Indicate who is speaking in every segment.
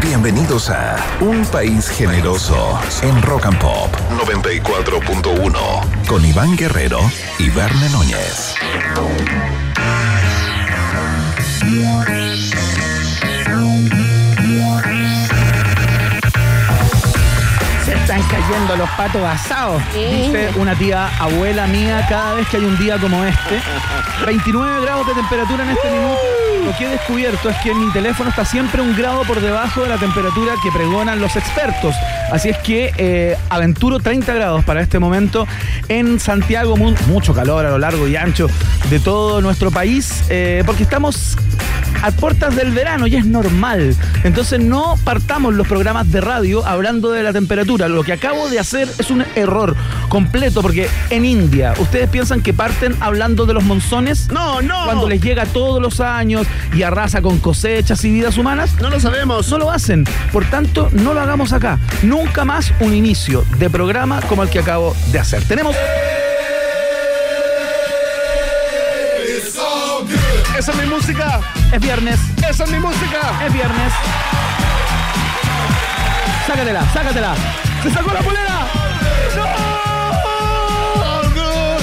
Speaker 1: Bienvenidos a Un País Generoso en Rock and Pop 94.1 con Iván Guerrero y Verne Núñez.
Speaker 2: Se están cayendo los patos asados, dice una tía abuela mía cada vez que hay un día como este. 29 grados de temperatura en este minuto. Lo que he descubierto es que mi teléfono está siempre un grado por debajo de la temperatura que pregonan los expertos. Así es que eh, aventuro 30 grados para este momento en Santiago. Mu- mucho calor a lo largo y ancho de todo nuestro país, eh, porque estamos a puertas del verano y es normal. Entonces no partamos los programas de radio hablando de la temperatura. Lo que acabo de hacer es un error completo porque en India ustedes piensan que parten hablando de los monzones
Speaker 3: No, no.
Speaker 2: cuando les llega todos los años y arrasa con cosechas y vidas humanas.
Speaker 3: No lo sabemos.
Speaker 2: No lo hacen, por tanto no lo hagamos acá. Nunca más un inicio de programa como el que acabo de hacer. Tenemos
Speaker 3: Esa es mi música.
Speaker 2: es viernes,
Speaker 3: Esa es mi música.
Speaker 2: es viernes. Sácatela, sácatela. Se sacó la polera.
Speaker 3: All good.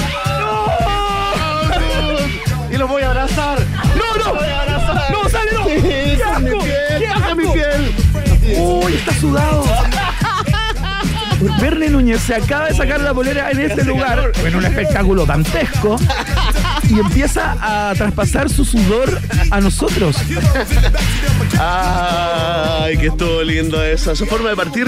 Speaker 3: All good. Y los voy a abrazar.
Speaker 2: No, no.
Speaker 3: Los voy a abrazar.
Speaker 2: No, sale, no.
Speaker 3: Sí,
Speaker 2: ¡Qué
Speaker 3: esa es mi
Speaker 2: asco!
Speaker 3: piel.
Speaker 2: ¡Qué
Speaker 3: Esa es mi
Speaker 2: asco!
Speaker 3: piel.
Speaker 2: Uy, está sudado. Verne Núñez se acaba de sacar la polera en este lugar, en un espectáculo dantesco, y empieza a traspasar su sudor a nosotros.
Speaker 3: Ay, que estuvo lindo eso. Su forma de partir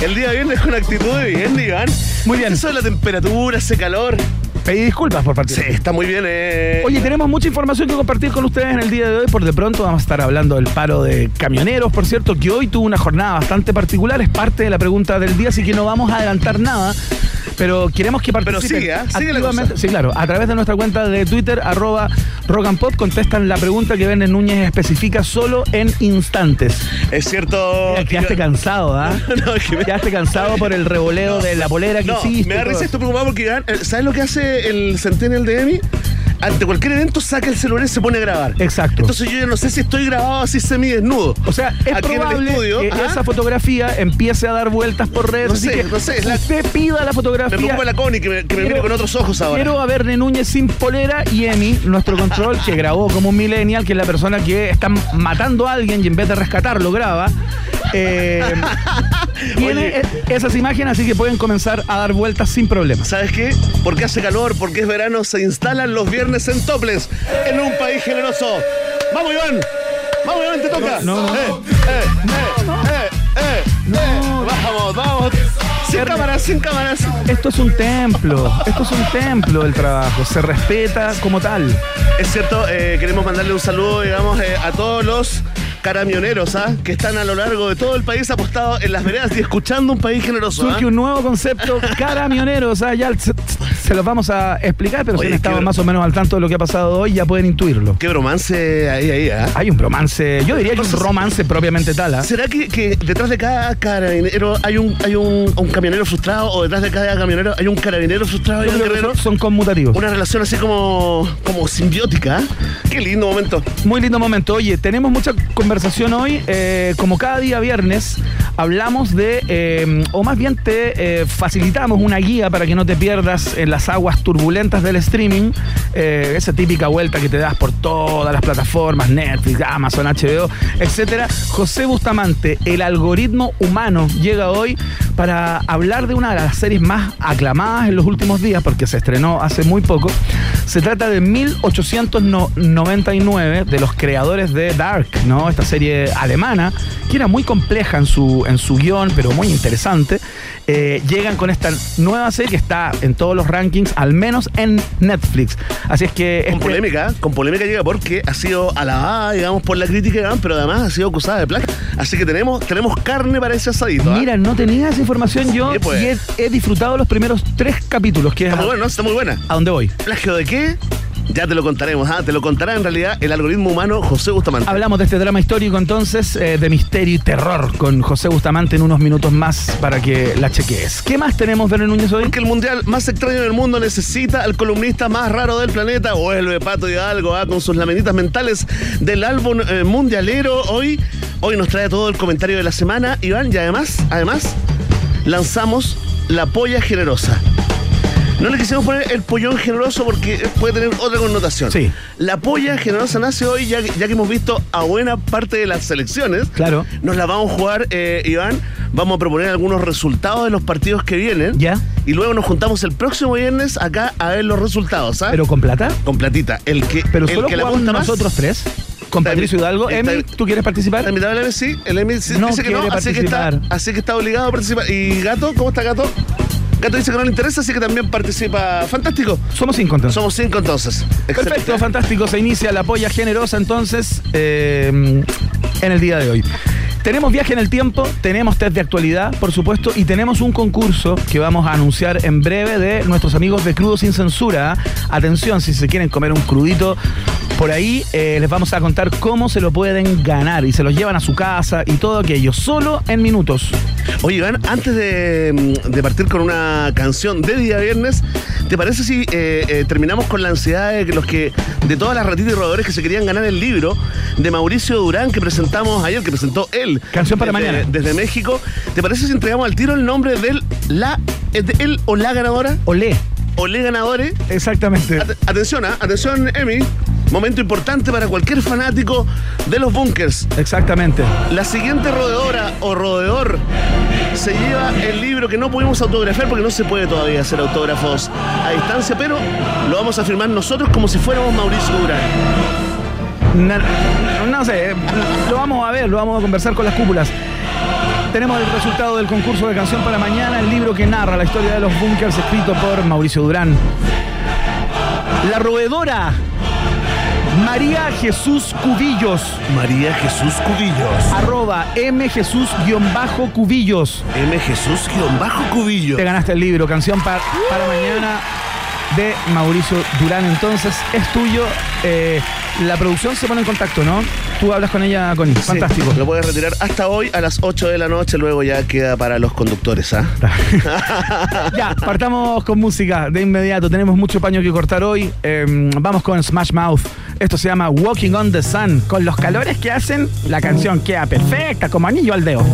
Speaker 3: el día viernes con actitud de bien, Iván.
Speaker 2: Muy bien.
Speaker 3: Eso de la temperatura, ese calor.
Speaker 2: Pedí disculpas por partir.
Speaker 3: Sí, está muy bien, eh.
Speaker 2: Oye, tenemos mucha información que compartir con ustedes en el día de hoy. Por de pronto vamos a estar hablando del paro de camioneros, por cierto, que hoy tuvo una jornada bastante particular. Es parte de la pregunta del día, así que no vamos a adelantar nada. Pero queremos que
Speaker 3: Pero
Speaker 2: participen
Speaker 3: sigue, ¿eh? Sigue la
Speaker 2: activamente.
Speaker 3: cosa.
Speaker 2: Sí, claro. A través de nuestra cuenta de Twitter, arroba rock and pop, contestan la pregunta que Verne Núñez especifica solo en instantes.
Speaker 3: Es cierto.
Speaker 2: Mira,
Speaker 3: Oh, que
Speaker 2: quedaste
Speaker 3: yo-
Speaker 2: cansado, ¿ah?
Speaker 3: No, es que me-
Speaker 2: Quedaste cansado por el revoleo de la polera que
Speaker 3: No,
Speaker 2: hiciste.
Speaker 3: me da
Speaker 2: y todo
Speaker 3: risa
Speaker 2: eso.
Speaker 3: esto preocupado porque Iván, eh, ¿sabes lo que hace el Centennial de Emi? Ante cualquier evento saca el celular y se pone a grabar.
Speaker 2: Exacto.
Speaker 3: Entonces yo ya no sé si estoy grabado así semidesnudo.
Speaker 2: O sea, es
Speaker 3: Aquí en el
Speaker 2: probable
Speaker 3: estudio,
Speaker 2: que
Speaker 3: ajá.
Speaker 2: esa fotografía empiece a dar vueltas por redes.
Speaker 3: No
Speaker 2: así
Speaker 3: sé,
Speaker 2: que
Speaker 3: no sé, es la-
Speaker 2: Usted pida la
Speaker 3: me
Speaker 2: fotografía.
Speaker 3: preocupa la Connie que me, que me mire
Speaker 2: Quiero-
Speaker 3: con otros ojos ahora.
Speaker 2: Quiero a Verne Núñez sin polera y Emi, nuestro control, que grabó como un millennial, que es la persona que está matando a alguien y en vez de rescatarlo graba. eh, tiene
Speaker 3: Oye.
Speaker 2: e- esas imágenes, así que pueden comenzar a dar vueltas sin problemas.
Speaker 3: ¿Sabes qué? Porque hace calor, porque es verano, se instalan los viernes en toples en un país generoso. ¡Vamos, Iván! ¡Vamos, Iván, te toca!
Speaker 2: No, no.
Speaker 3: Eh, eh, eh, eh, eh, eh. ¡Vamos, vamos! Sin cámaras, sin cámaras.
Speaker 2: Esto es un templo, esto es un templo del trabajo, se respeta como tal.
Speaker 3: Es cierto, eh, queremos mandarle un saludo, digamos, eh, a todos los caramioneros, ¿ah? Que están a lo largo de todo el país apostados en las veredas y escuchando un país generoso, ¿ah?
Speaker 2: Surge un nuevo concepto, caramioneros. Ah, ya se, se los vamos a explicar, pero si
Speaker 3: Oye,
Speaker 2: han
Speaker 3: qué
Speaker 2: estado
Speaker 3: bro-
Speaker 2: más o menos al tanto de lo que ha pasado hoy, ya pueden intuirlo.
Speaker 3: Qué bromance ahí, ahí, ¿ah?
Speaker 2: Hay un romance, yo diría que un
Speaker 3: Entonces-
Speaker 2: romance propiamente tal. ¿ah?
Speaker 3: ¿Será que, que detrás de cada carabinero hay un hay un, un camionero frustrado o detrás de cada camionero hay un carabinero frustrado y
Speaker 2: Yo
Speaker 3: un
Speaker 2: creo que
Speaker 3: guerrero?
Speaker 2: son, son conmutativos.
Speaker 3: Una relación así como, como simbiótica. ¿eh? Qué lindo momento.
Speaker 2: Muy lindo momento. Oye, tenemos mucha conversación hoy. eh, como cada día viernes, hablamos de, eh, o más bien te eh, facilitamos una guía para que no te pierdas en las aguas turbulentas del streaming. eh, esa típica vuelta que te das por todas las plataformas, Netflix, Amazon, HBO, etcétera. José Bustamante, el algoritmo humano, llega hoy para hablar de una de las series más aclamadas en los últimos días, porque se estrenó hace muy poco. Se trata de 1899, de los creadores de Dark, ¿no? Esta serie alemana, que era muy compleja en su, en su guión, pero muy interesante. Eh, llegan con esta nueva serie que está en todos los rankings, al menos en Netflix. Así es que...
Speaker 3: Con
Speaker 2: este-
Speaker 3: polémica, con polémica llega porque ha sido alabada, digamos, por la crítica, ¿eh? pero además ha sido acusada de placa. Así que tenemos, tenemos carne para ese asadito. ¿eh?
Speaker 2: Mira, no tenía esa información yo
Speaker 3: Sí, pues.
Speaker 2: y he, he disfrutado los primeros tres capítulos, que es
Speaker 3: Está muy
Speaker 2: a,
Speaker 3: bueno, ¿no? está muy buena.
Speaker 2: a donde voy.
Speaker 3: ¿Plagio de qué? Ya te lo contaremos, ¿ah? te lo contará en realidad el algoritmo humano José Bustamante.
Speaker 2: Hablamos de este drama histórico entonces, eh, de misterio y terror, con José Bustamante en unos minutos más para que la chequees. ¿Qué más tenemos, Vero Núñez, hoy?
Speaker 3: Que el mundial más extraño del mundo necesita al columnista más raro del planeta, o el Pato Hidalgo, ¿ah? con sus lamenitas mentales del álbum eh, mundialero. Hoy, hoy nos trae todo el comentario de la semana, Iván, y además, además, lanzamos la polla generosa. No le quisimos poner el pollón generoso porque puede tener otra connotación.
Speaker 2: Sí.
Speaker 3: La polla generosa nace hoy, ya, que- ya que hemos visto a buena parte de las selecciones.
Speaker 2: Claro.
Speaker 3: Nos la vamos a jugar, eh, Iván. Vamos a proponer algunos resultados de los partidos que vienen.
Speaker 2: Ya.
Speaker 3: Y luego nos juntamos el próximo viernes acá a ver los resultados, ¿sabes?
Speaker 2: ¿Pero con plata?
Speaker 3: con platita. El que,
Speaker 2: ¿Pero
Speaker 3: el
Speaker 2: solo
Speaker 3: que la
Speaker 2: jugamos
Speaker 3: apuesta más-
Speaker 2: nosotros tres? ¿Con
Speaker 3: Está
Speaker 2: Patricio
Speaker 3: bien.
Speaker 2: Hidalgo?
Speaker 3: Está
Speaker 2: Emi,
Speaker 3: bien.
Speaker 2: ¿tú quieres participar?
Speaker 3: Está invitado el Emi, sí. El Emi sí-
Speaker 2: No
Speaker 3: dice que no,
Speaker 2: quiere
Speaker 3: así que, está,
Speaker 2: participar.
Speaker 3: así que está obligado a participar. ¿Y Gato? ¿Cómo está Gato? Gato dice que no le interesa, así que también participa. Fantástico.
Speaker 2: Somos cinco entonces.
Speaker 3: Somos cinco entonces.
Speaker 2: Perfecto,
Speaker 3: Excelente.
Speaker 2: fantástico. Se inicia la polla generosa entonces eh, en el día de hoy. Tenemos viaje en el tiempo, tenemos test de actualidad, por supuesto, y tenemos un concurso que vamos a anunciar en breve de nuestros amigos de Crudo Sin Censura. Atención, si se quieren comer un crudito por ahí, eh, les vamos a contar cómo se lo pueden ganar y se los llevan a su casa y todo aquello, solo en minutos.
Speaker 3: Oye, Iván, antes de, mm, de partir con una canción de día viernes, ¿te parece si eh, eh, terminamos con la ansiedad de que los que de todas las ratitas y roedores que se querían ganar el libro de Mauricio Durán que presentamos ayer, que presentó él?
Speaker 2: Canción para
Speaker 3: desde-
Speaker 2: mañana.
Speaker 3: Desde México. ¿Te parece si entregamos al tiro el nombre del la eh, de él o la ganadora
Speaker 2: Olé.
Speaker 3: o le ganadores?
Speaker 2: Exactamente.
Speaker 3: Ate- atención, ¿ah? atención, Emi. Momento importante para cualquier fanático de los bunkers.
Speaker 2: Exactamente.
Speaker 3: La siguiente rodeadora o rodeador se lleva el libro que no pudimos autografiar porque no se puede todavía hacer autógrafos a distancia, pero lo vamos a firmar nosotros como si fuéramos Mauricio Durán.
Speaker 2: Na- no sé, lo vamos a ver, lo vamos a conversar con las cúpulas. Tenemos el resultado del concurso de canción para mañana, el libro que narra la historia de los bunkers escrito por Mauricio Durán. La roedora María Jesús Cubillos,
Speaker 3: María Jesús Cubillos.
Speaker 2: arroba mjesús-cubillos.
Speaker 3: M. Jesús guión bajo Cubillos.
Speaker 2: Te ganaste el libro, canción pa- para mañana de Mauricio Durán. Entonces, es tuyo. Eh, la producción se pone en contacto, ¿no? Tú hablas con ella, Connie.
Speaker 3: Sí,
Speaker 2: Fantástico.
Speaker 3: Lo puedes retirar hasta hoy a las 8 de la noche, luego ya queda para los conductores, ¿ah?
Speaker 2: Ya, partamos con música de inmediato. Tenemos mucho paño que cortar hoy. Eh, vamos con Smash Mouth. Esto se llama Walking on the Sun. Con los calores que hacen, la canción queda perfecta, como anillo al dedo.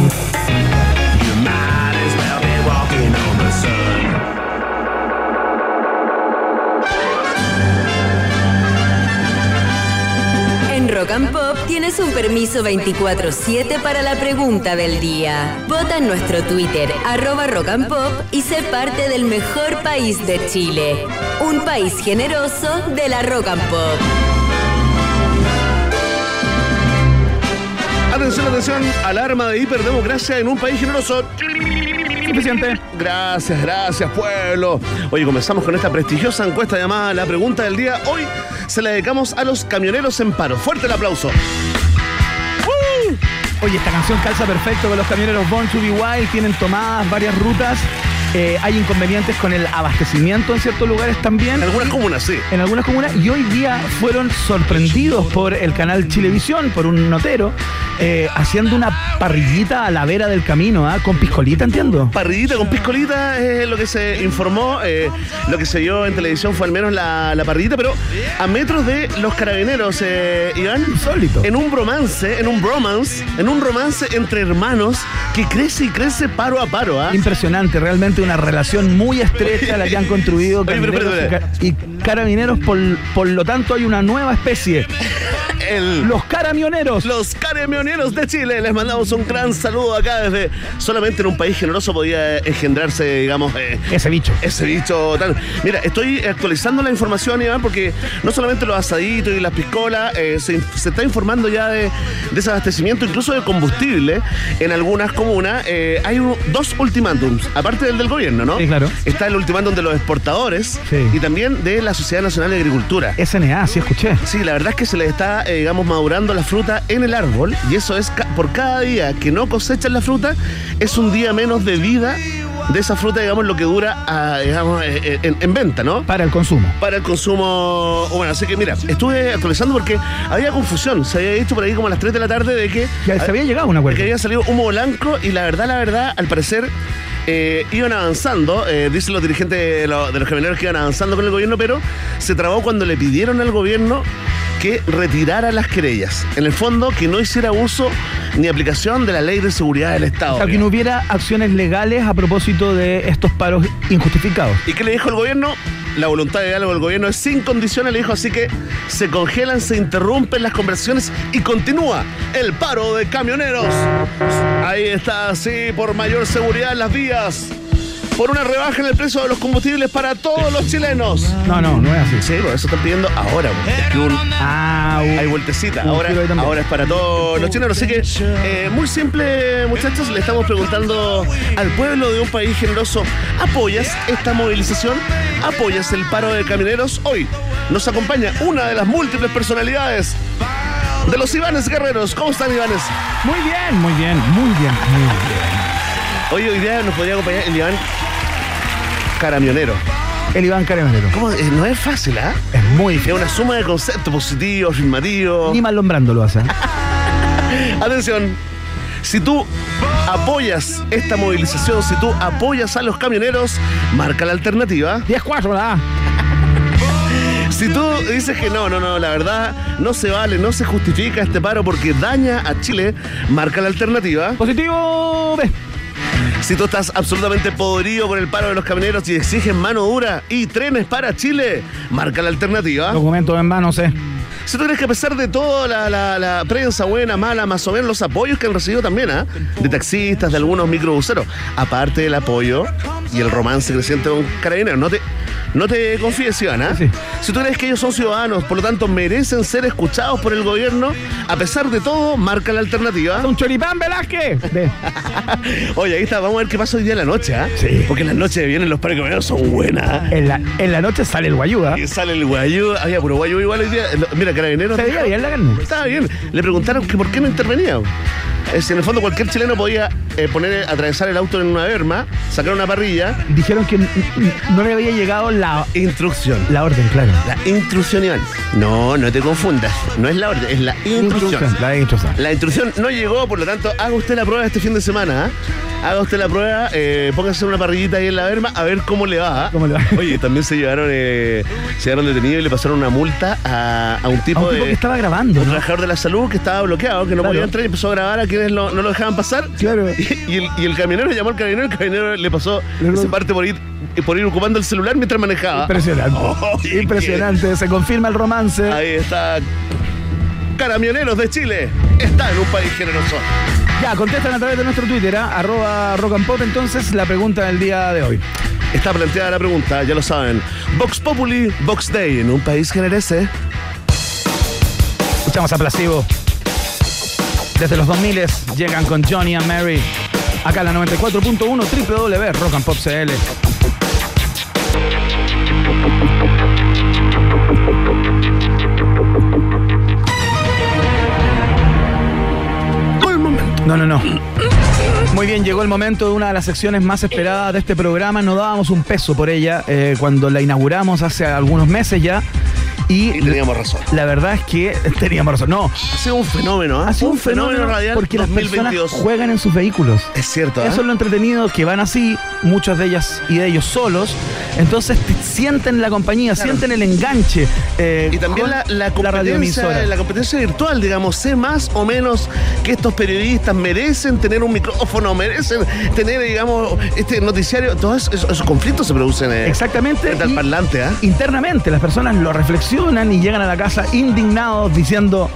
Speaker 4: You might as well be walking on the sun.
Speaker 5: En Rock and Pop tienes un permiso 24-7 para la pregunta del día. Vota en nuestro Twitter, arroba Rock and Pop, y sé parte del mejor país de Chile. Un país generoso de la Rock and Pop.
Speaker 3: Atención, atención, alarma de hiperdemocracia en un país generoso.
Speaker 2: Suficiente.
Speaker 3: Gracias, gracias, pueblo. Oye, comenzamos con esta prestigiosa encuesta llamada La Pregunta del Día. Hoy se la dedicamos a los camioneros en paro. Fuerte el aplauso.
Speaker 2: Oye, esta canción calza perfecto con los camioneros Born to be Wild. Tienen tomadas varias rutas. Eh, hay inconvenientes con el abastecimiento en ciertos lugares también.
Speaker 3: En algunas comunas, sí.
Speaker 2: en algunas comunas y hoy día fueron sorprendidos por el canal Chilevisión, por un notero, eh, haciendo una parrillita a la vera del camino, ¿ah? con piscolita, entiendo.
Speaker 3: Parrillita con piscolita es lo que se informó. eh, lo que se vio en televisión fue al menos la, la parrillita, pero a metros de los carabineros, eh, Iván.
Speaker 2: Insólito.
Speaker 3: En un bromance, en un bromance, en un romance entre hermanos que crece y crece paro a paro, ¿ah?
Speaker 2: Impresionante, realmente una relación muy estrecha la que han construido
Speaker 3: Oye, pero, pero,
Speaker 2: carabineros y
Speaker 3: pero.
Speaker 2: ca- y carabineros, por, por lo tanto hay una nueva especie,
Speaker 3: El-
Speaker 2: los caramioneros.
Speaker 3: Los camioneros de Chile, les mandamos un gran saludo acá desde solamente en un país generoso podía eh, engendrarse, digamos, eh,
Speaker 2: Ese bicho.
Speaker 3: ese bicho tan. Mira, estoy actualizando la información, Iván, porque no solamente los asaditos y las piscolas, eh, se, se está informando ya de desabastecimiento, incluso de combustible. En algunas comunas eh, hay un- dos ultimátums, aparte del del gobierno, ¿no?
Speaker 2: Sí, claro.
Speaker 3: Está el ultimátum de los exportadores
Speaker 2: Sí.
Speaker 3: y también de la Sociedad Nacional de Agricultura.
Speaker 2: SNA, sí escuché.
Speaker 3: Sí, la verdad es que se les está eh, digamos, madurando la fruta en el árbol, y eso es ca- por cada día que no cosechan la fruta, es un día menos de vida de esa fruta, digamos, lo que dura, ah, digamos, eh, eh, en, en venta, ¿no?
Speaker 2: para el consumo.
Speaker 3: para el consumo bueno, Así que mira, estuve actualizando porque había confusión. Se había dicho por ahí como a las 3 de la tarde de que,
Speaker 2: Ya se había llegado a un acuerdo.
Speaker 3: que había salido humo blanco y la verdad, la verdad, al parecer eh, iban avanzando. eh, dicen los dirigentes de, lo- de los camioneros que iban avanzando con el gobierno, pero se trabó cuando le pidieron al gobierno que retirara las querellas. En el fondo, que no hiciera uso ni aplicación de la ley de seguridad del Estado.
Speaker 2: O sea, que no hubiera acciones legales a propósito de estos paros injustificados.
Speaker 3: ¿Y qué le dijo el gobierno? La voluntad de diálogo del gobierno es sin condiciones, le dijo, así que se congelan, se interrumpen las conversaciones y continúa el paro de camioneros. Ahí está, sí, por mayor seguridad en las vías, por una rebaja en el precio de los combustibles para todos los chilenos.
Speaker 2: No, no, no es así.
Speaker 3: Sí, por eso están pidiendo ahora, porque es que un-
Speaker 2: Ah,
Speaker 3: hay
Speaker 2: u-
Speaker 3: vueltecita,
Speaker 2: Un
Speaker 3: ahora,
Speaker 2: giro ahí también.
Speaker 3: ahora es para todos los chilenos. Así que, eh, muy simple, muchachos, le estamos preguntando al pueblo de un país generoso: ¿apoyas esta movilización? ¿Apoyas el paro de camioneros? Hoy nos acompaña una de las múltiples personalidades de los Ivanes Guerreros. ¿Cómo están, Ivanes?
Speaker 2: muy bien, muy bien, muy bien, muy bien.
Speaker 3: Hoy, hoy día nos podría acompañar el Iván Caramionero.
Speaker 2: El Iván Caramelero.
Speaker 3: ¿Cómo? Eh, no es fácil, ¿ah?
Speaker 2: Es muy
Speaker 3: Es
Speaker 2: difícil.
Speaker 3: una suma de conceptos positivos, afirmativos.
Speaker 2: Ni malombrando lo hace.
Speaker 3: Atención, si tú apoyas esta movilización, si tú apoyas a los camioneros, marca la alternativa.
Speaker 2: 10-4, ¿verdad?
Speaker 3: Si tú dices que no, no, no, la verdad no se vale, no se justifica este paro porque daña a Chile, marca la alternativa.
Speaker 2: Positivo B.
Speaker 3: Si tú estás absolutamente podrido con el paro de los camioneros y exigen mano dura y trenes para Chile, marca la alternativa.
Speaker 2: Documentos en mano, sé.
Speaker 3: Si tú crees que a pesar de toda la, la- la prensa buena, mala, más o menos, los apoyos que han recibido también, ¿ah? De taxistas, de algunos microbuseros. Aparte del apoyo y el romance creciente con carabineros. No te, no te confíes, Iván, ¿ah?
Speaker 2: Sí.
Speaker 3: Si tú crees que ellos son ciudadanos, por lo tanto merecen ser escuchados por el gobierno, a pesar de todo, marca la alternativa.
Speaker 2: ¡Un choripán, Velázquez! D.
Speaker 3: Oye, ahí está, vamos a ver qué pasa hoy día en la noche, ¿ah?
Speaker 2: Sí.
Speaker 3: Porque en las noches vienen los parques camioneros, son buenas. ¿ah?
Speaker 2: En la, en la noche sale el guayuda.
Speaker 3: Y sale el guayú, había puro guayú igual hoy día. Mira, carabineros.
Speaker 2: Se veía bien la carne.
Speaker 3: Estaba bien. Le preguntaron que por qué no intervenía. Eh, si en el fondo cualquier chileno podía eh, poner, atravesar el auto en una berma, sacar una parrilla.
Speaker 2: Dijeron que n- n- no le había llegado la,
Speaker 3: Instrucción.
Speaker 2: la orden, claro.
Speaker 3: La instrucción, Iván. No, no te confundas. No es la orden, es la instrucción.
Speaker 2: La instrucción.
Speaker 3: La instrucción no llegó, por lo tanto, haga usted la prueba este fin de semana. ¿ah? Haga usted la prueba, eh, póngase una parrillita ahí en la berma a ver cómo le va. ¿ah?
Speaker 2: ¿Cómo le va?
Speaker 3: Oye, también se llevaron, eh, se llevaron detenido y le pasaron una multa a, a un tipo
Speaker 2: A un tipo
Speaker 3: de.
Speaker 2: que estaba grabando,
Speaker 3: un
Speaker 2: ¿no?
Speaker 3: trabajador de la salud que estaba bloqueado, que no
Speaker 2: Claro.
Speaker 3: podía entrar y empezó a grabar a quienes lo- no lo dejaban pasar.
Speaker 2: Claro.
Speaker 3: Y, y el, y el camionero llamó al camionero, el camionero le pasó
Speaker 2: Le-
Speaker 3: ese parte por ir, por ir ocupando el celular mientras manejaba.
Speaker 2: Impresionante.
Speaker 3: Oye, qué-
Speaker 2: Impresionante. Se confirma el romance.
Speaker 3: Ahí está. Caramioneros de Chile está en un país generoso.
Speaker 2: Ya, contestan a través de nuestro Twitter, ¿ah? arroba rock and pop, entonces la pregunta del día de hoy.
Speaker 3: Está planteada la pregunta, ya lo saben. Vox Populi, Vox Day en un país generese.
Speaker 2: Escuchamos a Placebo. Desde los 2000 llegan con Johnny and Mary. Acá en la 94.1 www rock and pop CL. No, no, no. Muy bien, llegó el momento de una de las secciones más esperadas de este programa. No dábamos un peso por ella eh, cuando la inauguramos hace algunos meses ya. Y
Speaker 3: Y teníamos razón.
Speaker 2: la verdad es que teníamos razón. No,
Speaker 3: Ha sido un fenómeno, ¿ah?
Speaker 2: ha sido un fenómeno,
Speaker 3: radial
Speaker 2: porque las
Speaker 3: 2022.
Speaker 2: personas juegan en sus vehículos.
Speaker 3: Es cierto, ¿ah?
Speaker 2: Eso es lo entretenido, que van así, muchas de ellas y de ellos solos. Entonces te- sienten la compañía, sienten el enganche. eh,
Speaker 3: Y también
Speaker 2: con
Speaker 3: la, la competencia,
Speaker 2: radioemisora.
Speaker 3: la, competencia virtual, digamos, sé más o menos que estos periodistas merecen tener un micrófono, merecen tener, digamos, este noticiario. Todos esos, esos conflictos se producen eh,
Speaker 2: Exactamente.
Speaker 3: frente al
Speaker 2: y
Speaker 3: parlante, ¿ah?
Speaker 2: Internamente, las personas lo reflexionan y llegan a la casa indignados diciendo: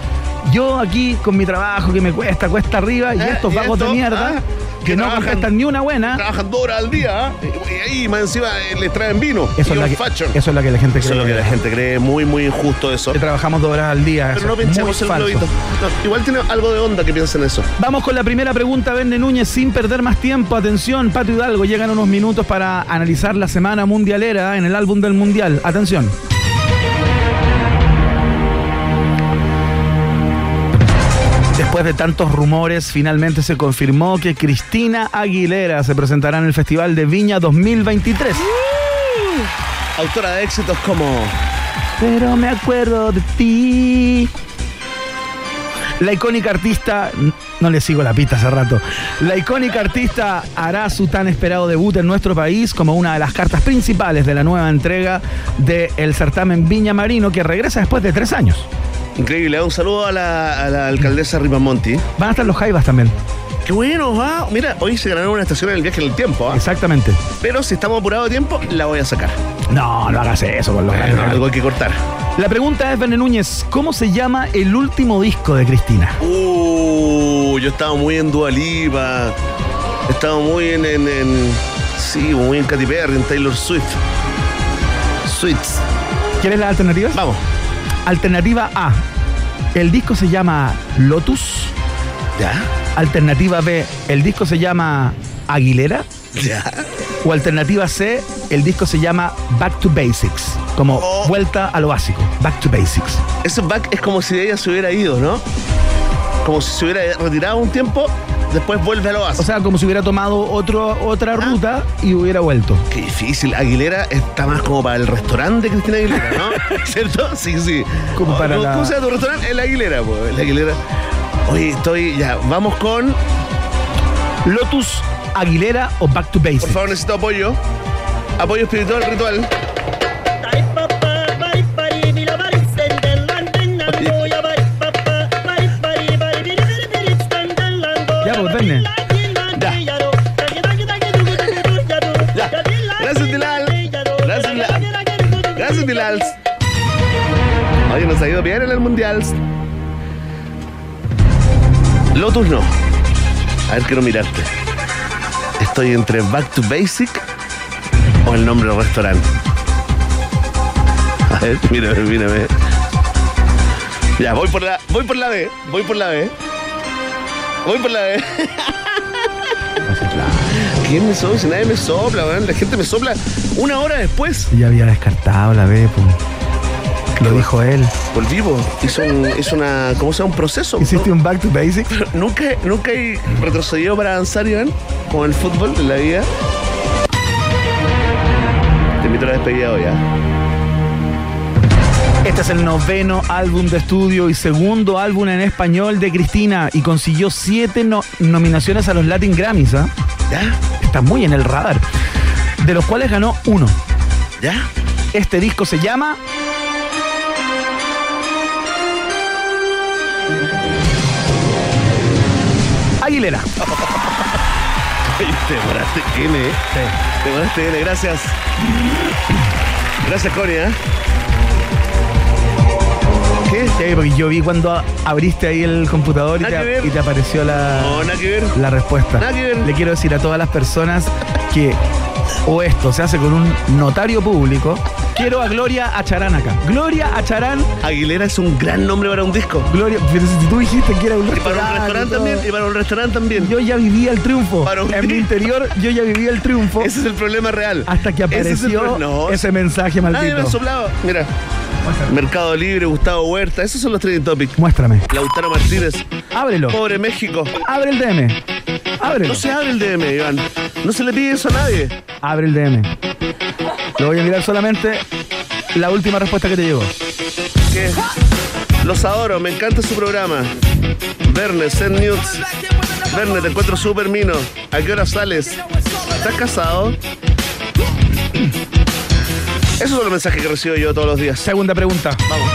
Speaker 2: Yo aquí con mi trabajo que me cuesta, cuesta arriba, y
Speaker 3: Eh,
Speaker 2: estos
Speaker 3: y
Speaker 2: vagos
Speaker 3: esto,
Speaker 2: de mierda
Speaker 3: ah,
Speaker 2: que
Speaker 3: que
Speaker 2: no
Speaker 3: trabajan-
Speaker 2: contestan ni una buena.
Speaker 3: Trabajan dos horas al día, ¿ah? Y ahí, más encima, eh, les traen vino.
Speaker 2: Eso
Speaker 3: y
Speaker 2: es, la
Speaker 3: old
Speaker 2: que,
Speaker 3: fashion.
Speaker 2: eso es lo que la gente cree.
Speaker 3: Eso es lo que la gente cree, muy, muy injusto eso.
Speaker 2: que trabajamos dos horas al día.
Speaker 3: Pero
Speaker 2: eso
Speaker 3: no
Speaker 2: es muy
Speaker 3: pinchemos el
Speaker 2: falso.
Speaker 3: globito. No, igual tiene algo de onda que piensen eso.
Speaker 2: Vamos con la primera pregunta, Vende Núñez, sin perder más tiempo. Atención, Pato Hidalgo, llegan unos minutos para analizar la semana mundialera en el álbum del Mundial. Atención. Después de tantos rumores, finalmente se confirmó que Cristina Aguilera se presentará en el Festival de Viña 2023.
Speaker 3: Autora de éxitos como
Speaker 2: Pero me acuerdo de ti. La icónica artista, no le sigo la pista hace rato, la icónica artista hará su tan esperado debut en nuestro país como una de las cartas principales de la nueva entrega del certamen Viña Marino que regresa después de tres años.
Speaker 3: Increíble, un saludo a la, a la alcaldesa Ripamonti.
Speaker 2: Van a estar los Jaivas también,
Speaker 3: Qué bueno, va. Mira, hoy se ganaron una estación en el viaje en el tiempo, ¿ah?
Speaker 2: exactamente.
Speaker 3: Pero si estamos apurados de tiempo, la voy a sacar.
Speaker 2: No, no hagas eso con los
Speaker 3: Bueno,
Speaker 2: Jaivas.
Speaker 3: algo hay que cortar.
Speaker 2: La pregunta es, Verne Núñez, ¿cómo se llama el último disco de Cristina?
Speaker 3: Uh, yo estaba muy en Dualipa. Estaba muy en, en, en- Sí, muy en Katy Perry, en Taylor Swift. Sweets.
Speaker 2: ¿Quieres las alternativas?
Speaker 3: Vamos.
Speaker 2: Alternativa A. El disco se llama Lotus.
Speaker 3: ¿Ya?
Speaker 2: Alternativa B. El disco se llama Aguilera.
Speaker 3: ¿Ya?
Speaker 2: O alternativa C. El disco se llama Back to Basics. Como
Speaker 3: Oh.
Speaker 2: vuelta a lo básico. Back to Basics.
Speaker 3: Ese back es como si ella se hubiera ido, ¿no? Como si se hubiera retirado un tiempo, después vuelve a lo básico.
Speaker 2: O sea, como si hubiera tomado otro,
Speaker 3: Ah.
Speaker 2: otra ruta y hubiera vuelto.
Speaker 3: Qué difícil. Aguilera está más como para el restaurante de Cristina Aguilera, ¿no? ¿Cierto? Sí, sí.
Speaker 2: Como
Speaker 3: Oh,
Speaker 2: para
Speaker 3: ¿Cómo,
Speaker 2: la-
Speaker 3: cómo se llama tu restaurante? El Aguilera, pues. El Aguilera. Oye, estoy. Ya, vamos con.
Speaker 2: Lotus, Aguilera o Back to
Speaker 3: Por
Speaker 2: Basics.
Speaker 3: favor, necesito apoyo. Apoyo espiritual ritual.
Speaker 2: Ya, pues, Verne.
Speaker 3: Ya. Gracias, Dilal. Gracias, Dilal. Gracias, Dilals. Oye, nos ha ido bien en el mundial. Lotus no. A ver, quiero mirarte. Estoy entre Back to Basic o el nombre del restaurante. A ver, mírame, mírame. Ya, voy por la, voy por la B, voy por la B. Voy por la B. ¿Quién me sopla? Si nadie me sopla, weón. La gente me sopla una hora después.
Speaker 2: Ya había descartado la B, pues. Lo dijo él.
Speaker 3: Por vivo. Hizo, un- hizo una. ¿Cómo se llama? Un proceso.
Speaker 2: ¿Hiciste un Back to Basics?
Speaker 3: Nunca, nunca he retrocedido para avanzar, Iván, con el fútbol en la vida. Te invito a la despedida hoy, ¿ah?
Speaker 2: Este es el noveno álbum de estudio y segundo álbum en español de Cristina y consiguió siete no- nominaciones a los Latin Grammys. ¿ah?
Speaker 3: ¿Ya?
Speaker 2: Está muy en el radar. De los cuales ganó uno.
Speaker 3: ¿Ya?
Speaker 2: Este disco se llama. Aguilera.
Speaker 3: Ay, te demoraste N, ¿eh? Te demoraste N, gracias. Gracias, Connie, ¿eh? ¿Qué?
Speaker 2: Sí, porque yo vi cuando a- abriste ahí el computador y
Speaker 3: Nada que
Speaker 2: te,
Speaker 3: ver. Oh,
Speaker 2: y te apareció la.
Speaker 3: No, nada que ver.
Speaker 2: la respuesta.
Speaker 3: Nada que ver.
Speaker 2: Le quiero decir a todas las personas que o esto se hace con un notario público. Quiero a Gloria Acharán acá. Gloria Acharán,
Speaker 3: Aguilera es un gran nombre para un disco.
Speaker 2: Gloria, pero si tú dijiste que era un
Speaker 3: Y para un restaurante
Speaker 2: todo.
Speaker 3: también, y para un restaurante también.
Speaker 2: Yo ya vivía el triunfo.
Speaker 3: Para un
Speaker 2: en mi
Speaker 3: disco.
Speaker 2: interior yo ya vivía el triunfo
Speaker 3: Ese es el problema real.
Speaker 2: hasta que
Speaker 3: Ese es el
Speaker 2: apareció
Speaker 3: pro-
Speaker 2: ese,
Speaker 3: No,
Speaker 2: mensaje
Speaker 3: nadie me ha
Speaker 2: maldito.
Speaker 3: soplado. Mira, Mercado Libre, Gustavo Huerta, esos son los trending topics.
Speaker 2: Muéstrame.
Speaker 3: Lautaro Martínez,
Speaker 2: Ábrelo.
Speaker 3: pobre México.
Speaker 2: Abre el DM. Ábrelo.
Speaker 3: No se abre el DM, Iván. No se le pide eso a nadie.
Speaker 2: Abre el DM. Lo voy a mirar solamente la última respuesta que te llegó.
Speaker 3: que los adoro, me encanta su programa. Verne, send nudes. Verne, te encuentro súper mino. ¿A qué hora sales? ¿Estás casado? Esos son los mensajes que recibo yo todos los días.
Speaker 2: Segunda pregunta.
Speaker 3: Vamos.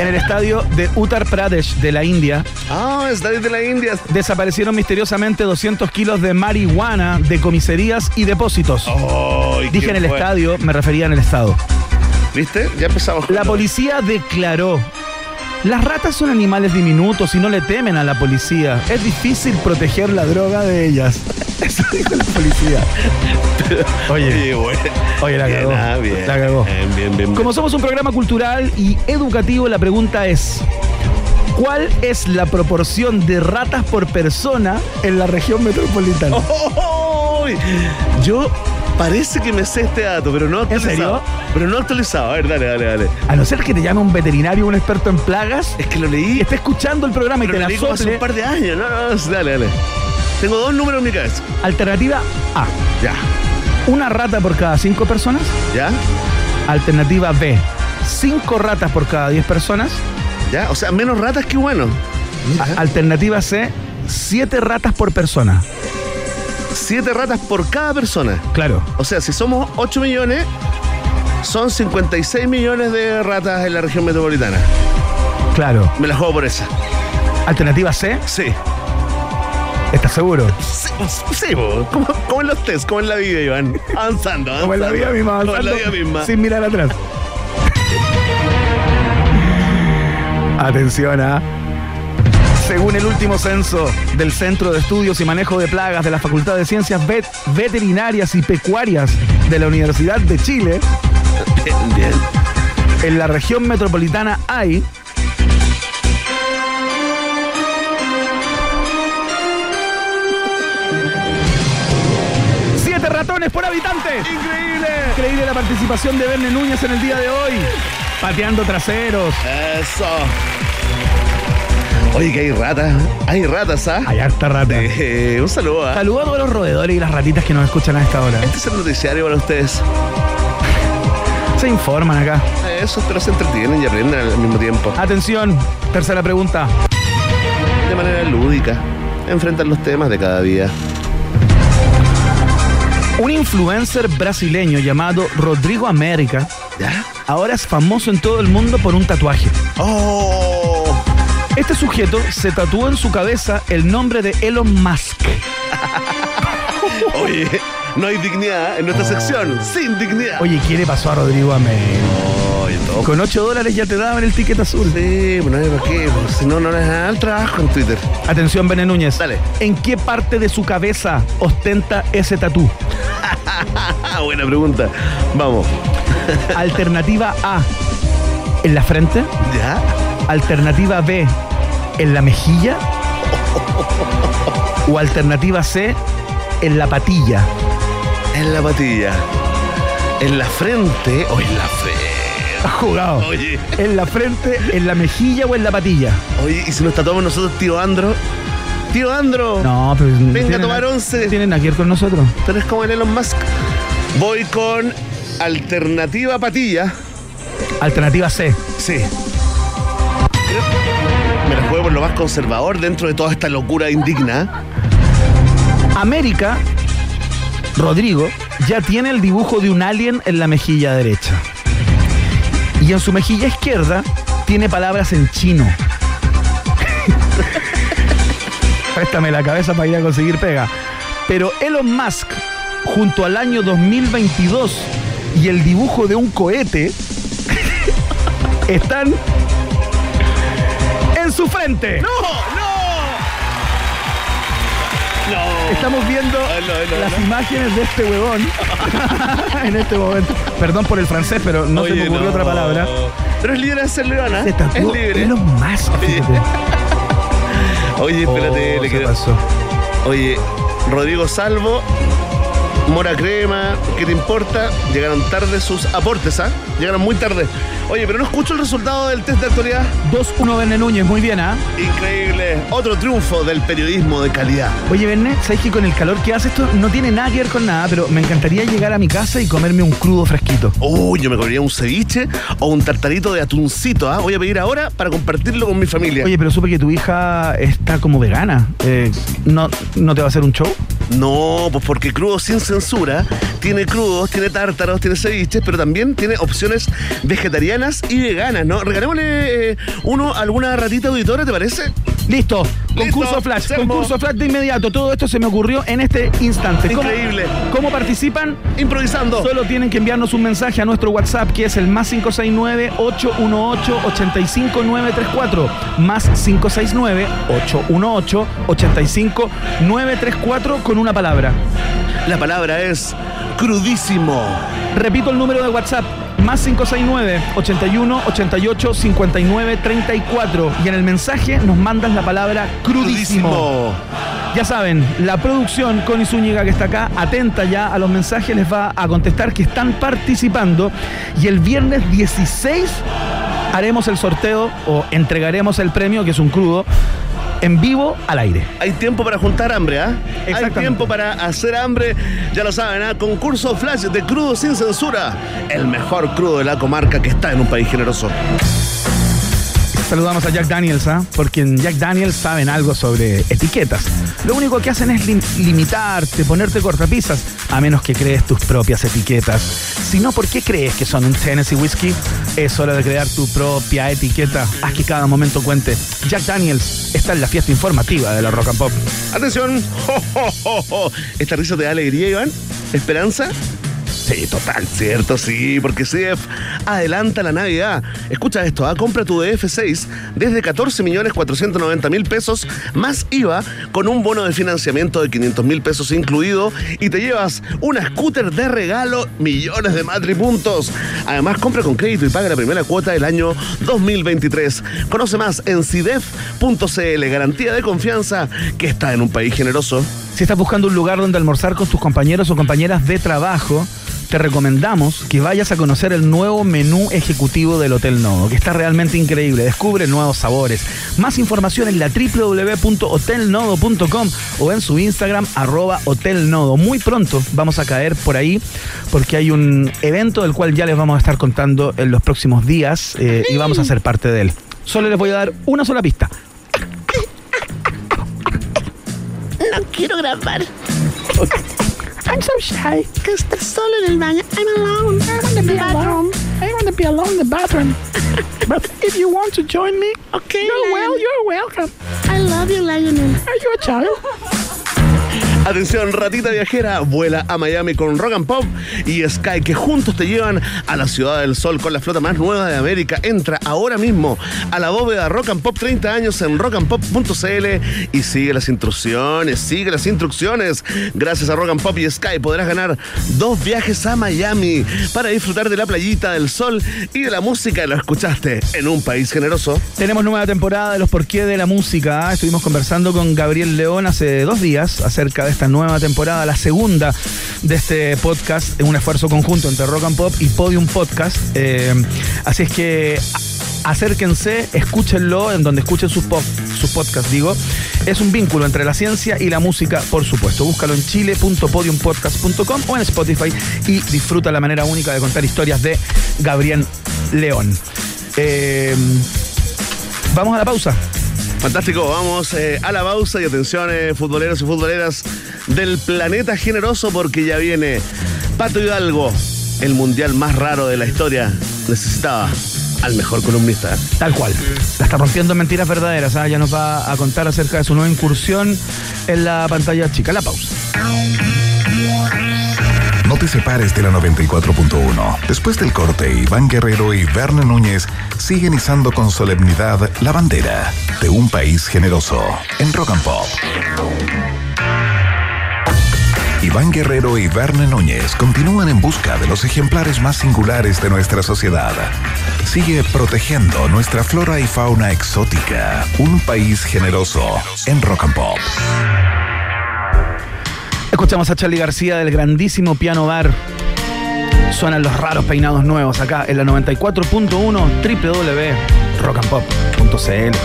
Speaker 2: En el estadio de Uttar Pradesh de la India
Speaker 3: Ah, es David de la India.
Speaker 2: desaparecieron misteriosamente 200 kilos de marihuana de comisarías y depósitos.
Speaker 3: Ay,
Speaker 2: Dije
Speaker 3: Oh, qué
Speaker 2: en el
Speaker 3: fuerte.
Speaker 2: estadio, me refería en el estado.
Speaker 3: ¿Viste? Ya empezamos. con
Speaker 2: La
Speaker 3: todo.
Speaker 2: policía declaró, las ratas son animales diminutos y no le temen a la policía. Es difícil proteger la droga de ellas. Eso dijo la policía.
Speaker 3: Oye, bueno.
Speaker 2: Oye, la
Speaker 3: Bien,
Speaker 2: cagó.
Speaker 3: ah, bien.
Speaker 2: La cagó.
Speaker 3: Bien, bien, bien. bien.
Speaker 2: Como somos un programa cultural y educativo, la pregunta es: ¿Cuál es la proporción de ratas por persona en la región metropolitana?
Speaker 3: ¡Ay! Yo Parece que me sé este dato, pero no actualizado.
Speaker 2: serio?
Speaker 3: Pero no actualizado. A ver, dale, dale, dale.
Speaker 2: A no ser que te llame un veterinario, un experto en plagas,
Speaker 3: Es que lo
Speaker 2: y
Speaker 3: leí.
Speaker 2: esté escuchando el programa y
Speaker 3: Pero
Speaker 2: Este te la
Speaker 3: lo leí como hace
Speaker 2: sople,
Speaker 3: un par de años. No, no, no, dale, dale. Tengo dos números en mi cabeza.
Speaker 2: alternativa A,
Speaker 3: Ya,
Speaker 2: una rata por cada cinco personas.
Speaker 3: ya,
Speaker 2: Alternativa B, cinco ratas por cada 10 personas.
Speaker 3: ya. O sea, menos ratas que humanos.
Speaker 2: A- Alternativa C, siete ratas por persona.
Speaker 3: Siete ratas por cada persona.
Speaker 2: Claro.
Speaker 3: O sea, si somos 8 millones, son 56 millones de ratas en la región metropolitana.
Speaker 2: Claro.
Speaker 3: Me la juego por esa.
Speaker 2: Alternativa C,
Speaker 3: Sí.
Speaker 2: ¿estás seguro?
Speaker 3: Sí, sí, po. como, como en los test, como en la vida, Iván. Avanzando, avanzando.
Speaker 2: Como en la vida misma,
Speaker 3: Como en la
Speaker 2: avanzando,
Speaker 3: vida misma.
Speaker 2: sin mirar atrás. Atención a. Según el último censo del Centro de Estudios y Manejo de Plagas de la Facultad de Ciencias Vet- Veterinarias y Pecuarias de la Universidad de Chile,
Speaker 3: Bien, bien.
Speaker 2: en la región metropolitana hay. ¡Siete ratones por habitante!
Speaker 3: Increíble.
Speaker 2: Increíble la participación de Verne Núñez en el día de hoy. Pateando traseros.
Speaker 3: Eso. Oye, que hay ratas. Hay ratas, ¿ah?
Speaker 2: Hay harta rata.
Speaker 3: Eh, un saludo, ¿ah?
Speaker 2: Saludos a todos los roedores y las ratitas que nos escuchan a esta hora.
Speaker 3: Este es el noticiario para ustedes.
Speaker 2: Se informan acá.
Speaker 3: Eso, pero se entretienen y aprenden al mismo tiempo.
Speaker 2: Atención, tercera pregunta.
Speaker 3: De manera lúdica. Enfrentan los temas de cada día.
Speaker 2: Un influencer brasileño llamado Rodrigo América
Speaker 3: ¿Ya?
Speaker 2: ahora es famoso en todo el mundo por un tatuaje.
Speaker 3: ¡Oh!
Speaker 2: Este sujeto se tatuó en su cabeza el nombre de Elon Musk.
Speaker 3: Oye, no hay dignidad en nuestra sección. Sin dignidad.
Speaker 2: Oye, ¿qué le pasó a Rodrigo América?
Speaker 3: Oye, todo.
Speaker 2: Con 8 dólares ya te daban el ticket azul.
Speaker 3: Sí, bueno, ¿para qué? Pues, Si no, no les da el trabajo en Twitter.
Speaker 2: Atención, Bene Núñez.
Speaker 3: Dale.
Speaker 2: ¿En qué parte de su cabeza ostenta ese tatú?
Speaker 3: Ah, buena pregunta. Vamos.
Speaker 2: Alternativa A, en la frente.
Speaker 3: ¿Ya?
Speaker 2: Alternativa B, en la mejilla. O alternativa C, en la patilla.
Speaker 3: En la patilla. En la frente. Oye, en la frente.
Speaker 2: Has jugado.
Speaker 3: Oye.
Speaker 2: En la frente, en la mejilla o en la patilla.
Speaker 3: Oye, ¿y si nos tatuamos nosotros, tío Andro? Tío Andro.
Speaker 2: No, pero.
Speaker 3: Venga a tomar once.
Speaker 2: Tienen aquí con nosotros.
Speaker 3: Tú eres como el Elon Musk. Voy con alternativa patilla.
Speaker 2: Alternativa C.
Speaker 3: Sí. Creo- Me la juego por lo más conservador dentro de toda esta locura indigna.
Speaker 2: América, Rodrigo, ya tiene el dibujo de un alien en la mejilla derecha. Y en su mejilla izquierda tiene palabras en chino. Préstame la cabeza para ir a conseguir pega. Pero Elon Musk, junto al año 2022 y el dibujo de un cohete, están en su frente.
Speaker 3: ¡No! ¡No! ¡No!
Speaker 2: Estamos viendo
Speaker 3: Aló, aló,
Speaker 2: las
Speaker 3: aló.
Speaker 2: imágenes de este huevón en este momento. Perdón por el francés, pero no se
Speaker 3: Oye,
Speaker 2: me ocurrió
Speaker 3: no.
Speaker 2: otra palabra.
Speaker 3: Pero es libre de ser leona.
Speaker 2: Se
Speaker 3: Es
Speaker 2: tatuó
Speaker 3: libre.
Speaker 2: Elon Musk.
Speaker 3: Oye,
Speaker 2: fíjate.
Speaker 3: Oye, espérate,
Speaker 2: Oh,
Speaker 3: le
Speaker 2: se
Speaker 3: quiero.
Speaker 2: pasó.
Speaker 3: Oye, Rodrigo Salvo, Mora Crema, ¿qué te importa? Llegaron tarde sus aportes, ¿ah? Llegaron muy tarde. Oye, pero no escucho el resultado del test de actualidad.
Speaker 2: 2-1 Verne Núñez, muy bien, ¿ah?
Speaker 3: Increíble. Otro triunfo del periodismo de calidad.
Speaker 2: Oye, Verne, ¿sabes que con el calor que hace esto no tiene nada que ver con nada, pero me encantaría llegar a mi casa y comerme un crudo fresquito?
Speaker 3: Oh, yo me comería un ceviche o un tartarito de atuncito, ¿ah? Voy a pedir ahora para compartirlo con mi familia.
Speaker 2: Oye, pero supe que tu hija está como vegana. Eh, ¿no, ¿No te va a hacer un show?
Speaker 3: No, pues porque crudo sin censura tiene crudos, tiene tártaros, tiene ceviches, pero también tiene opciones vegetarianas y veganas, ¿no? Regalémosle eh, uno a alguna ratita auditora, ¿te parece?
Speaker 2: Listo, concurso
Speaker 3: Listo,
Speaker 2: flash,
Speaker 3: se armó.
Speaker 2: concurso flash de inmediato. Todo esto se me ocurrió en este instante. ¿Cómo-
Speaker 3: Increíble.
Speaker 2: ¿Cómo participan?
Speaker 3: Improvisando.
Speaker 2: Solo tienen que enviarnos un mensaje a nuestro WhatsApp que es el más 569-818-85934. Más 569-818-85934 con una palabra.
Speaker 3: La palabra es crudísimo.
Speaker 2: Repito el número de WhatsApp. Más 569 81 88 59 34. Y en el mensaje nos mandas la palabra crudísimo. Ya saben, la producción con Zúñiga que está acá, atenta ya a los mensajes, les va a contestar que están participando. Y el viernes 16 haremos el sorteo o entregaremos el premio, que es un crudo, en vivo al aire.
Speaker 3: Hay tiempo para juntar hambre, ¿ah? Hay
Speaker 2: Exactamente.
Speaker 3: tiempo para hacer hambre, ya lo saben, ¿ah? Concurso Flash de crudo sin censura. El mejor crudo de la comarca que está en un país generoso.
Speaker 2: Saludamos a Jack Daniels, ¿ah? porque en Jack Daniels saben algo sobre etiquetas. Lo único que hacen es lim- limitarte, ponerte cortapisas, a menos que crees tus propias etiquetas. Si no, ¿por qué crees que son un Tennessee Whiskey? Es hora de crear tu propia etiqueta. Haz que cada momento cuente. Jack Daniels está en la fiesta informativa de la Rock and Pop.
Speaker 3: Atención. Jo, jo, jo, jo. Esta risa te da alegría, Iván. ¿Esperanza? Sí, total, cierto, sí, porque CDF adelanta la Navidad. Escucha esto, ¿ah? compra tu DF6 desde 14.490.000 pesos más IVA con un bono de financiamiento de 500.000 pesos incluido y te llevas una scooter de regalo, millones de matripuntos. Además, compra con crédito y paga la primera cuota del año 2023. Conoce más en CIDEF.cl, garantía de confianza que está en un país generoso.
Speaker 2: Si estás buscando un lugar donde almorzar con tus compañeros o compañeras de trabajo, te recomendamos que vayas a conocer el nuevo menú ejecutivo del Hotel Nodo, que está realmente increíble. Descubre nuevos sabores. Más información en la www.hotelnodo.com o en su Instagram arroba hotelnodo. Muy pronto vamos a caer por ahí porque hay un evento del cual ya les vamos a estar contando en los próximos días eh, y vamos a ser parte de él. Solo les voy a dar una sola pista.
Speaker 6: No quiero grabar. I'm so shy. Que estar solo en el baño. I'm alone. I want to be alone. I want to be alone in the bathroom. But if you want to join me, okay, you're well, you're welcome. I love you, Lionel. Are you a child?
Speaker 3: Atención, ratita viajera, vuela a Miami con Rock and Pop y Sky, que juntos te llevan a la Ciudad del Sol con la flota más nueva de América. Entra ahora mismo a la bóveda Rock and Pop 30 años en rockandpop.cl y sigue las instrucciones, sigue las instrucciones. Gracias a Rock and Pop y Sky podrás ganar dos viajes a Miami para disfrutar de la playita, del sol y de la música. Lo escuchaste en un país generoso.
Speaker 2: Tenemos nueva temporada de los porqué de la música. Estuvimos conversando con Gabriel León hace dos días acerca de esta nueva temporada, la segunda de este podcast, en un esfuerzo conjunto entre Rock and Pop y Podium Podcast. Eh, así es que a- acérquense, escúchenlo en donde escuchen sus, pop, sus podcasts, digo. Es un vínculo entre la ciencia y la música, por supuesto. Búscalo en chile.podiumpodcast.com o en Spotify y disfruta la manera única de contar historias de Gabriel León. Eh, Vamos a la pausa.
Speaker 3: Fantástico, vamos eh, a la pausa y atención eh, futboleros y futboleras del planeta generoso porque ya viene Pato Hidalgo, el mundial más raro de la historia. Necesitaba al mejor columnista.
Speaker 2: Tal cual. La está rompiendo en mentiras verdaderas. ¿ah? Ya nos va a contar acerca de su nueva incursión en la pantalla chica. La pausa.
Speaker 1: No te separes de la 94.1. Después del corte, Iván Guerrero y Verne Núñez siguen izando con solemnidad la bandera de un país generoso en Rock and Pop. Iván Guerrero y Verne Núñez continúan en busca de los ejemplares más singulares de nuestra sociedad. Sigue protegiendo nuestra flora y fauna exótica, un país generoso en Rock and Pop.
Speaker 2: Escuchamos a Charlie García del grandísimo piano bar. Suenan los raros peinados nuevos acá en la 94.1 www.rockandpop.cl.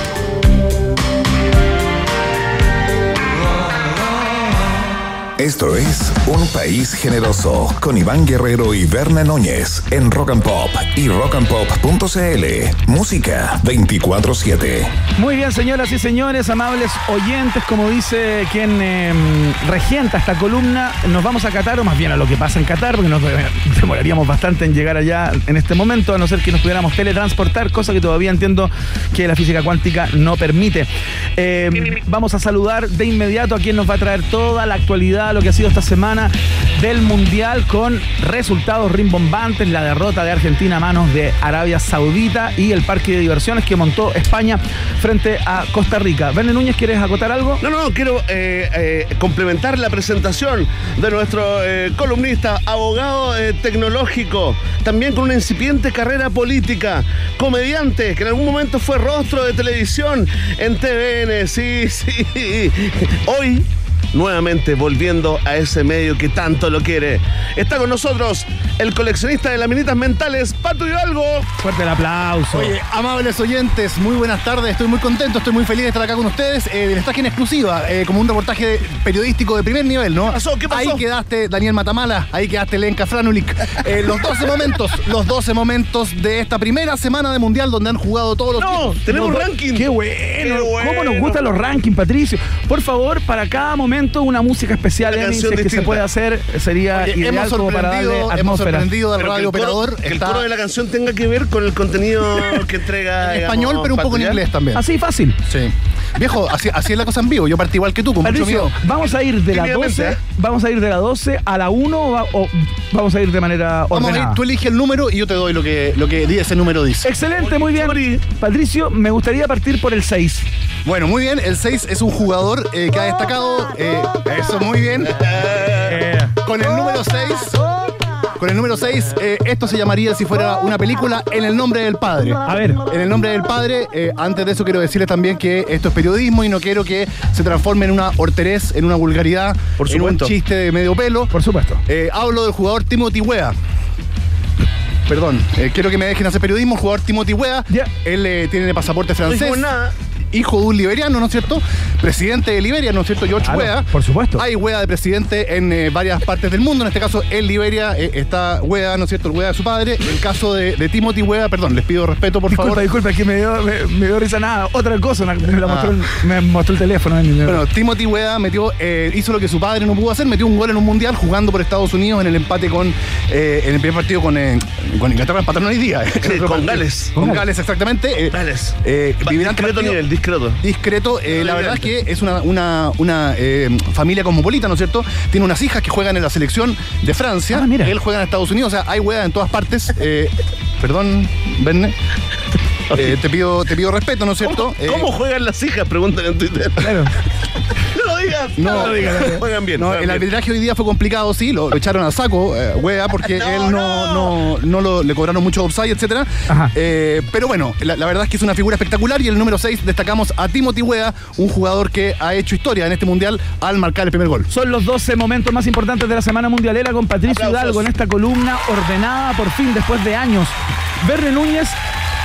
Speaker 1: Esto es Un País Generoso con Iván Guerrero y Verne Núñez en Rock and Pop y rockandpop.cl. Música 24-7.
Speaker 2: Muy bien, señoras y señores, amables oyentes, como dice quien eh, regenta esta columna, nos vamos a Qatar, o más bien a lo que pasa en Qatar, porque nos de- demoraríamos bastante en llegar allá en este momento, a no ser que nos pudiéramos teletransportar, cosa que todavía entiendo que la física cuántica no permite. Eh, vamos a saludar de inmediato a quien nos va a traer toda la actualidad lo que ha sido esta semana del Mundial con resultados rimbombantes, la derrota de Argentina a manos de Arabia Saudita y el parque de diversiones que montó España frente a Costa Rica. Verne Núñez, ¿quieres acotar algo?
Speaker 3: No, no, no, quiero eh, eh, complementar la presentación de nuestro eh, columnista, abogado eh, tecnológico, también con una incipiente carrera política, comediante, que en algún momento fue rostro de televisión en TVN, sí, sí. Hoy, nuevamente volviendo a ese medio que tanto lo quiere, está con nosotros el coleccionista de laminitas mentales, Pato Hidalgo.
Speaker 2: Fuerte el aplauso.
Speaker 7: Oye, amables oyentes, muy buenas tardes. Estoy muy contento, estoy muy feliz de estar acá con ustedes. Eh, les traje en exclusiva, eh, como un reportaje de- periodístico de primer nivel, ¿no?
Speaker 3: pasó? ¿Qué pasó?
Speaker 7: Ahí quedaste, Daniel Matamala, ahí quedaste, Lenka Franulic. Eh, los 12 momentos, los 12 momentos de esta primera semana de Mundial donde han jugado todos los
Speaker 3: No,
Speaker 7: equipos.
Speaker 3: tenemos
Speaker 7: Los-
Speaker 3: ranking.
Speaker 2: Qué bueno,
Speaker 3: Qué
Speaker 2: cómo nos
Speaker 3: bueno.
Speaker 2: gustan los rankings, Patricio. Por favor, para cada momento una música especial,
Speaker 3: Una
Speaker 2: Emi, si
Speaker 3: canción
Speaker 2: es que se
Speaker 3: distinta.
Speaker 2: puede hacer, sería
Speaker 7: Oye,
Speaker 2: ideal
Speaker 7: hemos
Speaker 2: como para darle
Speaker 7: sorprendido, hemos
Speaker 2: atmósfera.
Speaker 7: sorprendido al
Speaker 3: Pero que
Speaker 7: radio
Speaker 3: el coro-
Speaker 7: operador.
Speaker 3: que el
Speaker 7: está
Speaker 3: coro de la canción tenga que ver con el contenido que entrega.
Speaker 7: en español,
Speaker 3: digamos,
Speaker 7: pero un poco
Speaker 3: Pato,
Speaker 7: en
Speaker 3: ¿ya?
Speaker 7: inglés también.
Speaker 2: Así fácil.
Speaker 7: Sí. Viejo, así, así es la cosa en vivo. Yo partí igual que tú, con mucho
Speaker 2: Patricio,
Speaker 7: miedo.
Speaker 2: vamos a ir de la
Speaker 3: Tímidamente,
Speaker 2: 12,
Speaker 3: ¿eh?
Speaker 2: vamos a ir de la 12 a la 1 o, va- o vamos a ir de manera
Speaker 7: Vamos a
Speaker 2: ordenada.
Speaker 7: ir, tú eliges el número y yo te doy lo que, lo que ese número dice.
Speaker 2: Excelente, muy bien. Patricio, me gustaría partir por el 6.
Speaker 7: Bueno, muy bien. El 6 es un jugador eh, que ha destacado. eh, eso, muy bien. Con el número 6. Con el número 6, esto se llamaría, si fuera una película, En el nombre del padre.
Speaker 2: A ver.
Speaker 7: En el nombre del padre, eh, antes de eso quiero decirles también que esto es periodismo y no quiero que se transforme en una horterez, en una vulgaridad,
Speaker 3: Por
Speaker 7: en un
Speaker 3: supuesto.
Speaker 7: chiste de medio pelo.
Speaker 2: Por supuesto.
Speaker 7: Eh, hablo del jugador Timothy Wea. Perdón, eh, quiero que me dejen hacer periodismo. Jugador Timothy Wea.
Speaker 2: Ya.
Speaker 7: Él eh, tiene pasaporte
Speaker 3: No
Speaker 7: francés.
Speaker 3: dijimos nada.
Speaker 7: Hijo de un liberiano, ¿no es cierto? Presidente de Liberia, ¿no es cierto? George
Speaker 2: Claro,
Speaker 7: Wea.
Speaker 2: por supuesto.
Speaker 7: Hay Wea de presidente en eh, varias partes del mundo. En este caso, en Liberia eh, está Wea, ¿no es cierto? El Wea de su padre. El caso de, de Timothy Wea, perdón, les pido respeto, por
Speaker 2: Disculpa,
Speaker 7: favor.
Speaker 2: disculpa, es que me dio, me, me dio risa nada. Otra cosa, una- me, la mostró,
Speaker 7: Ah.
Speaker 2: el- me mostró el teléfono. Emi, me-
Speaker 7: Bueno, Timothy Wea metió, eh, hizo lo que su padre no pudo hacer, metió un gol en un mundial jugando por Estados Unidos en el empate con eh, en el primer partido con, eh, con Inglaterra empataron hoy día. eh,
Speaker 3: Sí, con Gales.
Speaker 7: Con Gales, exactamente. eh,
Speaker 3: Gales.
Speaker 7: eh,
Speaker 3: Va,
Speaker 7: vibrante
Speaker 3: discreto
Speaker 7: partido.
Speaker 3: nivel, discreto.
Speaker 7: Discreto, eh, la verdad es que es una, una- una, eh, familia cosmopolita, ¿no es cierto? Tiene unas hijas que juegan en la selección de Francia.
Speaker 2: Ah, mira.
Speaker 7: Él juega en Estados Unidos, o sea, hay hueá en todas partes. eh, perdón, Verne. Eh, te, pido, te pido respeto, ¿no es cierto?
Speaker 3: ¿Cómo,
Speaker 7: Eh,
Speaker 3: cómo juegan las hijas? Pregúntale en Twitter.
Speaker 2: Claro.
Speaker 3: No lo digas. No,
Speaker 7: No.
Speaker 3: lo digas. Juegan bien.
Speaker 7: No,
Speaker 3: juegan
Speaker 7: el
Speaker 3: bien.
Speaker 7: arbitraje hoy día fue complicado, sí, lo, lo echaron a saco, eh, wea, porque
Speaker 3: No,
Speaker 7: él no, no. no lo- le cobraron mucho offside, etcétera.
Speaker 2: Ajá.
Speaker 7: Eh, pero bueno, la, la verdad es que es una figura espectacular y el número 6 destacamos a Timothy Wea, un jugador que ha hecho historia en este mundial al marcar el primer gol.
Speaker 2: Son los 12 momentos más importantes de la semana mundialera con Patricio
Speaker 3: Aplausos.
Speaker 2: Hidalgo en esta columna ordenada por fin después de años. Verne Núñez,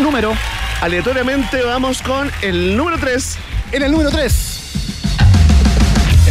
Speaker 2: número.
Speaker 3: Aleatoriamente vamos con el número 3.
Speaker 7: En el número 3.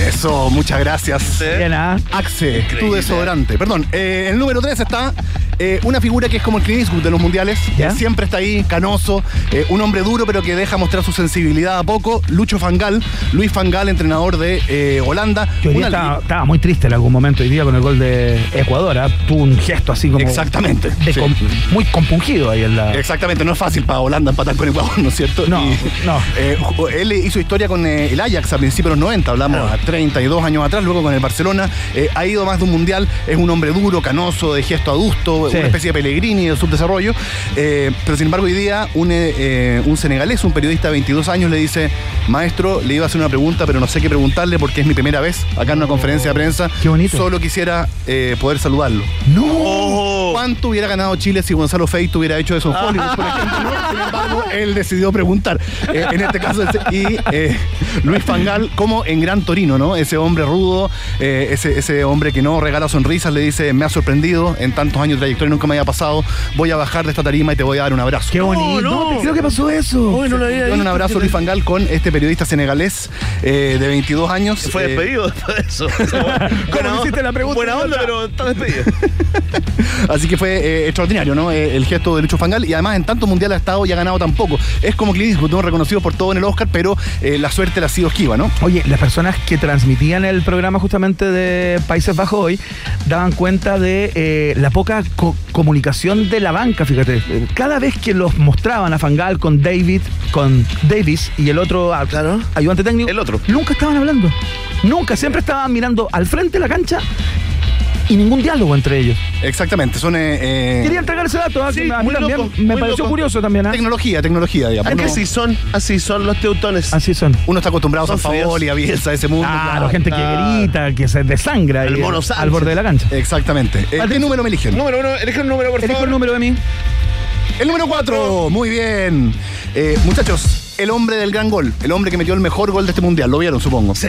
Speaker 7: Eso, muchas gracias.
Speaker 3: ¿eh?
Speaker 2: Bien,
Speaker 7: ¿eh?
Speaker 2: ¿ah?
Speaker 7: Axe, tu
Speaker 3: Increíble.
Speaker 7: desodorante. Perdón, eh, el número 3 está eh, una figura que es como el Clint Eastwood de los mundiales.
Speaker 2: ¿Ya?
Speaker 7: que Siempre está ahí, canoso, eh, un hombre duro, pero que deja mostrar su sensibilidad a poco. Lucho Fangal, Luis Fangal, entrenador de eh, Holanda.
Speaker 2: Que hoy día
Speaker 7: Una
Speaker 2: estaba, estaba muy triste en algún momento hoy día con el gol de Ecuador. ¿ah? Tuvo un gesto así como.
Speaker 7: Exactamente,
Speaker 2: de
Speaker 7: sí.
Speaker 2: com- muy compungido ahí en la.
Speaker 7: Exactamente, no es fácil para Holanda empatar con Ecuador, ¿no es cierto?
Speaker 2: No,
Speaker 7: Y,
Speaker 2: no.
Speaker 7: eh, ju- él hizo historia con eh, el Ajax a principios de los 90, hablamos a 32 años atrás, luego con el Barcelona. eh, ha ido más de un mundial, es un hombre duro, canoso, de gesto adusto,
Speaker 2: Sí.
Speaker 7: una especie de Pellegrini del subdesarrollo. eh, pero sin embargo, hoy día un, eh, eh, un senegalés, un periodista de 22 años, le dice: Maestro, le iba a hacer una pregunta, pero no sé qué preguntarle porque es mi primera vez acá en una conferencia de prensa.
Speaker 2: Qué bonito.
Speaker 7: Solo quisiera eh, poder saludarlo.
Speaker 3: Oh,
Speaker 7: ¿Cuánto hubiera ganado Chile si Gonzalo Fey hubiera hecho eso en Hollywood, por ejemplo? Sin embargo, él decidió preguntar. Eh, en este caso, ese- y eh, Luis Fangal, como en Gran Torino, ¿no? Ese hombre rudo, eh, ese, ese hombre que no regala sonrisas, le dice, me ha sorprendido, en tantos años de trayectoria nunca me había pasado, voy a bajar de esta tarima y te voy a dar un abrazo.
Speaker 2: Qué bonito.
Speaker 3: no.
Speaker 2: Creo que pasó eso.
Speaker 3: Uy, no lo había
Speaker 7: Bueno,
Speaker 3: visto.
Speaker 7: un abrazo Luis Fangal con este periodista senegalés eh, de 22 años.
Speaker 3: Fue
Speaker 7: eh,
Speaker 3: despedido después de eso. Buena
Speaker 2: me hiciste la pregunta,
Speaker 3: Buena onda,
Speaker 2: idiota?
Speaker 3: pero está despedido.
Speaker 7: Así que fue eh, extraordinario, ¿no? Eh, el gesto de Lucho Fangal. Y además, en tanto mundial ha estado y ha ganado tampoco. Es como Clint Eastwood, ¿no? reconocido por todo en el Oscar, pero eh, la suerte la ha sido esquiva, ¿no?
Speaker 2: Oye, las personas que transmitían el programa justamente de Países Bajos hoy daban cuenta de eh, la poca co- comunicación de la banca, fíjate. Eh, Cada vez que los mostraban a Fangal con David, con Davis y el otro ah, ayudante técnico,
Speaker 3: El otro.
Speaker 2: nunca estaban hablando. Nunca, siempre estaban mirando al frente de la cancha y ningún diálogo entre ellos.
Speaker 7: Exactamente, son eh, eh,
Speaker 2: Quería entregar ese dato, ¿ah?
Speaker 3: Sí,
Speaker 2: Que a mí
Speaker 3: muy
Speaker 2: también
Speaker 3: loco,
Speaker 2: me
Speaker 3: muy
Speaker 2: pareció
Speaker 3: loco.
Speaker 2: curioso también. ¿ah?
Speaker 7: tecnología, tecnología, digamos.
Speaker 3: Es que
Speaker 7: Uno,
Speaker 3: así son, así son los teutones.
Speaker 2: Así son.
Speaker 7: uno está acostumbrado a San
Speaker 3: Son fríos.
Speaker 7: Paoli, a Bielsa, a ese mundo.
Speaker 2: Claro, gente
Speaker 7: claro.
Speaker 2: que grita, que se desangra
Speaker 3: El
Speaker 2: ahí,
Speaker 3: mono
Speaker 2: al
Speaker 3: Sánchez.
Speaker 2: borde de la cancha.
Speaker 7: Exactamente. Eh, ¿Qué
Speaker 2: Atención.
Speaker 7: número me eligen?
Speaker 3: Número uno, elige un número, por
Speaker 2: Elijo
Speaker 3: favor.
Speaker 2: el número de mí.
Speaker 7: El número 4, muy bien. Eh, muchachos, el hombre del gran gol, el hombre que metió el mejor gol de este mundial, lo vieron, supongo.
Speaker 3: Sí.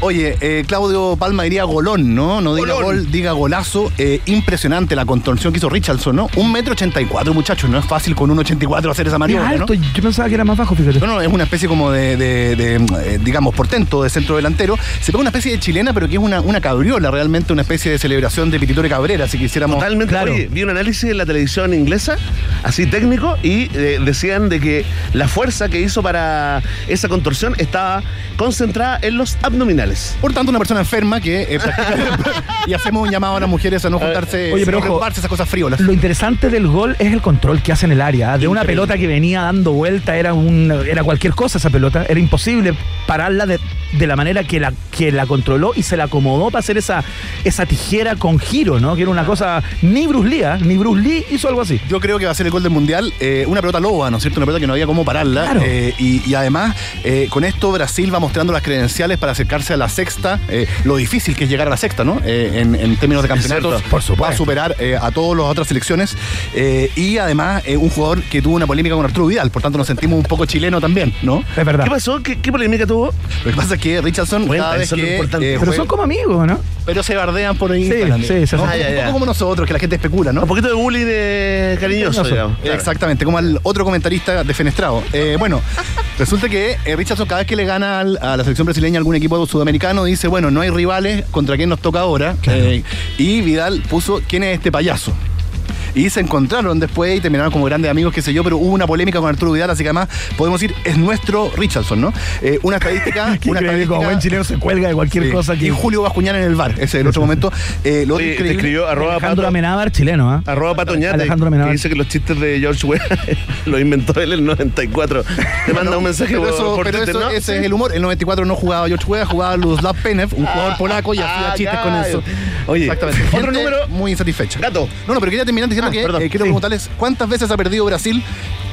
Speaker 7: Oye, eh, Claudio Palma diría golón, ¿no? No diga
Speaker 3: Golón.
Speaker 7: gol, diga golazo. Eh, impresionante la contorsión que hizo Richardson, ¿no? Un metro ochenta y cuatro, muchachos, no es fácil con un ochenta y cuatro hacer esa
Speaker 2: Es
Speaker 7: maniobra, Ah, ¿no?
Speaker 2: alto, yo pensaba que era más bajo, fíjate.
Speaker 7: No, no, es una especie como de, de- de, eh, digamos, portento de centro delantero. Se pega una especie de chilena, pero que es una, una cabriola, realmente una especie de celebración de Pititore Cabrera, si quisiéramos.
Speaker 3: Totalmente.
Speaker 2: Claro.
Speaker 3: Oye, vi un análisis en la televisión inglesa, así técnico, y eh, decían de que la fuerza que hizo para esa contorsión estaba concentrada en los abdominales.
Speaker 7: Por tanto, una persona enferma que eh, practica- y hacemos un llamado a las mujeres a no juntarse,
Speaker 2: Oye, pero
Speaker 7: no
Speaker 2: ojo.
Speaker 7: preocuparse esas cosas fríolas.
Speaker 2: Lo interesante del gol es el control que hace en el área. ¿ah? De una
Speaker 3: Increíble.
Speaker 2: pelota que venía dando vuelta, era, un, era cualquier cosa esa pelota. Era imposible pararla de, de la manera que la, que la controló y se la acomodó para hacer esa, esa tijera con giro, ¿no? Que era
Speaker 7: Ah.
Speaker 2: una cosa. Ni Bruce Lee, ¿ah? ni Bruce Lee hizo algo así.
Speaker 7: Yo creo que va a ser el gol del mundial. eh, una pelota loba, ¿no es cierto? Una pelota que no había cómo pararla.
Speaker 2: Claro.
Speaker 7: eh, y, y además, eh, con esto Brasil va mostrando las credenciales para acercarse a la sexta. eh, lo difícil que es llegar a la sexta, ¿no? Eh, en, en términos de campeonatos.
Speaker 2: cierto, por supuesto.
Speaker 7: Va a superar eh, a todas las otras selecciones. eh, y además, eh, un jugador que tuvo una polémica con Arturo Vidal. Por tanto, nos sentimos un poco chileno también, ¿no?
Speaker 2: Es verdad.
Speaker 3: ¿Qué pasó? ¿Qué, qué polémica tuvo?
Speaker 7: Lo que pasa es que Richardson,
Speaker 3: Cuenta,
Speaker 7: cada vez
Speaker 3: eso es lo
Speaker 7: que,
Speaker 3: importante.
Speaker 7: eh,
Speaker 2: Pero
Speaker 7: juega-
Speaker 2: son como amigos, ¿no?
Speaker 7: pero se bardean por ahí.
Speaker 2: Sí,
Speaker 7: Instagram,
Speaker 2: sí, se
Speaker 7: ¿no? Ah,
Speaker 2: hacen-
Speaker 7: Un poco como nosotros, que la gente especula, ¿no?
Speaker 3: Un poquito de bullying eh, cariñoso,
Speaker 2: Cariñoso.
Speaker 3: digamos. Claro.
Speaker 7: Exactamente, como al otro comentarista defenestrado. Eh, bueno, resulta que eh, Richardson cada vez que le gana al- a la selección brasileña algún equipo sudamericano dice, bueno, no hay rivales, ¿contra quién nos toca ahora? Eh, y Vidal puso, ¿quién es este payaso? Y se encontraron después y terminaron como grandes amigos, qué sé yo, pero hubo una polémica con Arturo Vidal, así que además podemos decir, es nuestro Richardson, ¿no? Eh, una estadística...
Speaker 2: Qué
Speaker 7: una
Speaker 2: increíble, como
Speaker 7: estadística-
Speaker 2: buen chileno se cuelga de cualquier
Speaker 7: Sí.
Speaker 2: cosa
Speaker 7: Y
Speaker 2: que.
Speaker 7: Julio Bascuñán en el bar, ese es el otro momento. Eh, lo
Speaker 3: Oye,
Speaker 7: otro
Speaker 3: te
Speaker 7: increíble-
Speaker 3: escribió arroba
Speaker 2: Alejandro
Speaker 3: pato,
Speaker 2: Amenábar, chileno, ¿ah?
Speaker 3: arroba pato Ñate,
Speaker 2: Alejandro
Speaker 3: que
Speaker 2: Amenábar.
Speaker 3: dice que los chistes de George Weah los inventó él en el 94. Te manda un mensaje
Speaker 7: pero
Speaker 3: por,
Speaker 7: eso,
Speaker 3: por
Speaker 7: pero
Speaker 3: Twitter,
Speaker 7: eso-
Speaker 3: ¿no?
Speaker 7: ese es el humor. El 94 no jugaba George Weah, jugaba Luzlav Penev, un jugador polaco, y hacía
Speaker 3: ah,
Speaker 7: chistes con
Speaker 3: ya.
Speaker 7: eso.
Speaker 3: Oye,
Speaker 7: Exactamente.
Speaker 3: otro
Speaker 7: Gente
Speaker 3: número-
Speaker 7: Muy insatisfecha.
Speaker 3: Gato.
Speaker 7: No, no, pero quería terminar diciendo
Speaker 3: Ah,
Speaker 7: que
Speaker 3: perdón.
Speaker 7: eh,
Speaker 3: Sí.
Speaker 7: quiero preguntarles cuántas veces ha perdido Brasil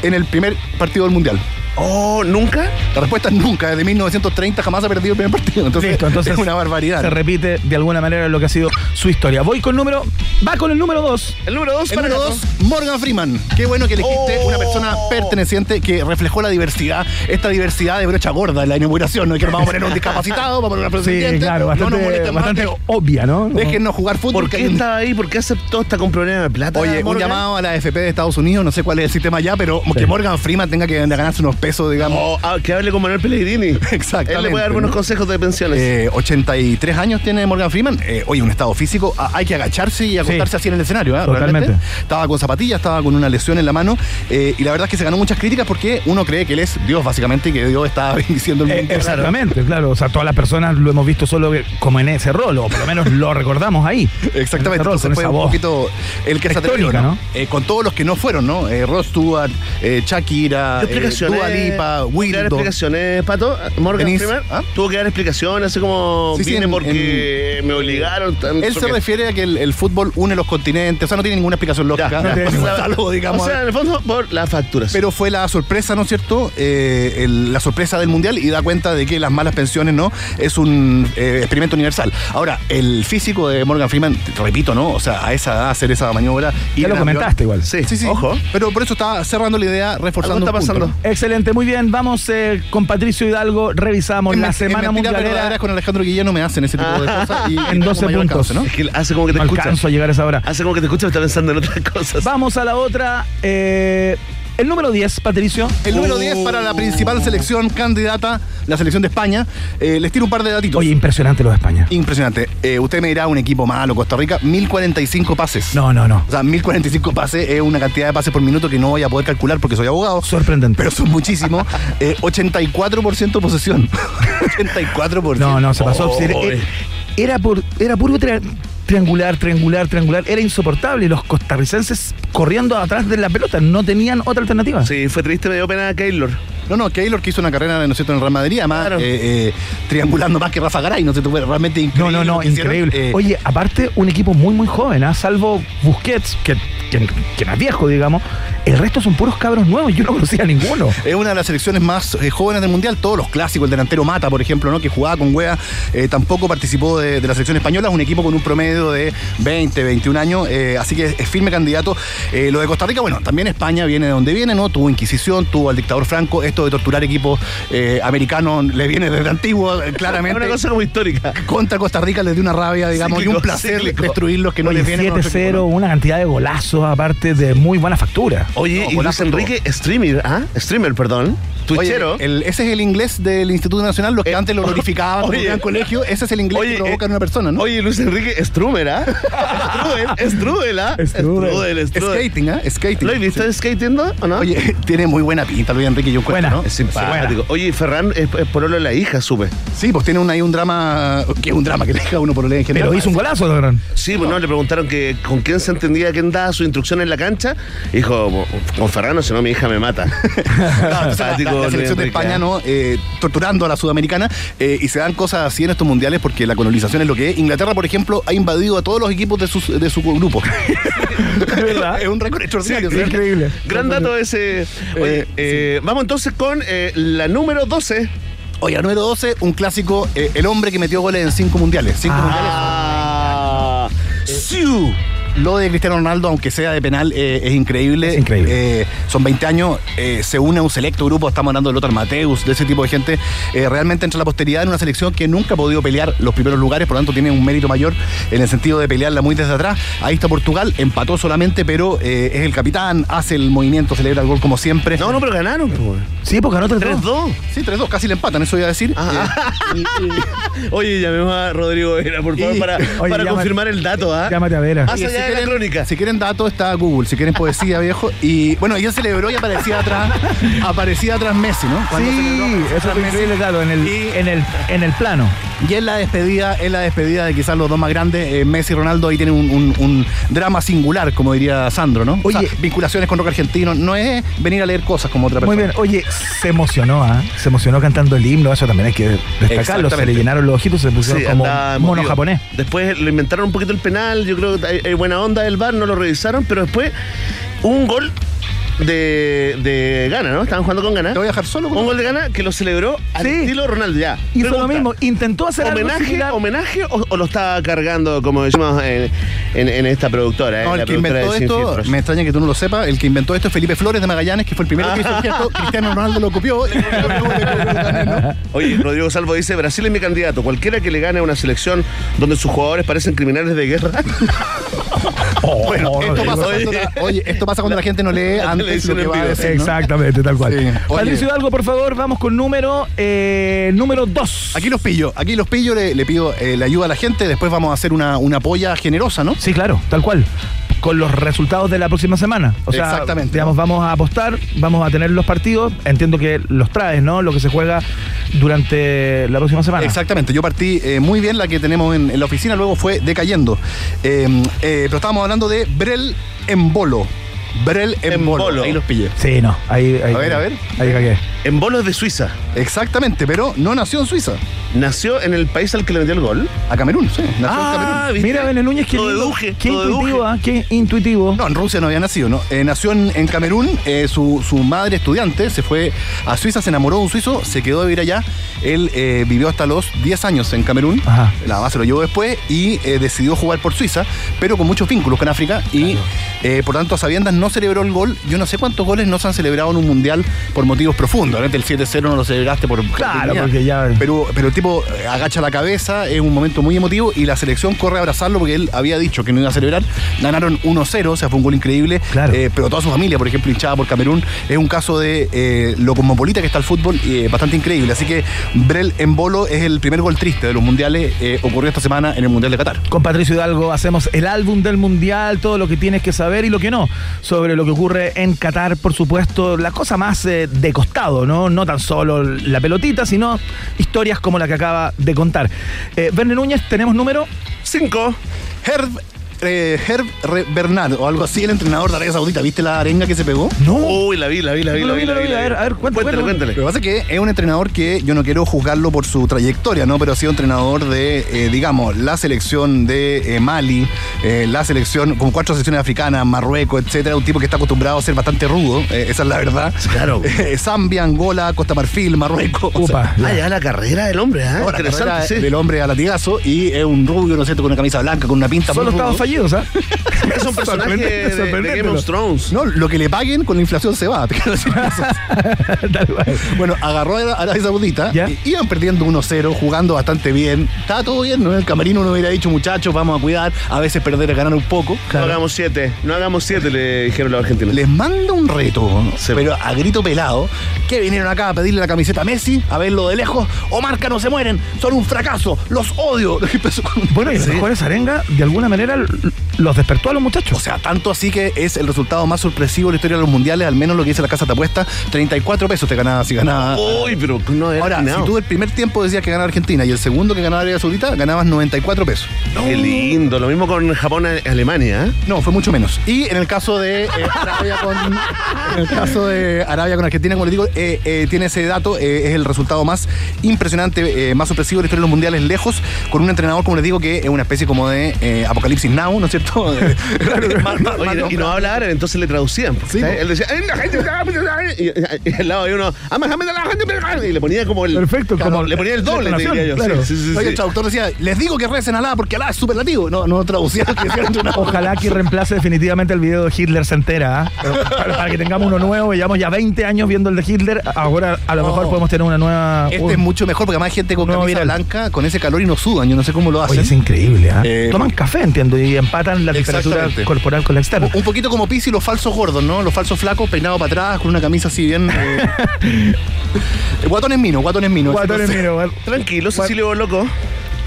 Speaker 7: en el primer partido del Mundial.
Speaker 3: Oh, ¿nunca?
Speaker 7: La respuesta es nunca. Desde 1930 jamás ha perdido el primer partido. Entonces,
Speaker 2: Listo, entonces
Speaker 7: es una barbaridad.
Speaker 2: Se repite de alguna manera lo que ha sido su historia. Voy con número, va con el número 2.
Speaker 3: El número dos
Speaker 7: El
Speaker 3: para
Speaker 7: número
Speaker 3: Gato.
Speaker 7: dos, Morgan Freeman. Qué bueno que elegiste
Speaker 3: Oh.
Speaker 7: una persona perteneciente que reflejó la diversidad, esta diversidad de brocha gorda en la inauguración. No es que vamos a poner un discapacitado, vamos a poner una
Speaker 2: Sí,
Speaker 7: presidente.
Speaker 2: claro,
Speaker 7: no nos
Speaker 2: bastante,
Speaker 7: molesten más,
Speaker 2: bastante
Speaker 7: pero-
Speaker 2: obvia, ¿no? Como-
Speaker 7: Déjennos jugar fútbol.
Speaker 3: ¿Por
Speaker 7: que
Speaker 3: qué
Speaker 7: hay un-
Speaker 3: estaba ahí? ¿Por qué aceptó? ¿Está con problema de plata?
Speaker 7: Oye, un
Speaker 3: Morgan?
Speaker 7: llamado a la AFP de Estados Unidos, no sé cuál es el sistema allá, pero que Morgan Freeman tenga que ganarse unos pesos, digamos.
Speaker 3: Oh, ah, que hable con Manuel Pellegrini.
Speaker 7: Exactamente.
Speaker 3: Él le puede dar buenos consejos de pensiones.
Speaker 7: Eh, 83 años tiene Morgan Freeman. Eh, oye, un estado físico. ah, hay que agacharse y acostarse así en el escenario. ¿eh?
Speaker 2: Totalmente.
Speaker 7: Realmente. Estaba con zapatillas, estaba con una lesión en la mano. eh, y la verdad es que se ganó muchas críticas porque uno cree que él es Dios, básicamente, y que Dios está bendiciendo el
Speaker 2: Eh,
Speaker 7: mundo.
Speaker 2: Exactamente, claro. O sea, todas las personas lo hemos visto solo que- como en ese rol, o por lo menos lo recordamos ahí. En
Speaker 7: Exactamente,
Speaker 2: ese rol,
Speaker 7: entonces
Speaker 2: con
Speaker 7: fue
Speaker 2: esa
Speaker 7: un
Speaker 2: voz.
Speaker 7: poquito el que se atrevió,
Speaker 2: Tectónica,
Speaker 7: ¿no?
Speaker 2: ¿no?
Speaker 7: Eh, con todos los que no fueron, ¿no? Eh, Ross Stewart, eh, Shakira,
Speaker 3: ¿Qué
Speaker 7: eh,
Speaker 3: explicaciones?
Speaker 7: Dua Lipa,
Speaker 3: ¿Tuvo que dar
Speaker 7: Wildo.
Speaker 3: explicaciones, Pato? ¿Morgan
Speaker 7: Denise,
Speaker 3: Freeman?
Speaker 7: ¿ah?
Speaker 3: Tuvo que dar explicaciones, así como
Speaker 7: Sí, sí,
Speaker 3: vine
Speaker 7: en-
Speaker 3: porque me obligaron. tanto
Speaker 7: Él se
Speaker 3: que-
Speaker 7: refiere a que el, el fútbol une los continentes, o sea, no tiene ninguna explicación
Speaker 3: Ya,
Speaker 7: lógica.
Speaker 3: ya.
Speaker 7: Es
Speaker 3: O sea,
Speaker 7: algo, digamos.
Speaker 3: O sea, en el fondo, por las facturas.
Speaker 7: pero fue la sorpresa, ¿no es cierto? Eh, el- la sorpresa del mundial y da cuenta de que las malas pensiones, ¿no? Es un eh, experimento universal. Ahahora, el físico de Morgan Freeman, te repito, ¿no? O sea, a esa edad, hacer esa maniobra. y
Speaker 2: Ya lo comentaste igual.
Speaker 3: sí,
Speaker 7: Sí, sí.
Speaker 3: Ojo.
Speaker 7: Pero por eso estaba cerrando la idea, reforzando.
Speaker 3: Algo está
Speaker 7: un punto,
Speaker 3: pasando.
Speaker 7: ¿no?
Speaker 2: Excelente, muy bien. Vamos eh, con Patricio Hidalgo, revisamos
Speaker 7: En
Speaker 2: la
Speaker 7: men-
Speaker 2: semana
Speaker 7: en mentiras
Speaker 2: mundialera.
Speaker 7: verdaderas con Alejandro Guillén no me hacen ese tipo de cosas. y- y
Speaker 2: En
Speaker 7: tengo
Speaker 2: 12
Speaker 7: mayor
Speaker 2: puntos.
Speaker 7: alcance, ¿no?
Speaker 3: Es que hace como que te
Speaker 2: No
Speaker 3: escucha.
Speaker 2: alcanzo a llegar a esa hora.
Speaker 3: Hace como que te escucha, pero está pensando en otras cosas.
Speaker 2: Vamos a la otra. eh, el número 10, Patricio.
Speaker 7: El número 10 para la principal selección candidata, la selección de España. Eh, les tiro un par de datitos.
Speaker 2: Oye, impresionante lo de España.
Speaker 7: Impresionante. Eh, usted me dirá un equipo malo, Costa Rica, 1045 pases.
Speaker 2: No, no, no.
Speaker 7: O sea, 1045 pases es una cantidad de pases por minuto que no voy a poder calcular porque soy abogado.
Speaker 2: Sorprendente.
Speaker 7: Pero son muchísimos. Eh, 84% posesión. 84%.
Speaker 2: No, no, se pasó.
Speaker 3: Oh,
Speaker 2: Era-
Speaker 3: eh.
Speaker 2: Era, por, era puro tri- triangular, triangular, triangular. Era insoportable. Y los costarricenses corriendo atrás de la pelota. No tenían otra alternativa.
Speaker 3: Sí, fue triste, me dio pena a Keylor.
Speaker 7: No, no, Keylor que hizo una carrera, ¿no es cierto?, en el Real Madrid, además,
Speaker 3: Claro.
Speaker 7: eh, eh, triangulando más que Rafa Garay, ¿no es cierto? Fue realmente
Speaker 2: No,
Speaker 7: increíble.
Speaker 2: no,
Speaker 7: lo
Speaker 2: no,
Speaker 7: que hicieron.
Speaker 2: increíble.
Speaker 7: Eh,
Speaker 2: Oye, aparte, un equipo muy, muy joven, ¿ah? salvo Busquets, que, que, que no es viejo, digamos. El resto son puros cabros nuevos, yo no conocía a ninguno.
Speaker 7: Es una de las selecciones más eh, jóvenes del Mundial, todos los clásicos, el delantero Mata, por ejemplo, ¿no? que jugaba con Wea, eh, tampoco participó de, de la selección española, es un equipo con un promedio de 20, 21 años, eh, así que es firme candidato. Eh, lo de Costa Rica, bueno, también España viene de donde viene, ¿no? Tuvo Inquisición, tuvo al dictador Franco, esto de torturar equipos eh, americanos le viene desde antiguo, eh,
Speaker 3: Es
Speaker 7: claramente.
Speaker 3: una cosa como histórica.
Speaker 7: Contra Costa Rica les dio una rabia, digamos, y un
Speaker 3: Cíclico,
Speaker 7: placer
Speaker 3: cíclico.
Speaker 7: destruirlos que no
Speaker 2: Oye,
Speaker 7: les viene. con nuestro
Speaker 2: 7-0,
Speaker 7: equipo, ¿no?
Speaker 2: una cantidad de golazos, aparte de muy buena factura.
Speaker 3: Oye,
Speaker 7: No,
Speaker 3: y Luis
Speaker 7: golazo
Speaker 3: Enrique, streamer, ¿ah? Streamer, perdón.
Speaker 7: Oye,
Speaker 3: Twitchero.
Speaker 7: el- ese es el inglés del Instituto Nacional, los que
Speaker 3: Eh,
Speaker 7: antes lo
Speaker 3: oye,
Speaker 7: glorificaban porque eran colegio. Ese es el inglés que
Speaker 3: eh,
Speaker 7: provoca en una persona, ¿no?
Speaker 3: Oye, Luis Enrique, Strumer, ¿ah? Strudel, Strudel, ¿ah?
Speaker 2: Strudel.
Speaker 3: Strudel, Strudel.
Speaker 7: skating, ¿ah? Skating.
Speaker 3: ¿Lo has visto
Speaker 7: Sí.
Speaker 3: skateando o no?
Speaker 7: Oye, tiene muy buena pinta Luis Enrique, yo encuentro,
Speaker 2: Buena.
Speaker 7: ¿no?
Speaker 3: es simpático. Oye, Ferran es, es por de la hija, supe.
Speaker 7: Sí, pues tiene un, ahí un drama, que es un drama que le deja uno por leer en general.
Speaker 2: Pero hizo un golazo, Dorán.
Speaker 3: Sí, pues no, le preguntaron que con quién se entendía, quién daba su instrucción en la cancha. Dijo, con Ferrano, si no, mi hija me mata. Simpático,
Speaker 7: Claro, entonces la- la, la selección de
Speaker 3: Luis Enrique,
Speaker 7: España,
Speaker 3: ¿eh?
Speaker 7: ¿no? Eh, torturando a la sudamericana eh, y se dan cosas así en estos mundiales porque la colonización es lo que es. Inglaterra, por ejemplo, ha invadido a todos los equipos de, sus- de su grupo.
Speaker 2: verdad.
Speaker 7: es un récord extraordinario. ¿sí?
Speaker 2: Increíble.
Speaker 3: Gran dato ese. Oye,
Speaker 7: Eh,
Speaker 3: eh, vamos entonces con eh, la número 12.
Speaker 7: Oye, al número 12, un clásico, eh, el hombre que metió goles en cinco mundiales. Cinco
Speaker 2: Ah.
Speaker 7: mundiales.
Speaker 3: Ah, Siu.
Speaker 7: Lo de Cristiano Ronaldo, aunque sea de penal, eh, es increíble.
Speaker 2: Es increíble.
Speaker 7: Eh, son 20 años, eh, se une a un selecto grupo, estamos hablando de Lothar Mateus, de ese tipo de gente. eh, realmente entra a la posteridad en una selección que nunca ha podido pelear los primeros lugares, por lo tanto tiene un mérito mayor en el sentido de pelearla muy desde atrás. Ahí está Portugal, empató solamente, pero eh, es el capitán, hace el movimiento, celebra el gol como siempre.
Speaker 3: No, no, pero ganaron, pues.
Speaker 2: Sí, porque ganó 3-2.
Speaker 3: 3-2.
Speaker 7: Sí, 3-2, casi le empatan, eso iba a decir. Eh,
Speaker 3: Oye, llamemos a Rodrigo Vera, por favor,
Speaker 7: Y-
Speaker 3: para,
Speaker 2: Oye,
Speaker 3: para
Speaker 2: llama-
Speaker 3: confirmar el dato, ¿ah?
Speaker 2: Llámate a Vera.
Speaker 3: Más
Speaker 7: Oye,
Speaker 3: allá de la crónica.
Speaker 7: Si quieren datos, está Google. Si quieren poesía, viejo. Y bueno, y él celebró y aparecía atrás, aparecía atrás Messi, ¿no? Cuando
Speaker 2: Sí,
Speaker 7: celebró
Speaker 2: eso
Speaker 7: atrás
Speaker 2: fue
Speaker 7: Messi.
Speaker 2: increíble, claro, en el,
Speaker 7: Ah, Y-
Speaker 2: en el, en el plano.
Speaker 7: Y es la despedida, es la despedida de quizás los dos más grandes, eh, Messi y Ronaldo, ahí tienen un, un- un drama singular, como diría Sandro, ¿no? O sea,
Speaker 2: Oye.
Speaker 7: vinculaciones con rock argentino, no es venir a leer cosas como otra persona.
Speaker 2: Muy bien, oye, se emocionó, ¿ah? Se emocionó cantando el himno, eso también hay que destacarlo. Se le
Speaker 7: Exactamente.
Speaker 2: llenaron los ojitos, se pusieron
Speaker 3: Sí,
Speaker 2: como
Speaker 3: andaba
Speaker 2: mono
Speaker 3: emotivo.
Speaker 2: japonés.
Speaker 3: Después lo inventaron un poquito el penal, yo creo que hay, hay buena onda del bar, no lo revisaron, pero después un gol de, de Gana, ¿no? Estaban jugando con Gana.
Speaker 7: Te voy a dejar solo con-
Speaker 3: Un gol de Gana que lo celebró al
Speaker 2: Sí.
Speaker 3: estilo Ronaldo, ya.
Speaker 2: Hizo lo
Speaker 3: Pregunta,
Speaker 2: mismo, intentó hacer algo
Speaker 3: ¿Homenaje,
Speaker 2: similar.
Speaker 3: homenaje o, o lo está cargando, como decimos en, en- en esta productora? eh,
Speaker 7: No,
Speaker 3: la
Speaker 7: el que
Speaker 3: productora
Speaker 7: inventó
Speaker 3: de Sin
Speaker 7: esto,
Speaker 3: Filtros?
Speaker 7: me extraña que tú no lo sepas, el que inventó esto es Felipe Flores de Magallanes, que fue el primero que hizo el gesto, Cristiano Ronaldo lo copió. le copió, le copió, le copió también, ¿no?
Speaker 3: Oye, Rodrigo Salvo dice, Brasil es mi candidato. Cualquiera que le gane a una selección donde sus jugadores parecen criminales de guerra.
Speaker 7: Bueno,
Speaker 2: Oh,
Speaker 7: esto
Speaker 2: Rodrigo.
Speaker 7: pasa cuando
Speaker 3: Oye.
Speaker 7: la, oye, esto pasa cuando la gente no lee antes
Speaker 3: televisión
Speaker 7: lo que
Speaker 3: en
Speaker 7: va a
Speaker 3: vivo.
Speaker 7: decir, ¿no?
Speaker 2: Exactamente, tal cual.
Speaker 7: Sí. Oye.
Speaker 2: Patricio Hidalgo, por favor, vamos con número eh, número 2.
Speaker 7: Aquí los pillo, aquí los pillo, le, le pido eh, la ayuda a la gente, después vamos a hacer una, una polla generosa, ¿no?
Speaker 2: Sí, claro, tal cual. Con los resultados de la próxima semana. O sea,
Speaker 7: Exactamente.
Speaker 2: digamos, vamos a apostar, vamos a tener los partidos. Entiendo que los traes, ¿no? Lo que se juega durante la próxima semana.
Speaker 7: Exactamente, yo partí eh, muy bien la que tenemos en, en la oficina, luego fue decayendo. Eh, eh, pero estábamos hablando de Brel en bolo. Brel en
Speaker 3: Embolo.
Speaker 7: bolo. Ahí los pillé.
Speaker 2: Sí, no. Ahí, ahí-
Speaker 7: A ver, a ver.
Speaker 2: Ahí cagué.
Speaker 3: En bolos de Suiza.
Speaker 7: Exactamente, pero no nació en Suiza,
Speaker 3: Nació en el país al que le metió el gol.
Speaker 7: a Camerún, sí. Nació en Camerún.
Speaker 3: ¿viste?
Speaker 2: Ah, Mira, Belén Núñez, qué,
Speaker 3: Lo
Speaker 2: lindo,
Speaker 3: deduje,
Speaker 2: qué
Speaker 3: lo deduje.
Speaker 2: intuitivo, ¿ah? qué intuitivo.
Speaker 7: No, en Rusia no había nacido, ¿no? Eh, nació en, en Camerún, eh, su, su madre estudiante se fue a Suiza, se enamoró de un suizo, se quedó a vivir allá. Él eh, vivió hasta los 10 años en Camerún,
Speaker 2: Ajá.
Speaker 7: la mamá se lo llevó después y eh, decidió jugar por Suiza, pero con muchos vínculos con África y eh, por tanto a sabiendas no celebró el gol. Yo no sé cuántos goles no se han celebrado en un mundial por motivos profundos. Obviamente El 7-0 no lo celebraste por...
Speaker 2: Claro,
Speaker 7: jardinía.
Speaker 2: porque ya-
Speaker 7: Pero, pero el tipo eh, agacha la cabeza, es un momento muy emotivo y la selección corre a abrazarlo porque él había dicho que no iba a celebrar. Ganaron 1-0, o sea, fue un gol increíble.
Speaker 2: Claro.
Speaker 7: Eh, pero toda su familia, por ejemplo, hinchada por Camerún, es un caso de eh, lo cosmopolita que está el fútbol, eh, bastante increíble. Así que Brel en bolo es el primer gol triste de los mundiales, eh, ocurrió esta semana en el Mundial de Qatar.
Speaker 2: Con Patricio Hidalgo hacemos el álbum del mundial, todo lo que tienes que saber y lo que no, sobre lo que ocurre en Qatar, por supuesto, la cosa más eh, de costado, ¿no? No tan solo la pelotita, sino historias como la que acaba de contar. Eh, Verne Núñez, tenemos número.
Speaker 3: Cinco.
Speaker 7: Herb eh, Herb Re- Bernard o algo así, el entrenador de Arabia Saudita. ¿Viste la arenga que se pegó?
Speaker 2: No.
Speaker 3: Uy, la vi, la vi, la vi,
Speaker 2: No lo
Speaker 3: la vi.
Speaker 2: vi, no
Speaker 3: la
Speaker 2: lo vi.
Speaker 3: la
Speaker 2: A ver, a ver, cuéntame, cuéntame.
Speaker 3: Cuéntale,
Speaker 7: Lo
Speaker 3: cuéntale.
Speaker 7: que pasa es que es un entrenador que yo no quiero juzgarlo por su trayectoria, ¿no? Pero ha sido entrenador de, eh, digamos, la selección de eh, Mali, eh, la selección con cuatro selecciones africanas, Marruecos, etcétera. Un tipo que está acostumbrado a ser bastante rudo, eh, esa es la verdad.
Speaker 3: Claro.
Speaker 7: Eh, Zambia, Angola, Costa Marfil, Marruecos. O sea,
Speaker 2: Upa.
Speaker 3: Ah, ya la carrera del hombre, ¿ah?
Speaker 7: ahora, carrera
Speaker 3: Interesante, sí.
Speaker 7: del hombre a latigazo y es un rubio, ¿no es cierto?, con una camisa blanca, con una pinta
Speaker 2: Solo
Speaker 7: muy rudo.
Speaker 2: estaban fallidos, ¿ah?
Speaker 3: Es un personaje de,
Speaker 2: Sorprendente,
Speaker 3: de Game
Speaker 2: sorprendente.
Speaker 3: of Thrones.
Speaker 7: No, lo que le paguen con la inflación se va. te quiero decir eso.
Speaker 2: Tal cual.
Speaker 7: Bueno, agarró a Arabia Saudita,
Speaker 2: ¿Ya?
Speaker 7: y iban perdiendo 1-0, jugando bastante bien. Estaba todo bien, ¿no? El camerino uno hubiera dicho, muchachos, vamos a cuidar, a veces perder es ganar un poco.
Speaker 3: No hagamos siete, no hagamos siete, le dijeron los argentinos.
Speaker 7: Les manda un reto, ¿no?
Speaker 3: Sí.
Speaker 7: pero a grito pelado, que vinieron acá a pedirle la camiseta a Messi, a verlo de lejos, o marca no se mueren, son un fracaso, los odio. Empezó con-
Speaker 2: Bueno, y a lo mejor esa arenga, de alguna manera, l- los despertó a los
Speaker 7: O
Speaker 2: muchachos.
Speaker 7: sea, tanto así que es el resultado más sorpresivo de la historia de los mundiales, al menos lo que dice la casa de apuestas, 34 pesos te ganaba si ganaba
Speaker 3: Uy, pero no era
Speaker 7: Ahora,
Speaker 3: atinado.
Speaker 7: si tú el primer tiempo decías que ganaba Argentina y el segundo que ganaba Arabia Saudita, ganabas 94 pesos.
Speaker 3: Qué lindo. Lo mismo con Japón y Alemania, ¿eh?
Speaker 7: No, fue mucho menos. Y en el caso de eh, Arabia con en el caso de Arabia con Argentina, como les digo, eh, eh, tiene ese dato, eh, es el resultado más impresionante, eh, más sorpresivo de la historia de los mundiales lejos, con un entrenador, como les digo, que es una especie como de eh, apocalipsis now, ¿no es cierto? Eh, Más- más-
Speaker 3: Oye,
Speaker 7: más-
Speaker 3: y no habla árabe, entonces le traducían. pues,
Speaker 7: Sí,
Speaker 3: ¿sabes?
Speaker 7: pues.
Speaker 3: Él decía, "Ay, la gente está- y- y- y al lado hay uno, "Ah, Mohamed, la gente está-". y le ponía como el.
Speaker 2: Perfecto, como
Speaker 3: le ponía el
Speaker 2: la
Speaker 3: doble, te diría yo.
Speaker 2: entonación, claro.
Speaker 3: Sí, sí, sí,
Speaker 7: Oye,
Speaker 3: sí.
Speaker 7: el traductor decía, les digo que recen Alá porque Alá es superlativo. No, no traducía. decían de una-
Speaker 2: Ojalá que reemplace definitivamente el video de Hitler se entera. ¿ah? Para, para que tengamos uno nuevo, llevamos ya 20 años viendo el de Hitler. Ahora a lo mejor
Speaker 7: Oh.
Speaker 2: podemos tener una nueva.
Speaker 7: Este
Speaker 2: Uy.
Speaker 7: es mucho mejor porque además hay gente con
Speaker 2: No,
Speaker 7: camisa
Speaker 2: viral.
Speaker 7: blanca, con ese calor y no sudan. Yo no sé cómo lo
Speaker 2: Oye,
Speaker 7: hacen.
Speaker 2: es increíble, ¿ah?
Speaker 7: Eh,
Speaker 2: Toman café, entiendo, y empatan la temperatura
Speaker 7: Exactamente.
Speaker 2: corporal con la externa.
Speaker 7: Un- Un poquito como Pizzi, los falsos gordos, ¿no? Los falsos flacos peinados para atrás, con una camisa así bien. eh. guatón es mino, guatón es mino.
Speaker 2: Guatones,
Speaker 7: Entonces,
Speaker 2: mira, guat-
Speaker 3: Tranquilo, Cecilio Loco.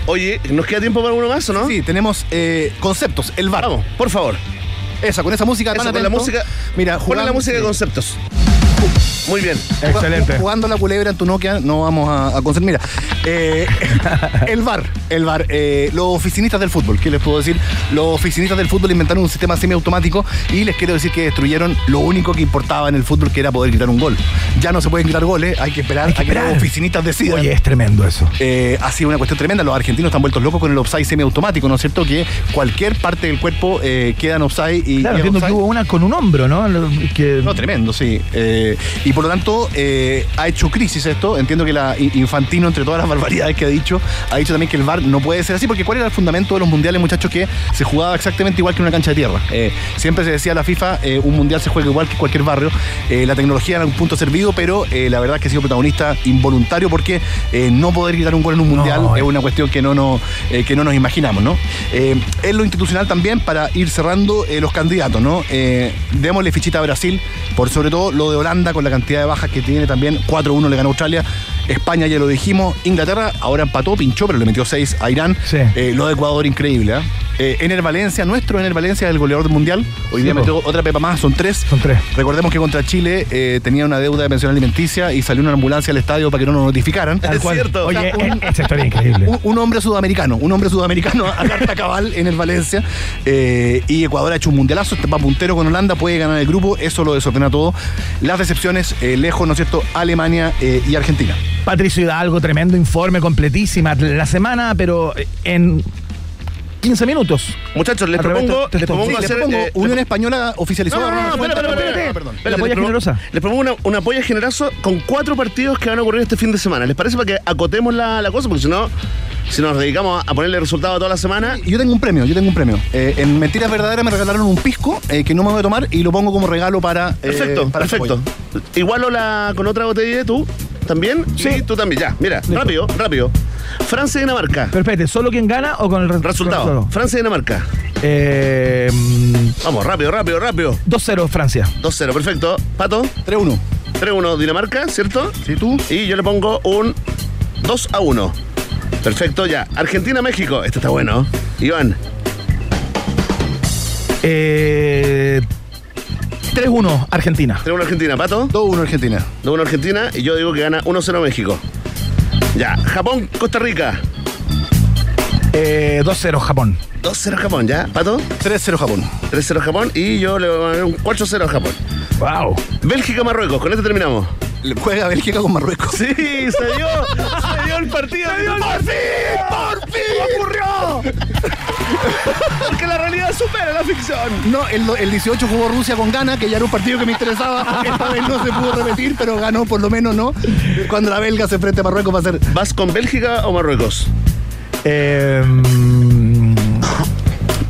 Speaker 3: Oye, ¿nos queda tiempo para uno más o no?
Speaker 7: Sí, tenemos eh, conceptos. El bar.
Speaker 3: Vamos, por favor.
Speaker 7: Esa, con esa música
Speaker 3: Eso,
Speaker 7: tan
Speaker 3: con la
Speaker 7: atento.
Speaker 3: música.
Speaker 7: Mira, eh,
Speaker 3: Ponle la
Speaker 7: jugando-
Speaker 3: música de conceptos. Muy bien.
Speaker 7: Ju-
Speaker 2: Excelente.
Speaker 7: Jugando a la culebra en tu Nokia, no vamos a, a concentrar. Mira, eh, el VAR, el VAR, eh, los oficinistas del fútbol, ¿qué les puedo decir? Los oficinistas del fútbol inventaron un sistema semiautomático y les quiero decir que destruyeron lo único que importaba en el fútbol, que era poder gritar un gol. Ya no se pueden gritar goles, hay que esperar a que los
Speaker 2: esperar.
Speaker 7: oficinistas decidan.
Speaker 2: Oye, es tremendo eso.
Speaker 7: Eh, ha sido una cuestión tremenda. Los argentinos están vueltos locos con el offside semiautomático, ¿no es cierto? Que cualquier parte del cuerpo eh, queda en offside y
Speaker 2: Claro,
Speaker 7: queda
Speaker 2: entiendo
Speaker 7: offside.
Speaker 2: que hubo una con un hombro, ¿no? Lo- Que,
Speaker 7: No, tremendo, sí. Eh, y por lo tanto, eh, ha hecho crisis esto. Entiendo que la I- Infantino, entre todas las barbaridades que ha dicho, ha dicho también que el VAR no puede ser así, porque ¿cuál era el fundamento de los mundiales, muchachos? Que se jugaba exactamente igual que en una cancha de tierra. Eh, siempre se decía a la FIFA, eh, un mundial se juega igual que cualquier barrio. Eh, la tecnología en algún punto ha servido, pero eh, la verdad es que ha sido protagonista involuntario, porque eh, no poder gritar un gol en un mundial
Speaker 2: No,
Speaker 7: es una cuestión que no, nos- eh, que no nos imaginamos, ¿no? Eh, en lo institucional también, para ir cerrando eh, los candidatos, ¿no? Eh, démosle fichita a Brasil, por sobre todo lo de Holanda, con la cantidad de bajas que tiene también. 4-1 le ganó Australia. España ya lo dijimos. Inglaterra ahora empató, pinchó, pero le metió 6 a Irán.
Speaker 2: Sí.
Speaker 7: Eh, lo de Ecuador, increíble, ¿ah? Eh, Ener Valencia, nuestro Ener Valencia, el goleador del Mundial. Hoy
Speaker 2: Sí,
Speaker 7: día
Speaker 2: po.
Speaker 7: metió otra pepa más, son tres.
Speaker 2: Son tres.
Speaker 7: Recordemos que contra Chile eh, tenía una deuda de pensión alimenticia y salió una ambulancia al estadio para que no nos notificaran.
Speaker 2: Tal
Speaker 3: es
Speaker 2: cual.
Speaker 3: cierto.
Speaker 2: Oye, e- esa historia es increíble.
Speaker 7: Un, un hombre sudamericano, un hombre sudamericano a carta cabal en el Valencia. eh, y Ecuador ha hecho un mundialazo, este va puntero con Holanda, puede ganar el grupo, eso lo desordena todo. Las decepciones, eh, lejos, ¿no es cierto? Alemania eh, y Argentina.
Speaker 2: Patricio Hidalgo, tremendo informe, completísima la semana, pero eh, en 15 minutos.
Speaker 3: Muchachos, les
Speaker 2: Al revés,
Speaker 3: propongo,
Speaker 2: te- te-
Speaker 3: les propongo
Speaker 2: sí,
Speaker 7: Les
Speaker 3: hacer,
Speaker 7: propongo,
Speaker 3: eh, les
Speaker 7: Unión Española oficializó.
Speaker 3: No, no, no,
Speaker 7: a Ronald
Speaker 3: espérate,
Speaker 7: Fuentes.
Speaker 3: espérate, espérate.
Speaker 7: Perdón.
Speaker 2: La polla
Speaker 3: les propongo-
Speaker 2: generosa.
Speaker 3: Les propongo una, una polla generosa con cuatro partidos que van a ocurrir este fin de semana. ¿Les parece para que acotemos la, la cosa? Porque si no, si nos dedicamos a, a ponerle resultado a toda la semana. eh,
Speaker 7: Yo tengo un premio, yo tengo un premio. Eh, en Mentiras Verdaderas me regalaron un pisco eh, que no me voy a tomar y lo pongo como regalo para. eh,
Speaker 3: Perfecto,
Speaker 7: para
Speaker 3: perfecto.
Speaker 7: Spoil.
Speaker 3: Igualo la, con otra botella, tú también. Sí. Y tú también, ya. Mira, rápido, rápido. Francia y Dinamarca.
Speaker 2: Pero espérate, ¿solo quien gana o con el res- con el
Speaker 3: Resultado.
Speaker 2: resultado?
Speaker 3: Francia y Dinamarca.
Speaker 2: Eh, mm,
Speaker 3: Vamos, rápido, rápido, rápido.
Speaker 2: 2-0 Francia.
Speaker 3: 2-0, perfecto. Pato,
Speaker 7: 3-1.
Speaker 3: 3-1 Dinamarca, ¿cierto?
Speaker 7: ¿Sí tú?
Speaker 3: Y yo le pongo un 2 a 1. Perfecto, ya. Argentina-México. Este está bueno. Iván,
Speaker 2: Eh, 3-1 Argentina.
Speaker 3: 3 1 Argentina. Pato,
Speaker 7: 2-1 Argentina.
Speaker 3: 2 1 Argentina. Y yo digo que gana 1 0 México. Ya. Japón-Costa Rica.
Speaker 2: Eh, 2-0 Japón.
Speaker 3: 2-0 Japón, ¿ya? ¿Pato?
Speaker 7: 3-0 Japón.
Speaker 3: 3-0 Japón y yo le voy a poner un 4-0 a Japón.
Speaker 2: Wow.
Speaker 3: Bélgica-Marruecos, con esto terminamos.
Speaker 7: Le Juega Bélgica con Marruecos.
Speaker 3: Sí, se dio, se dio el partido. ¡Por fin! ¡Por fin! ¡Ocurrió! Porque la realidad supera la ficción.
Speaker 7: No, el, el 18 jugó Rusia con Ghana, que ya era un partido que me interesaba. Esta vez no se pudo repetir, pero ganó por lo menos, ¿no? Cuando la belga se enfrente a Marruecos va a ser
Speaker 3: ¿Vas con Bélgica o Marruecos?
Speaker 2: Eh, mm,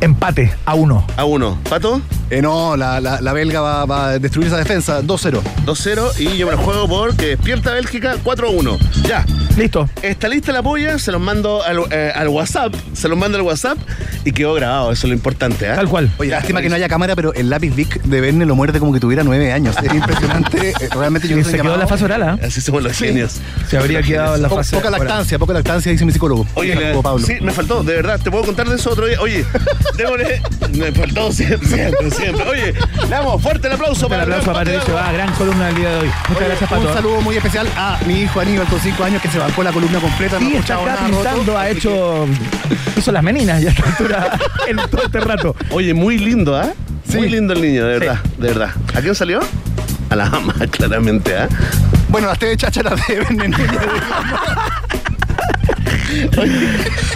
Speaker 2: empate a 1.
Speaker 3: A uno. ¿Pato?
Speaker 7: Eh, no, la, la- la belga va, va a destruir esa defensa. 2-0.
Speaker 3: 2-0 y yo me lo juego por que despierta Bélgica 4-1. Ya.
Speaker 2: Listo.
Speaker 3: Está lista la polla, se los mando al, eh, al WhatsApp, se los mando al WhatsApp y quedó grabado, eso es lo importante. ¿ah?
Speaker 2: Tal cual.
Speaker 7: Oye, lástima que no haya cámara, pero el lápiz Vic de Verne lo muerde como que tuviera nueve años. Es impresionante. Eh, Realmente yo
Speaker 2: Y se
Speaker 7: creo que
Speaker 2: quedó en la fase oral, ¿ah?
Speaker 3: Así somos los genios.
Speaker 2: Se habría quedado en la
Speaker 7: Po-
Speaker 2: fase
Speaker 7: poca
Speaker 2: oral.
Speaker 7: lactancia, poca lactancia, dice mi psicólogo.
Speaker 3: Oye,
Speaker 7: Mi
Speaker 3: le-
Speaker 7: psicólogo Pablo.
Speaker 3: sí, me faltó, de verdad, te puedo contar de eso otro día. Oye, démosle, me faltó siempre, siempre, siempre. Oye, le damos fuerte el aplauso
Speaker 2: Un
Speaker 3: para
Speaker 2: aplauso a Patricio
Speaker 3: Patricio.
Speaker 2: Va, gran columna del día de hoy. Muchas gracias,
Speaker 7: Un
Speaker 2: Pato. ¿eh?
Speaker 7: saludo muy especial a mi hijo Aníbal con 5 años que se bancó la columna completa. no
Speaker 2: Sí,
Speaker 7: ha
Speaker 2: está
Speaker 7: escuchado
Speaker 2: acá
Speaker 7: nada roto,
Speaker 2: pintando, ha
Speaker 7: así
Speaker 2: hecho. Hizo las meninas ya a esta altura en todo este rato.
Speaker 3: Oye, muy lindo, ¿ah? Muy
Speaker 2: Sí.
Speaker 3: lindo el niño, de verdad, de verdad. ¿A quién salió? A la ama, claramente, ¿ah?
Speaker 7: que- Bueno, las TV chácharas de Verne.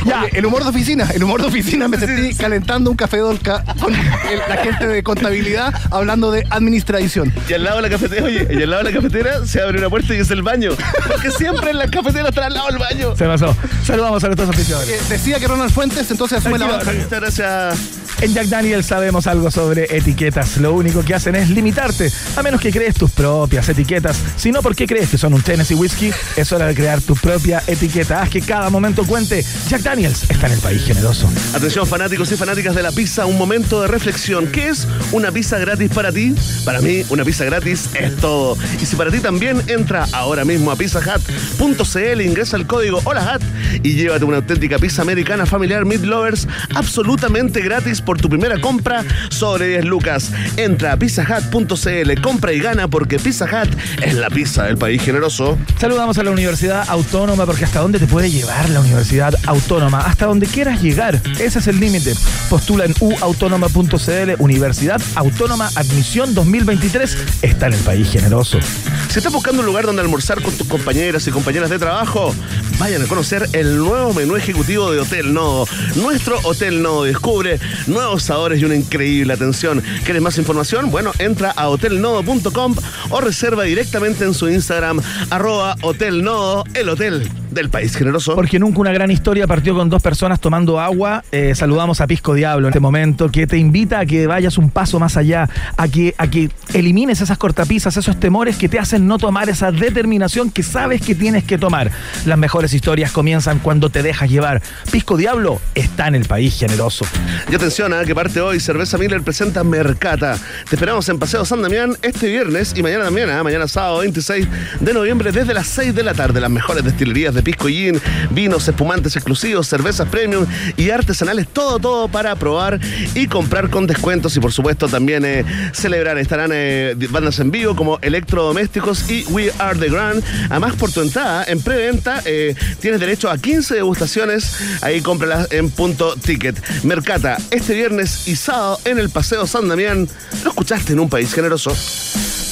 Speaker 2: Ya.
Speaker 7: Oye, el humor de oficina, el humor de oficina me sentí calentando un café dolca con el- la gente de contabilidad hablando de administración.
Speaker 3: Y al lado de la cafetera, oye, y al lado de la cafetera se abre una puerta y es el baño. Porque siempre en las cafeteras está al lado del baño.
Speaker 2: Se pasó. Saludamos a nuestros aficionados.
Speaker 7: Eh, decía que Ronald Fuentes, entonces asume la banca.
Speaker 3: Muchas gracias.
Speaker 2: En Jack Daniel sabemos algo sobre etiquetas. Lo único que hacen es limitarte, a menos que crees tus propias etiquetas. Si no, ¿por qué crees que son un Tennessee Whiskey? Es hora de crear tu propia etiqueta. Haz que cada momento cuente. Jack Daniels está en el país generoso.
Speaker 3: Atención fanáticos y fanáticas de la pizza, un momento de reflexión. ¿Qué es una pizza gratis para ti? Para mí, una pizza gratis es todo. Y si para ti también, entra ahora mismo a pizzahut.cl, ingresa el código HOLAHAT y llévate una auténtica pizza americana familiar Meat Lovers absolutamente gratis por tu primera compra sobre 10 lucas. Entra a pizzahut.cl, compra y gana porque Pizza Hut es la pizza del país generoso.
Speaker 2: Saludamos a la Universidad Autónoma porque hasta dónde te puede llevar la Universidad Autónoma, hasta donde quieras llegar. Ese es el límite. Postula en uautónoma.cl Universidad Autónoma Admisión 2023 está en el país generoso.
Speaker 3: Si estás buscando un lugar donde almorzar con tus compañeras y compañeras de trabajo, vayan a conocer el nuevo menú ejecutivo de Hotel Nodo. Nuestro Hotel Nodo descubre nuevos sabores y una increíble atención. ¿Quieres más información? Bueno, entra a hotelnodo.com o reserva directamente en su Instagram, arroba Hotel Nodo, el hotel del país generoso.
Speaker 2: Porque nunca una gran historia partió con dos personas tomando agua. Eh, saludamos a Pisco Diablo en este momento, que te invita a que vayas un paso más allá, a que, a que elimines esas cortapisas, esos temores que te hacen no tomar esa determinación que sabes que tienes que tomar. Las mejores historias comienzan cuando te dejas llevar. Pisco Diablo está en el país generoso.
Speaker 3: Y atención a que parte hoy, Cerveza Miller presenta Mercata. Te esperamos en Paseo San Damián este viernes y mañana también, ¿ah? mañana sábado 26 de noviembre desde las 6 de la tarde. Las mejores destilerías de pisco y gin, vinos, espumantes exclusivos, cervezas premium y artesanales, todo, todo para probar y comprar con descuentos y por supuesto también eh, celebrar. Estarán eh, bandas en vivo como Electrodomésticos y We Are The Grand. Además por tu entrada en preventa eh, tienes derecho a 15 degustaciones. Ahí cómpralas en punto ticket. Mercata, este viernes y sábado en el Paseo San Damián. Lo escuchaste en un país generoso.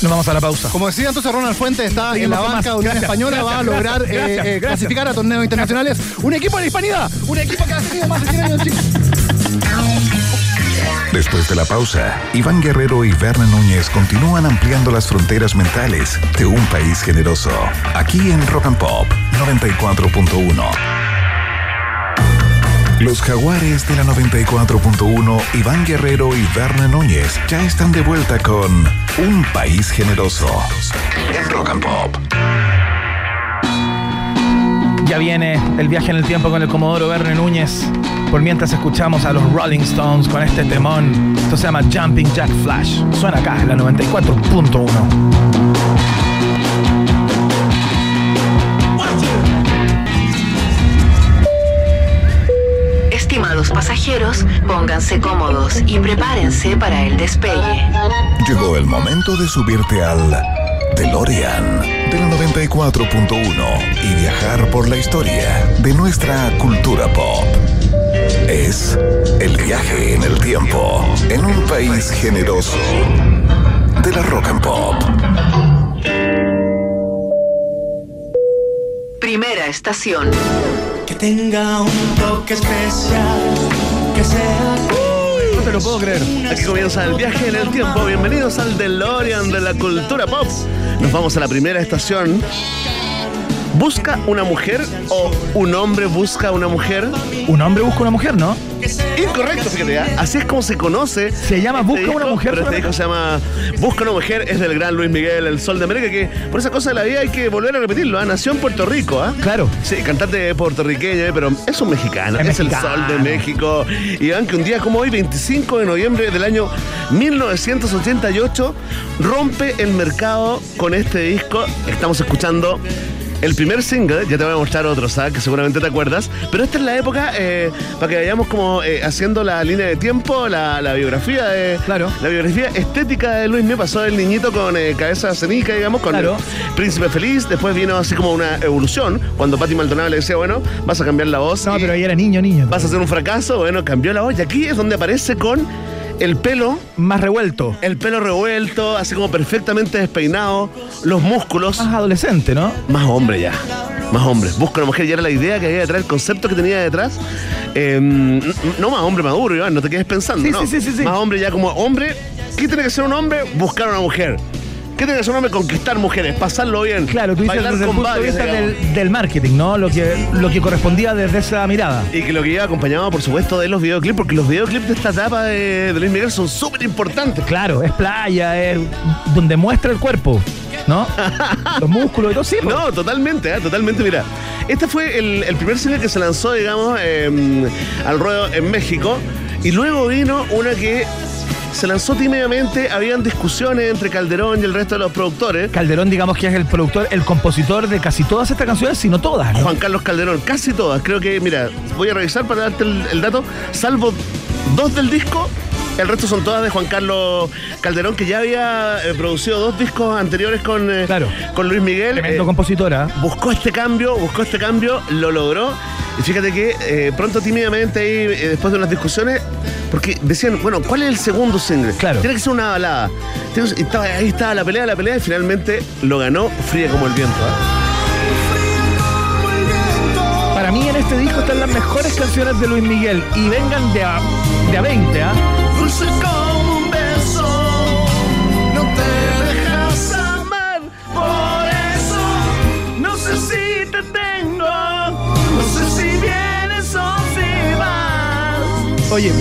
Speaker 2: Nos vamos a la pausa.
Speaker 7: Como decía entonces Ronald Fuentes, está en
Speaker 2: Seguimos
Speaker 7: la
Speaker 2: con más.
Speaker 7: banca de Unión
Speaker 2: Gracias,
Speaker 7: Española, va a
Speaker 2: gracias,
Speaker 7: lograr eh,
Speaker 2: gracias,
Speaker 7: eh,
Speaker 2: gracias.
Speaker 7: clasificar a torneos internacionales. Un equipo de la hispanidad, un equipo que ha sido más de 100 años, chicos.
Speaker 1: Después de la pausa, Iván Guerrero y Berna Núñez continúan ampliando las fronteras mentales de un país generoso. Aquí en Rock and Pop 94.1. Los jaguares de la 94.1, Iván Guerrero y Berna Núñez, ya están de vuelta con Un País Generoso. En Rock and Pop.
Speaker 2: Ya viene el viaje en el tiempo con el Comodoro Verne Núñez. Por mientras escuchamos a los Rolling Stones con este temón. Esto se llama Jumping Jack Flash. Suena acá en la 94.1.
Speaker 8: Estimados pasajeros, pónganse cómodos y prepárense para el despegue.
Speaker 1: Llegó el momento de subirte al DeLorean del 94.1 y viajar por la historia de nuestra cultura pop. es el viaje en el tiempo en un país generoso de la rock and pop.
Speaker 8: Primera estación.
Speaker 4: Que tenga un toque especial, que sea
Speaker 2: No te lo puedo creer.
Speaker 3: Aquí comienza el viaje en el tiempo. Bienvenidos al DeLorean de la cultura pop. Nos vamos a la primera estación. ¿Busca una mujer o un hombre busca una mujer?
Speaker 2: Un hombre busca una mujer, ¿no?
Speaker 3: Incorrecto, Secretaría. Así es como se conoce.
Speaker 2: Se llama
Speaker 3: este
Speaker 2: Busca una
Speaker 3: disco,
Speaker 2: mujer
Speaker 3: Pero este
Speaker 2: solamente.
Speaker 3: disco se llama Busca una mujer. Es del gran Luis Miguel, el sol de América, que por esa cosa de la vida hay que volver a repetirlo. ¿ah? Nació en Puerto Rico, ¿ah?
Speaker 2: Claro.
Speaker 3: Sí, cantante puertorriqueño, eh, pero es un mexicano, es,
Speaker 2: Es
Speaker 3: el
Speaker 2: mexicano.
Speaker 3: sol de México. Y vean que un día como hoy, 25 de noviembre del año 1988, rompe el mercado con este disco. Estamos escuchando el primer single, ya te voy a mostrar otros, ¿ah? que seguramente te acuerdas, pero esta es la época eh, para que vayamos como eh, haciendo la línea de tiempo, la, la biografía de...
Speaker 2: Claro.
Speaker 3: La biografía estética de Luis me pasó el niñito con eh, cabeza cenica, digamos, con
Speaker 2: Claro.
Speaker 3: el Príncipe Feliz, después vino así como una evolución, cuando Patti Maldonado le decía, bueno, vas a cambiar la voz.
Speaker 2: No,
Speaker 3: y-
Speaker 2: pero ahí era niño, niño.
Speaker 3: vas a hacer un fracaso, bueno, cambió la voz. Y aquí es donde aparece con el pelo,
Speaker 2: Más revuelto.
Speaker 3: el pelo revuelto, así como perfectamente despeinado, los músculos.
Speaker 2: Más adolescente, ¿no?
Speaker 3: Más hombre ya. Más hombre. Busca una mujer, ya era la idea que había detrás, el concepto que tenía detrás. Eh, n- no más hombre maduro, Iván, no te quedes pensando.
Speaker 2: Sí,
Speaker 3: no.
Speaker 2: sí, sí, sí, sí.
Speaker 3: Más hombre ya como hombre. ¿Qué tiene que ser un hombre? Buscar una mujer. ¿Qué tiene que ser un hombre? Conquistar mujeres, pasarlo bien.
Speaker 2: Claro, tú dices
Speaker 3: bailar
Speaker 2: desde el
Speaker 3: con
Speaker 2: punto de
Speaker 3: varias,
Speaker 2: vista
Speaker 3: digamos.
Speaker 2: del, del marketing, ¿no? Lo que, lo que correspondía desde esa mirada.
Speaker 3: Y que lo que iba acompañado, por supuesto, de los videoclips, porque los videoclips de esta etapa de, de Luis Miguel son súper importantes.
Speaker 2: Claro, es playa, es donde muestra el cuerpo, ¿no? Los músculos y todo, sí. po.
Speaker 3: No, totalmente, ah, totalmente, mira. Este fue el, el primer single que se lanzó, digamos, eh, al ruedo en México. Y luego vino una que se lanzó tímidamente. Habían discusiones entre Calderón y el resto de los productores.
Speaker 2: Calderón, digamos que es el productor, el compositor de casi todas estas canciones, sino todas, ¿no?
Speaker 3: Juan Carlos Calderón, casi todas. Creo que, mira, voy a revisar para darte el, el dato. Salvo dos del disco, el resto son todas de Juan Carlos Calderón, que ya había eh, producido dos discos anteriores con, eh,
Speaker 2: Claro.
Speaker 3: con Luis Miguel.
Speaker 2: Tremendo ¿ah?
Speaker 3: Eh,
Speaker 2: compositora.
Speaker 3: buscó este cambio, buscó este cambio, lo logró. Y fíjate que eh, pronto tímidamente ahí, eh, después de unas discusiones, porque decían, bueno, ¿cuál es el segundo single?
Speaker 2: Claro.
Speaker 3: Tiene que ser una balada. Tiene que ser- y estaba- ahí estaba la pelea, la pelea, y finalmente lo ganó Fría como el viento. ¿ah?
Speaker 2: Para mí en este disco están las mejores canciones de Luis Miguel y vengan de a, de a 20, ¿ah?
Speaker 4: dulce como un beso. No te dejas amar, por eso no sé si te tengo, no sé si vienes o si vas.
Speaker 2: Oye,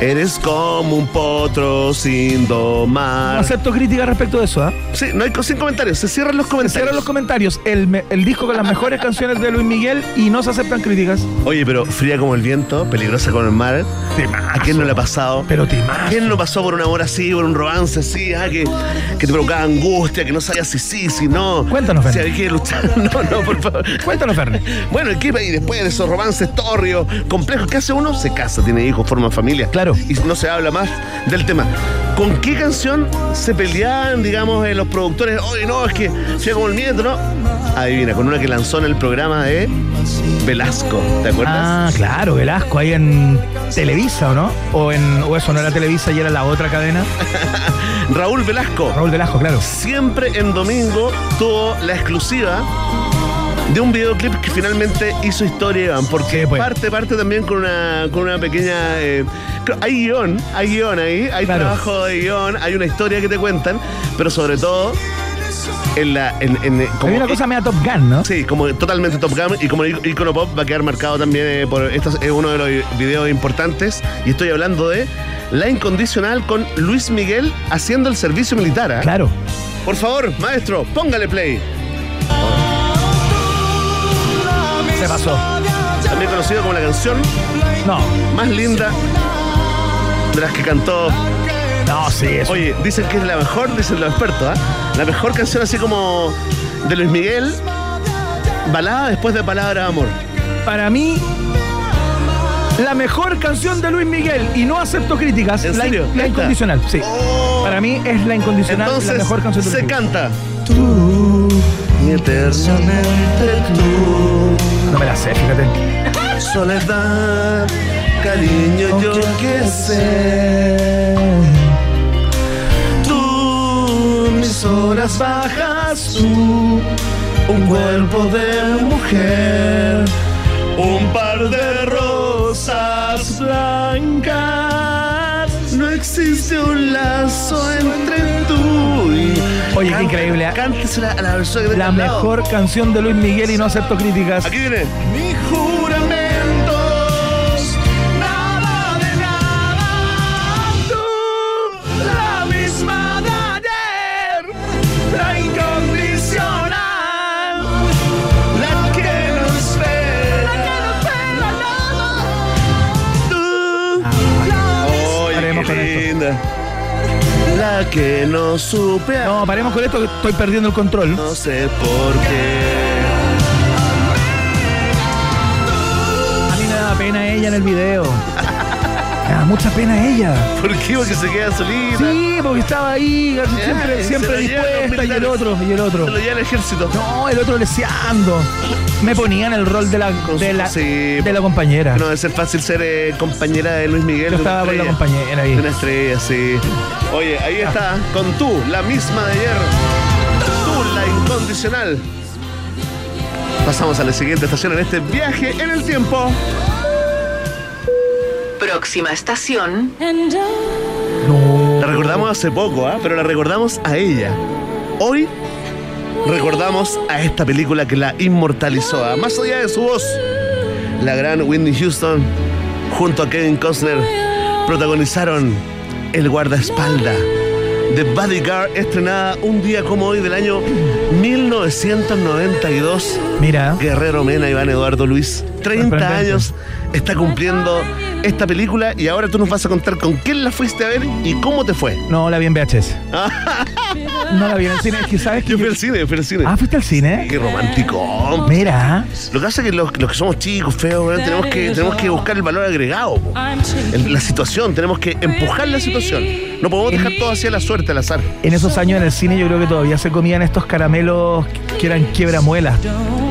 Speaker 3: Eres como un potro sin
Speaker 2: no
Speaker 3: domar.
Speaker 2: acepto críticas respecto de eso, ¿ah?
Speaker 3: Sí, no hay co- sin comentarios, se cierran los comentarios.
Speaker 2: Cierro los comentarios. El, me- el disco con las mejores canciones de Luis Miguel y no se aceptan críticas.
Speaker 3: Oye, pero fría como el viento, peligrosa como el mar. ¿A quién no le ha pasado?
Speaker 2: Pero te
Speaker 3: ¿A
Speaker 2: imaginas.
Speaker 3: ¿Quién no pasó por un amor así, por un romance así, ah, que, que te provocaba angustia, que no sabías si sí, si no?
Speaker 2: Cuéntanos,
Speaker 3: Si
Speaker 2: Fer.
Speaker 3: había que luchar. No, no, por favor.
Speaker 2: Cuéntanos, Ferne.
Speaker 3: Bueno, ¿y qué? y después de esos romances torrios, complejos, ¿qué hace uno? Se casa, tiene hijos, forma familia.
Speaker 2: Claro.
Speaker 3: Y no se habla más del tema. ¿Con qué canción se peleaban, digamos, eh, los productores? Oye, no, es que llega como el miedo, ¿no? Adivina, con una que lanzó en el programa de Velasco, ¿te acuerdas?
Speaker 2: Ah, claro, Velasco, ahí en Televisa, ¿o no? O, en, o eso no era Televisa y era la otra cadena.
Speaker 3: Raúl Velasco.
Speaker 2: Raúl Velasco, claro.
Speaker 3: siempre en domingo tuvo la exclusiva de un videoclip que finalmente hizo historia, Iván, porque
Speaker 2: Sí, pues.
Speaker 3: parte, parte también con una, con una pequeña... eh, creo- hay guión, hay guión ahí, hay
Speaker 2: Claro.
Speaker 3: trabajo de guión, hay una historia que te cuentan, pero sobre todo en la... En, en- eh, como,
Speaker 2: Había una cosa media Top Gun, ¿no?
Speaker 3: Sí, como totalmente Top Gun y como í- ícono pop va a quedar marcado también eh, por... Este es uno de los vi- videos importantes y estoy hablando de La Incondicional con Luis Miguel haciendo el servicio militar. ¿ah?
Speaker 2: Claro.
Speaker 3: Por favor, maestro, póngale play.
Speaker 2: Se pasó.
Speaker 3: También conocido como la canción
Speaker 2: No.
Speaker 3: más linda de las que cantó.
Speaker 2: No, sí, eso.
Speaker 3: Oye, dicen que es la mejor, dicen los expertos, ¿ah? La mejor canción así como de Luis Miguel. Balada después de palabra de amor.
Speaker 2: Para mí, la mejor canción de Luis Miguel, y no acepto críticas,
Speaker 3: ¿En
Speaker 2: la,
Speaker 3: serio?
Speaker 2: la
Speaker 3: ¿Esta?
Speaker 2: incondicional, sí.
Speaker 3: Oh.
Speaker 2: Para mí es la incondicional la
Speaker 3: Entonces
Speaker 2: mejor canción de Luis
Speaker 3: se
Speaker 2: Miguel.
Speaker 3: canta. Tú, mi eternamente tú.
Speaker 2: No me la sé, fíjate.
Speaker 4: soledad, cariño, yo qué sé. Tú, mis horas bajas, tú, un cuerpo de mujer, un par de rosas blancas. No existe un lazo entre tú y.
Speaker 2: Oye, qué increíble, ¿eh?
Speaker 4: Cántesela a la persona que tenga
Speaker 2: La
Speaker 4: al lado.
Speaker 2: mejor canción de Luis Miguel y no acepto críticas.
Speaker 3: Aquí viene.
Speaker 4: Mis juramentos, nada de nada. Tú, la misma de ayer, la incondicional, la que no espera, la que no espera nada. Tú, la misma.
Speaker 3: Oye,
Speaker 2: Paremos con
Speaker 3: qué
Speaker 2: esto.
Speaker 3: linda.
Speaker 4: La que no supe
Speaker 2: No, paremos con esto que estoy perdiendo el control.
Speaker 4: No sé por qué.
Speaker 2: A mí me da pena ella en el video. Me da mucha pena ella.
Speaker 3: ¿Por qué? Porque se queda solita.
Speaker 2: Sí, porque estaba ahí, siempre,
Speaker 3: Ay,
Speaker 2: siempre
Speaker 3: se lo llevan los
Speaker 2: dispuesta, y el
Speaker 3: militares.
Speaker 2: otro, y el otro.
Speaker 3: Se lo lleva el ejército.
Speaker 2: No, el otro leseando. Me ponían el rol de la, de la,
Speaker 3: Sí.
Speaker 2: de la compañera.
Speaker 3: No debe ser fácil ser eh, compañera de Luis Miguel.
Speaker 2: Yo
Speaker 3: de una
Speaker 2: estaba con la
Speaker 3: estrella.
Speaker 2: compañera
Speaker 3: De
Speaker 2: ahí. Ah.
Speaker 3: Una estrella, sí. Oye, ahí está, con tú, la misma de ayer. Tú, la incondicional. Pasamos a la siguiente estación en este viaje en el tiempo.
Speaker 8: Próxima estación,
Speaker 3: La recordamos hace poco, ¿ah? pero la recordamos a ella. Hoy recordamos a esta película que la inmortalizó. ¿ah? Más allá de su voz, la gran Whitney Houston junto a Kevin Costner protagonizaron El guardaespalda de Bodyguard estrenada un día como hoy del año 1992.
Speaker 2: Mira.
Speaker 3: Guerrero Mena, Iván Eduardo Luis, 30
Speaker 2: Sorprendente.
Speaker 3: años está cumpliendo esta película y ahora tú nos vas a contar con quién la fuiste a ver y cómo te fue.
Speaker 2: No, la vi en VHS. No la vi en el cine. Es que sabes que.
Speaker 3: Yo fui
Speaker 2: yo-
Speaker 3: al cine, yo fui al cine.
Speaker 2: Ah, fuiste al cine.
Speaker 3: Qué romántico.
Speaker 2: Mira.
Speaker 3: Lo que pasa es que los, los que somos chicos, feos, weón, tenemos que, tenemos que buscar el valor agregado. po. El- la situación, tenemos que empujar la situación. No podemos dejar todo hacia la suerte, al azar.
Speaker 2: En esos años en el cine yo creo que todavía se comían estos caramelos que eran quiebramuelas.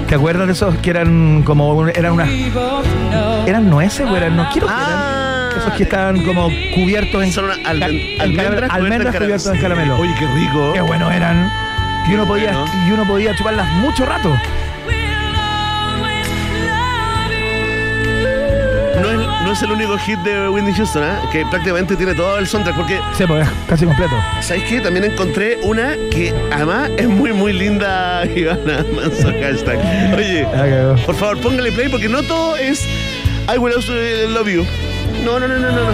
Speaker 2: ¿Te acuerdas de esos que eran como un- eran unas eran nueces o eran no quiero que eran esos que estaban como cubiertos en
Speaker 3: Ah. Son unas
Speaker 2: Ah. ca-
Speaker 3: almen-
Speaker 2: en
Speaker 3: almendras
Speaker 2: caramelo- almendras
Speaker 3: cubiertas
Speaker 2: cubiertos
Speaker 3: en
Speaker 2: en caramelo.
Speaker 3: Oye, qué rico.
Speaker 2: Qué bueno eran. Y uno podía
Speaker 3: bueno.
Speaker 2: y uno podía chuparlas mucho rato.
Speaker 3: No es, no es el único hit de Whitney Houston, ¿ah? que prácticamente tiene todo el soundtrack, porque
Speaker 2: Sí, pues casi completo.
Speaker 3: ¿Sabes qué? También encontré una que además es muy, muy linda, Ivana Manso, hashtag. Oye,
Speaker 2: Ah, cagó.
Speaker 3: por favor, póngale play porque no todo es I will also love you. No, no, no, no, no. no.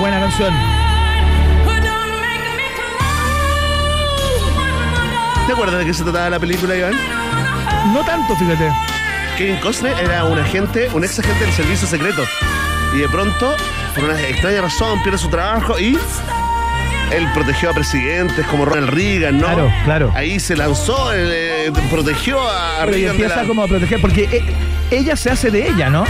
Speaker 2: Buena canción.
Speaker 3: ¿Te acuerdas de qué se trataba la película, Iván?
Speaker 2: No tanto, fíjate.
Speaker 3: Kevin Costner era un agente, un ex agente del servicio secreto. Y de pronto, por una extraña razón, pierde su trabajo y él protegió a presidentes como Ronald Reagan, ¿no?
Speaker 2: Claro, claro.
Speaker 3: Ahí se lanzó, él, eh, protegió a
Speaker 2: Pero y
Speaker 3: Reagan. de
Speaker 2: empieza
Speaker 3: la- Eh,
Speaker 2: como a proteger porque eh, ella se hace de ella, ¿no?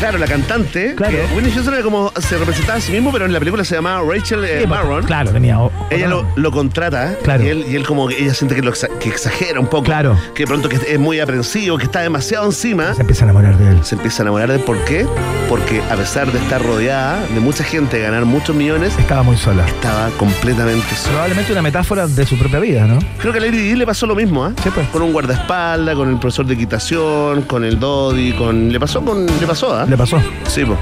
Speaker 3: Claro, la cantante. eh,
Speaker 2: Claro.
Speaker 3: que Whitney Houston era como se representaba a sí mismo, pero en la película se llamaba Rachel eh,
Speaker 2: Sí, pues,
Speaker 3: Maron.
Speaker 2: Claro, tenía o-
Speaker 3: Ella lo, lo contrata
Speaker 2: Claro.
Speaker 3: y, él, y él como que ella siente que, lo exa- que exagera un poco.
Speaker 2: Claro.
Speaker 3: Que de pronto que es muy aprensivo, que está demasiado encima.
Speaker 2: se empieza a enamorar de él.
Speaker 3: Se empieza a enamorar de por qué. Porque a pesar de estar rodeada de mucha gente, de ganar muchos millones,
Speaker 2: Estaba muy sola.
Speaker 3: estaba completamente sola.
Speaker 2: Probablemente una metáfora de su propia vida, ¿no?
Speaker 3: Creo que a Lady Di le pasó lo mismo, ¿ah?
Speaker 2: Sí, pues.
Speaker 3: Con un guardaespaldas, con el profesor de equitación, con el Dodi, con. Le pasó con. Le pasó, ¿ah?
Speaker 2: Le pasó.
Speaker 3: Sí, po.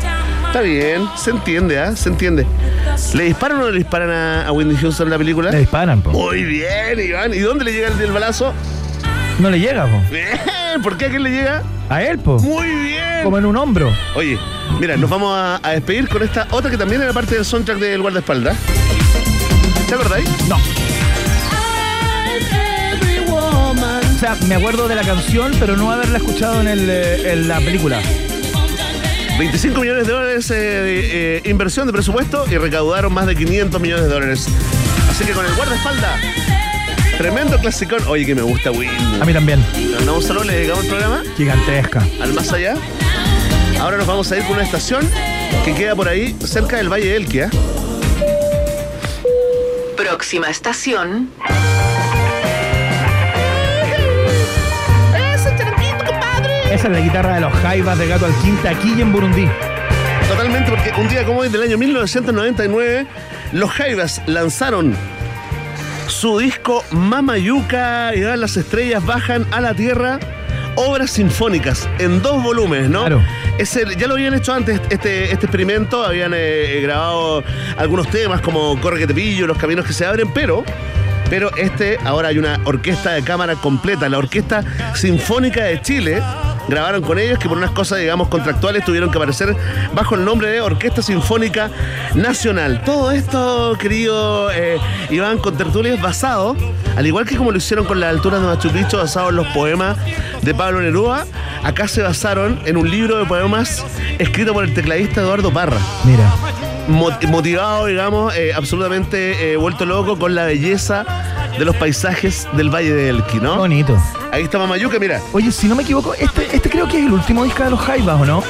Speaker 3: Está bien, se entiende, ¿ah? Se entiende. ¿Le disparan o no le disparan a, a Wendy Houston en la película?
Speaker 2: Le disparan, po.
Speaker 3: Muy bien, Iván. ¿Y dónde le llega el, el balazo?
Speaker 2: No le llega, po.
Speaker 3: Bien. ¿Por qué a quién le llega?
Speaker 2: A él, po.
Speaker 3: Muy bien.
Speaker 2: Como en un hombro.
Speaker 3: Oye, mira, nos vamos a, a despedir con esta otra que también era parte del soundtrack del guardaespaldas. ¿Te acordáis?
Speaker 2: No. O sea, me acuerdo de la canción, pero no haberla escuchado en, el, eh, en la película.
Speaker 3: 25 millones de dólares eh, de eh, inversión de presupuesto y recaudaron más de 500 millones de dólares. Así que con el guardaespaldas, tremendo clasicón. Oye, que me gusta Whitney.
Speaker 2: A mí también.
Speaker 3: Le mandamos saludos, le dedicamos el programa
Speaker 2: Gigantesca.
Speaker 3: al más allá. Ahora nos vamos a ir por una estación que queda por ahí, cerca del Valle de ¿eh? Elquia.
Speaker 8: próxima estación,
Speaker 2: Es Esa es la guitarra de los Jaivas de Gato al Quinta aquí y en Burundi.
Speaker 3: Totalmente, porque un día como hoy del año 1999, los Jaivas lanzaron su disco Mamayuca y las estrellas bajan a la tierra. Obras sinfónicas en dos volúmenes, ¿no?
Speaker 2: Claro.
Speaker 3: Es el- ya lo habían hecho antes este, este experimento, habían eh, grabado algunos temas como Corre que te pillo, Los caminos que se abren, pero, pero este ahora hay una orquesta de cámara completa, la Orquesta Sinfónica de Chile. Grabaron con ellos que por unas cosas, digamos, contractuales tuvieron que aparecer bajo el nombre de Orquesta Sinfónica Nacional. Todo esto, querido eh, Iván, con tertulias basado, al igual que como lo hicieron con las alturas de Machu Picchu, basado en los poemas de Pablo Neruda, acá se basaron en un libro de poemas escrito por el tecladista Eduardo Parra
Speaker 2: Mira.
Speaker 3: mo- motivado, digamos, eh, absolutamente eh, vuelto loco con la belleza de los paisajes del Valle de Elqui, ¿no?
Speaker 2: Bonito.
Speaker 3: Ahí está Mamayuca, mira.
Speaker 2: Oye, si no me equivoco, este, este creo que es el último disco de los Jaivas, ¿o no?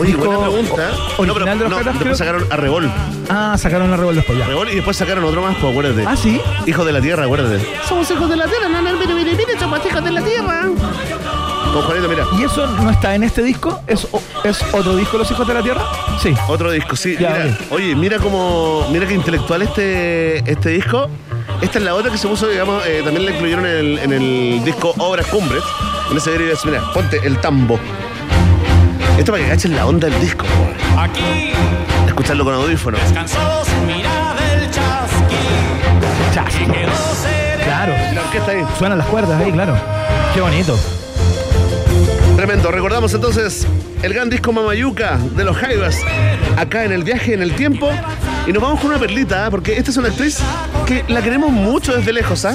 Speaker 3: Oye,
Speaker 2: Disco
Speaker 3: buena pregunta.
Speaker 2: o-
Speaker 3: No, pero
Speaker 2: original de los
Speaker 3: no,
Speaker 2: Jaivas,
Speaker 3: después
Speaker 2: creo.
Speaker 3: sacaron a Rebol.
Speaker 2: Ah, sacaron la revuelta después ya.
Speaker 3: Rebol y después sacaron otro más, pues acuérdate.
Speaker 2: Ah, sí.
Speaker 3: Hijo de la Tierra, acuérdate.
Speaker 6: Somos hijos de la tierra, no, no, mire, mire, mire, somos hijos de la tierra.
Speaker 3: Con Juanito, mira.
Speaker 2: ¿Y eso no está en este disco? ¿Es, o- es otro disco Los Hijos de la Tierra? Sí.
Speaker 3: Otro disco, sí.
Speaker 2: Ya,
Speaker 3: mira, oye, mira cómo. Mira qué intelectual este, este disco. Esta es la otra que se puso, digamos, eh, también la incluyeron en el, en el disco Obras Cumbres. En ese video, mira, ponte el tambo. Esto para que caches la onda del disco, po.
Speaker 4: Aquí
Speaker 3: escucharlo con audífonos.
Speaker 4: descansó su mirada el chasqui. Y quedó sereno.
Speaker 2: Claro.
Speaker 3: La orquesta ahí.
Speaker 2: Suenan las cuerdas ahí, claro. Qué bonito.
Speaker 3: Tremendo. Recordamos entonces el gran disco Mamayuca de los Jaivas, acá en el viaje en el tiempo. Y nos vamos con una perlita, ¿ah? porque esta es una actriz que la queremos mucho desde lejos, ¿ah?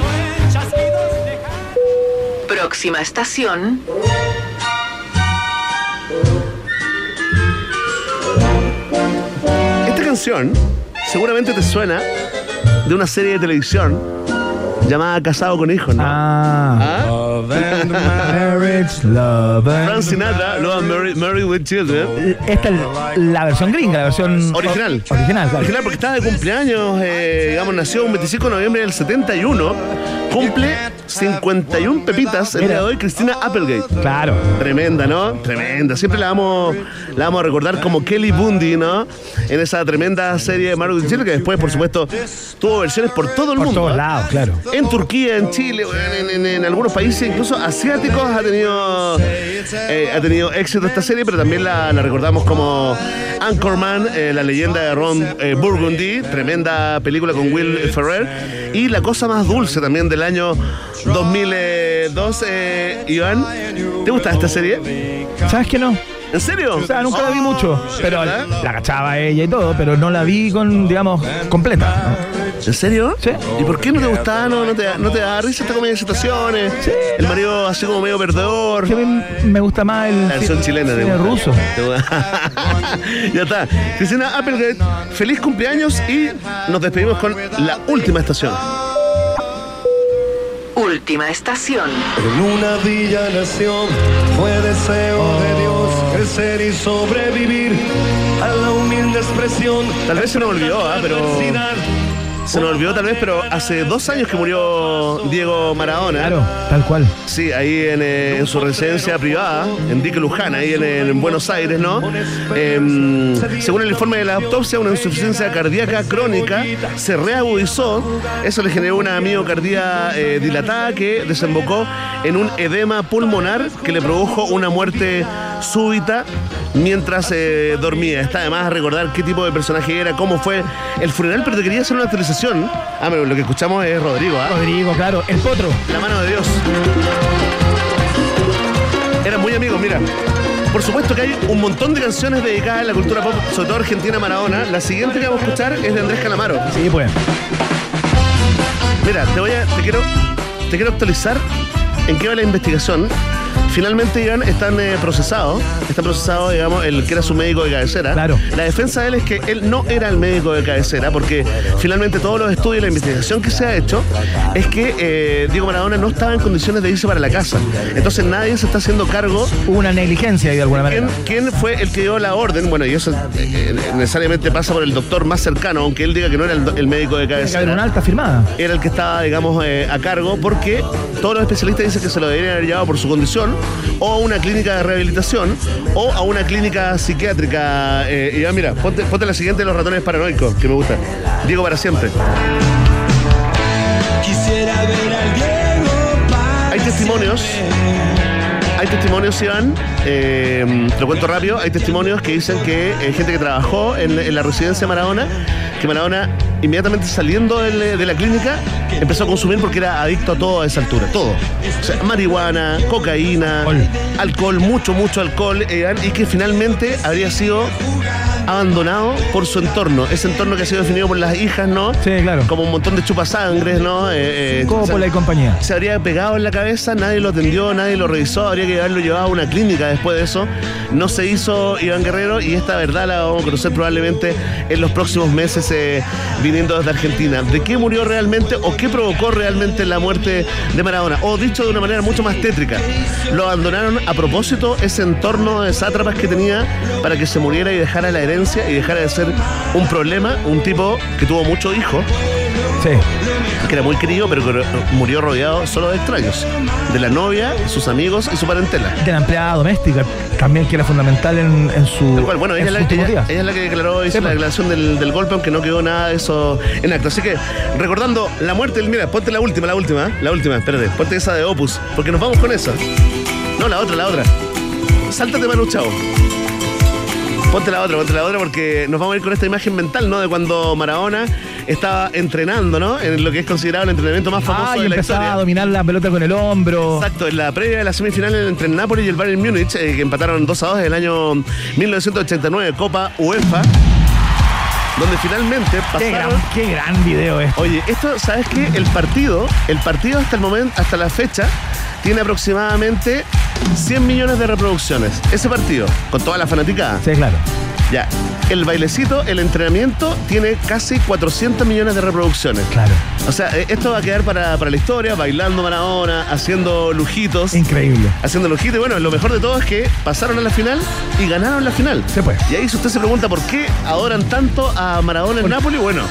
Speaker 8: Próxima estación,
Speaker 3: Esta canción seguramente te suena de una serie de televisión llamada Casado con Hijos, ¿no?
Speaker 2: Ah.
Speaker 3: ¿Ah?
Speaker 2: Marriage Lover.
Speaker 3: Frank Sinatra, Love and Married, Married with Children.
Speaker 2: Esta es la versión gringa, la versión
Speaker 3: Original.
Speaker 2: Original, claro.
Speaker 3: Original porque estaba de cumpleaños, eh, digamos, nació un 25 de noviembre del 71. Cumple 51 pepitas el día de hoy Cristina Applegate.
Speaker 2: Claro.
Speaker 3: Tremenda, ¿no? Tremenda. Siempre la vamos, la vamos a recordar como Kelly Bundy, ¿no? En esa tremenda serie de Marvel Chile, que después, por supuesto, tuvo versiones por todo el
Speaker 2: Por
Speaker 3: mundo.
Speaker 2: todos
Speaker 3: ¿eh?
Speaker 2: lados, claro.
Speaker 3: En Turquía, en Chile, en, en- en algunos países, incluso asiáticos, ha tenido, eh, ha tenido éxito esta serie, pero también la, la recordamos como Anchorman, eh, la leyenda de Ron eh, Burgundy, tremenda película con Will Ferrer, y La Cosa Más Dulce también del año 2002. eh, Iván, ¿te gusta esta serie?
Speaker 2: ¿Sabes qué no?
Speaker 3: ¿En serio?
Speaker 2: O sea, nunca la vi mucho, pero
Speaker 3: Oh, ¿verdad?
Speaker 2: la cachaba ella y todo, pero no la vi con, digamos, completa. ¿no?
Speaker 3: ¿En serio?
Speaker 2: Sí.
Speaker 3: ¿Y por qué no te gustaba? ¿No, no te, da- no te da risa esta comedia de situaciones?
Speaker 2: Sí.
Speaker 3: El marido así como medio perdedor.
Speaker 2: Que me, me gusta más el
Speaker 3: La canción
Speaker 2: cine-
Speaker 3: chilena de
Speaker 2: cine ruso.
Speaker 3: ya está. Cristina Applegate, feliz cumpleaños y nos despedimos con la última estación.
Speaker 8: última estación,
Speaker 9: En una villa nación fue deseo de Dios crecer y sobrevivir a la humilde expresión.
Speaker 3: Tal vez se nos olvidó, ¿ah? pero. Se nos olvidó tal vez, pero hace dos años que murió Diego Maradona.
Speaker 2: Claro, tal cual.
Speaker 3: Sí, ahí en, eh, en su residencia privada, en Dique Luján, ahí en, en Buenos Aires, ¿no? Em, según el informe de la autopsia, una insuficiencia cardíaca crónica se reagudizó. Eso le generó una miocardía eh, dilatada que desembocó en un edema pulmonar que le produjo una muerte súbita mientras eh, dormía. Está además recordar qué tipo de personaje era, cómo fue el funeral, pero te quería hacer una actualización. Ah, pero lo que escuchamos es Rodrigo, ¿ah?
Speaker 2: Rodrigo, claro. El potro.
Speaker 3: La mano de Dios. Eran muy amigos, mira. Por supuesto que hay un montón de canciones dedicadas a la cultura pop, sobre todo argentina Maradona. La siguiente que vamos a escuchar es de Andrés Calamaro.
Speaker 2: Sí, pues.
Speaker 3: Mira, te voy a. te quiero. Te quiero actualizar en qué va la investigación. Finalmente, Iván, están eh, procesados. Está procesado, digamos, el que era su médico de cabecera.
Speaker 2: Claro.
Speaker 3: La defensa de él es que él no era el médico de cabecera, porque finalmente todos los estudios y la investigación que se ha hecho es que eh, Diego Maradona no estaba en condiciones de irse para la casa. Entonces nadie se está haciendo cargo
Speaker 2: Hubo una negligencia ahí de alguna manera.
Speaker 3: ¿Quién, quién fue el que dio la orden? Bueno, y eso eh, eh, necesariamente pasa por el doctor más cercano, aunque él diga que no era el, do- el médico de
Speaker 2: Tiene que haber una
Speaker 3: cabecera.
Speaker 2: alta firmada.
Speaker 3: Era el que estaba, digamos, eh, a cargo, porque todos los especialistas dicen que se lo deberían haber llevado por su condición, o a una clínica de rehabilitación o a una clínica psiquiátrica. Eh, y ya, mira, ponte, ponte la siguiente de los ratones paranoicos, que me gusta. Diego para siempre. Hay testimonios. Hay testimonios, Iván, eh, te lo cuento rápido, hay testimonios que dicen que eh, gente que trabajó en, en la residencia de Maradona, que Maradona inmediatamente saliendo del- de, la clínica empezó a consumir porque era adicto a todo a esa altura, todo. O sea, marihuana, cocaína, alcohol, mucho, mucho alcohol, eh, Iván, y que finalmente habría sido abandonado por su entorno, ese entorno que ha sido definido por las hijas, ¿no?
Speaker 2: Sí, claro.
Speaker 3: Como un montón de chupasangres, ¿no? Eh, eh,
Speaker 2: Coppola y compañía.
Speaker 3: se habría pegado en la cabeza, nadie lo atendió, nadie lo revisó, habría que haberlo llevado a una clínica después de eso. No se hizo Iván Guerrero y esta verdad la vamos a conocer probablemente en los próximos meses eh, viniendo desde Argentina. ¿De qué murió realmente o qué provocó realmente la muerte de Maradona? O dicho de una manera mucho más tétrica, lo abandonaron a propósito ese entorno de sátrapas que tenía para que se muriera y dejara la herencia y dejara de ser un problema, un tipo que tuvo muchos hijos
Speaker 2: Sí.
Speaker 3: que era muy querido, pero que eh, murió rodeado solo de extraños. De la novia, sus amigos y su parentela.
Speaker 2: De la empleada doméstica, también que era fundamental en, en su.
Speaker 3: Tal cual, bueno,
Speaker 2: en
Speaker 3: ella es, la,
Speaker 2: sus últimos
Speaker 3: ella-
Speaker 2: días.
Speaker 3: ella es la que declaró, hizo
Speaker 2: Sí,
Speaker 3: la
Speaker 2: pues.
Speaker 3: declaración del, del golpe, aunque no quedó nada de eso en acto. Así que, recordando la muerte del. Mira, ponte la última, la última, ¿eh? la última, espérate. Ponte esa de Opus, porque nos vamos con esa. No, la otra, la otra. Sáltate, Manu Chao. Ponte la otra, ponte la otra, porque nos vamos a ir con esta imagen mental, ¿no? De cuando Maradona estaba entrenando, ¿no? En lo que es considerado el entrenamiento más famoso
Speaker 2: Ah, y
Speaker 3: de la
Speaker 2: empezaba
Speaker 3: historia.
Speaker 2: a dominar la pelota con el hombro.
Speaker 3: Exacto, en la previa de la semifinal entre el Napoli y el Bayern Múnich, eh, que empataron 2 a 2 en el año 1989, Copa UEFA, donde finalmente
Speaker 2: Qué gran,
Speaker 3: pasaron.
Speaker 2: qué gran video este.
Speaker 3: Oye, esto, ¿sabes qué? El partido, el partido hasta el momento, hasta la fecha, tiene aproximadamente 100 millones de reproducciones. Ese partido, con toda la fanaticada.
Speaker 2: Sí, claro.
Speaker 3: Ya. El bailecito, el entrenamiento, tiene casi 400 millones de reproducciones.
Speaker 2: Claro.
Speaker 3: O sea, eh, esto va a quedar para, para la historia, bailando Maradona, haciendo lujitos
Speaker 2: Increíble.
Speaker 3: haciendo los hits. Y bueno, lo mejor de todo es que pasaron a la final y ganaron la final.
Speaker 2: Sí, pues.
Speaker 3: Y ahí si usted se pregunta por qué adoran tanto a Maradona en Napoli, bueno,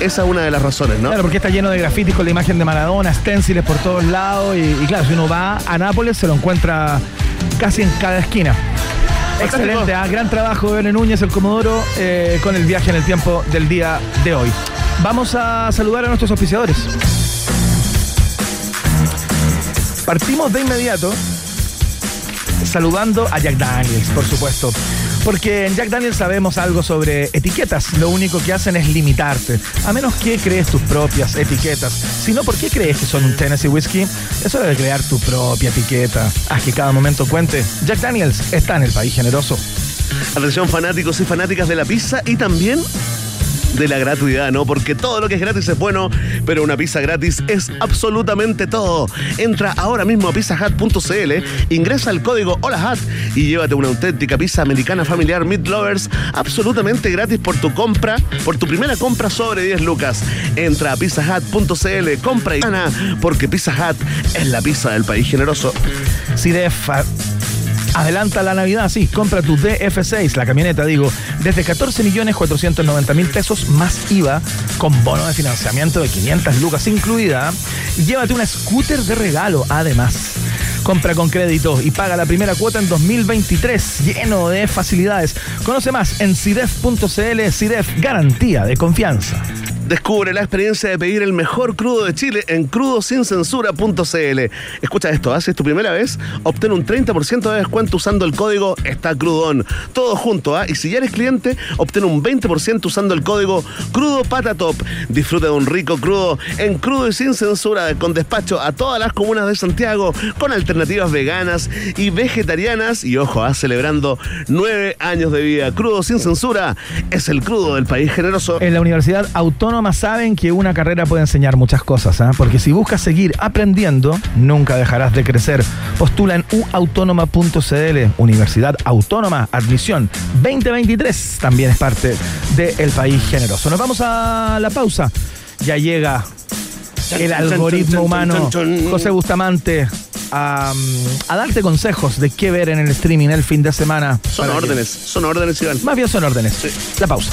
Speaker 3: esa es una de las razones, ¿no?
Speaker 2: Claro, porque está lleno de grafitis con la imagen de Maradona, stenciles por todos lados. Y, y claro, si uno va a Nápoles, se lo encuentra casi en cada esquina.
Speaker 3: Fantástico.
Speaker 2: Excelente, ah, gran trabajo de Bene Núñez, el Comodoro, eh, con el viaje en el tiempo del día de hoy. Vamos a saludar a nuestros auspiciadores. Partimos de inmediato saludando a Jack Daniels, por supuesto. Porque en Jack Daniels sabemos algo sobre etiquetas. Lo único que hacen es limitarte. A menos que crees tus propias etiquetas. Si no, ¿por qué crees que son un Tennessee Whiskey? Es hora de crear tu propia etiqueta. Haz que cada momento cuente. Jack Daniels está en el país generoso.
Speaker 3: Atención fanáticos y fanáticas de la pizza y también de la gratuidad, ¿no? Porque todo lo que es gratis es bueno, pero una pizza gratis es absolutamente todo. Entra ahora mismo a pizzahut.cl, ingresa el código HOLAHAT y llévate una auténtica pizza americana familiar Meat Lovers absolutamente gratis por tu compra, por tu primera compra sobre 10 lucas. Entra a pizzahut.cl, compra y gana, porque Pizza Hut es la pizza del país generoso.
Speaker 2: Cidefa. Adelanta la Navidad, sí, compra tu DF6, la camioneta digo, desde 14 millones 490 mil pesos más IVA con bono de financiamiento de 500 lucas incluida. Y Llévate una scooter de regalo además. Compra con crédito y paga la primera cuota en 2023, lleno de facilidades. Conoce más en cidef.cl, Cidef, garantía de confianza.
Speaker 3: Descubre la experiencia de pedir el mejor crudo de Chile en crudosincensura.cl. Escucha esto, ¿ah? Si es tu primera vez, obtén un 30% de descuento usando el código Está Crudón. Todo junto, ¿ah? Y si ya eres cliente, obtén un 20% usando el código Crudo Patatop. Disfruta de un rico crudo en Crudo y Sin Censura, con despacho a todas las comunas de Santiago, con alternativas veganas y vegetarianas. Y ojo, ¿ah? Celebrando nueve años de vida. Crudo Sin Censura es el crudo del país generoso.
Speaker 2: En la Universidad Autónoma saben que una carrera puede enseñar muchas cosas, ¿ah? porque si buscas seguir aprendiendo, nunca dejarás de crecer. Postula en uautónoma.cl, Universidad Autónoma, admisión 2023, también es parte del país generoso. Nos vamos a la pausa, ya llega el algoritmo humano José Bustamante a, a darte consejos de qué ver en el streaming el fin de semana.
Speaker 3: Son
Speaker 2: Para que-
Speaker 3: órdenes, son órdenes, Iván.
Speaker 2: Más bien son órdenes. La pausa.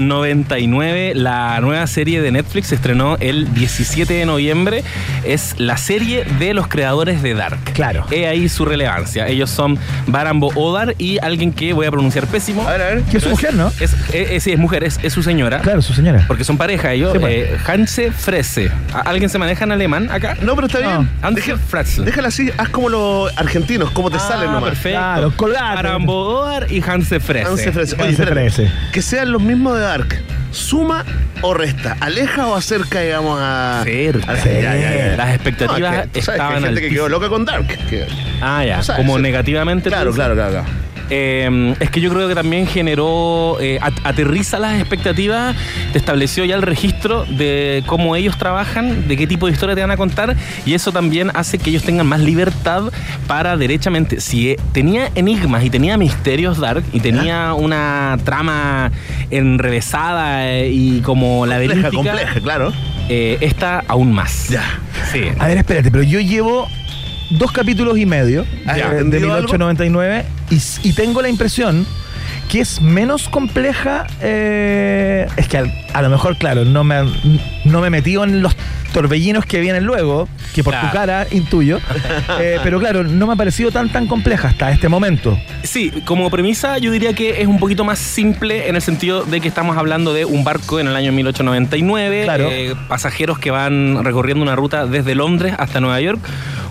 Speaker 10: 1899. La nueva serie de Netflix se estrenó el 17 de noviembre. Es la serie de los creadores de Dark.
Speaker 2: Claro.
Speaker 10: He ahí su relevancia. Ellos son Barambo Odar y alguien que voy a pronunciar pésimo.
Speaker 3: A ver, a ver.
Speaker 2: Que es su mujer, ¿no?
Speaker 10: Es, eh, eh, sí, es mujer, es, es su señora.
Speaker 2: Claro, su señora.
Speaker 10: Porque son pareja ellos.
Speaker 2: Sí, pues.
Speaker 10: Eh, Hanse Frese. ¿A- ¿Alguien se maneja en alemán acá?
Speaker 3: No, pero está
Speaker 2: No.
Speaker 3: bien.
Speaker 10: Hanse Frese.
Speaker 3: Déjala así, haz como los argentinos, como te
Speaker 10: Ah,
Speaker 3: salen nomás.
Speaker 10: Perfecto.
Speaker 2: Claro, colgate.
Speaker 10: Aramboar y Hanse Frese.
Speaker 3: Hanse Frese. Oye,
Speaker 2: Hanse
Speaker 3: espérate.
Speaker 2: Frese.
Speaker 3: Que sean los mismos de Dark. ¿Suma o resta? ¿Aleja o acerca, digamos, a.
Speaker 10: Cerca.
Speaker 3: a- ya, ya, ya.
Speaker 10: Las expectativas
Speaker 3: No, es que, tú sabes que
Speaker 10: estaban
Speaker 3: Hay gente que quedó
Speaker 10: altísimas.
Speaker 3: loca con Dark. que-
Speaker 10: Ah, ya.
Speaker 3: O sea,
Speaker 10: como
Speaker 3: sí.
Speaker 10: negativamente. tú
Speaker 3: Claro,
Speaker 10: dices.
Speaker 3: claro, claro. claro.
Speaker 10: Eh, es que yo creo que también generó, eh, at- aterriza las expectativas, te estableció ya el registro de cómo ellos trabajan, de qué tipo de historia te van a contar, y eso también hace que ellos tengan más libertad para derechamente. Si eh, tenía enigmas y tenía misterios Dark, y tenía una trama enrevesada eh, y como
Speaker 3: Compleja,
Speaker 10: laberíntica,
Speaker 3: compleja, claro.
Speaker 10: eh, esta aún más.
Speaker 3: Ya.
Speaker 10: Sí.
Speaker 2: A ver, espérate, pero yo llevo dos capítulos y medio eh,
Speaker 3: Ah,
Speaker 2: de-
Speaker 3: ya.
Speaker 2: de
Speaker 3: ¿Entendido algo?
Speaker 2: 1899 y, s- y tengo la impresión que es menos compleja. eh, es que al- a lo mejor, claro, no me, no me he metido en los torbellinos que vienen luego, que por tu
Speaker 10: Claro.
Speaker 2: cara intuyo. eh, pero claro, no me ha parecido tan tan compleja hasta este momento.
Speaker 10: Sí, como premisa yo diría que es un poquito más simple en el sentido de que estamos hablando de un barco en el año 1899,
Speaker 2: Claro.
Speaker 10: eh, pasajeros que van recorriendo una ruta desde Londres hasta Nueva York,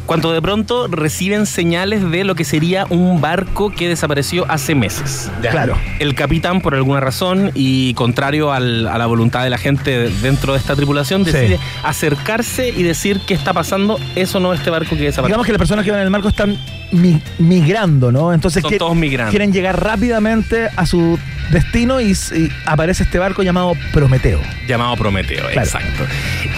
Speaker 10: cuando de pronto reciben señales de lo que sería un barco que desapareció hace meses.
Speaker 2: Claro.
Speaker 10: El capitán, por alguna razón y contrario al- a la voluntad de la gente dentro de esta tripulación,
Speaker 2: Sí.
Speaker 10: decide acercarse y decir qué está pasando, eso no es este barco que desapareció.
Speaker 2: Digamos que las personas que van en el marco están mi- migrando, ¿no? Entonces
Speaker 10: Son
Speaker 2: que-
Speaker 10: todos migrantes.
Speaker 2: quieren llegar rápidamente a su destino y, s- y aparece este barco llamado Prometeo.
Speaker 10: Llamado Prometeo,
Speaker 2: Claro.
Speaker 10: exacto.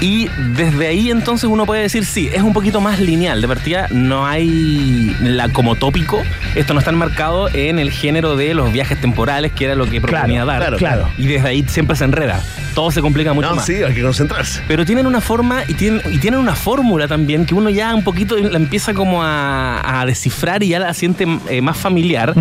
Speaker 10: Y desde ahí entonces uno puede decir, sí, es un poquito más lineal. De partida no hay la, como tópico, esto no está enmarcado en el género de los viajes temporales, que era lo que proponía dar.
Speaker 2: claro, claro.
Speaker 10: Y desde ahí siempre se enreda. Todo se complica mucho
Speaker 3: No,
Speaker 10: más.
Speaker 3: sí, hay que concentrarse.
Speaker 10: Pero tienen una forma y tienen, y tienen una fórmula también que uno ya un poquito la empieza como a, a descifrar y ya la siente eh, más familiar.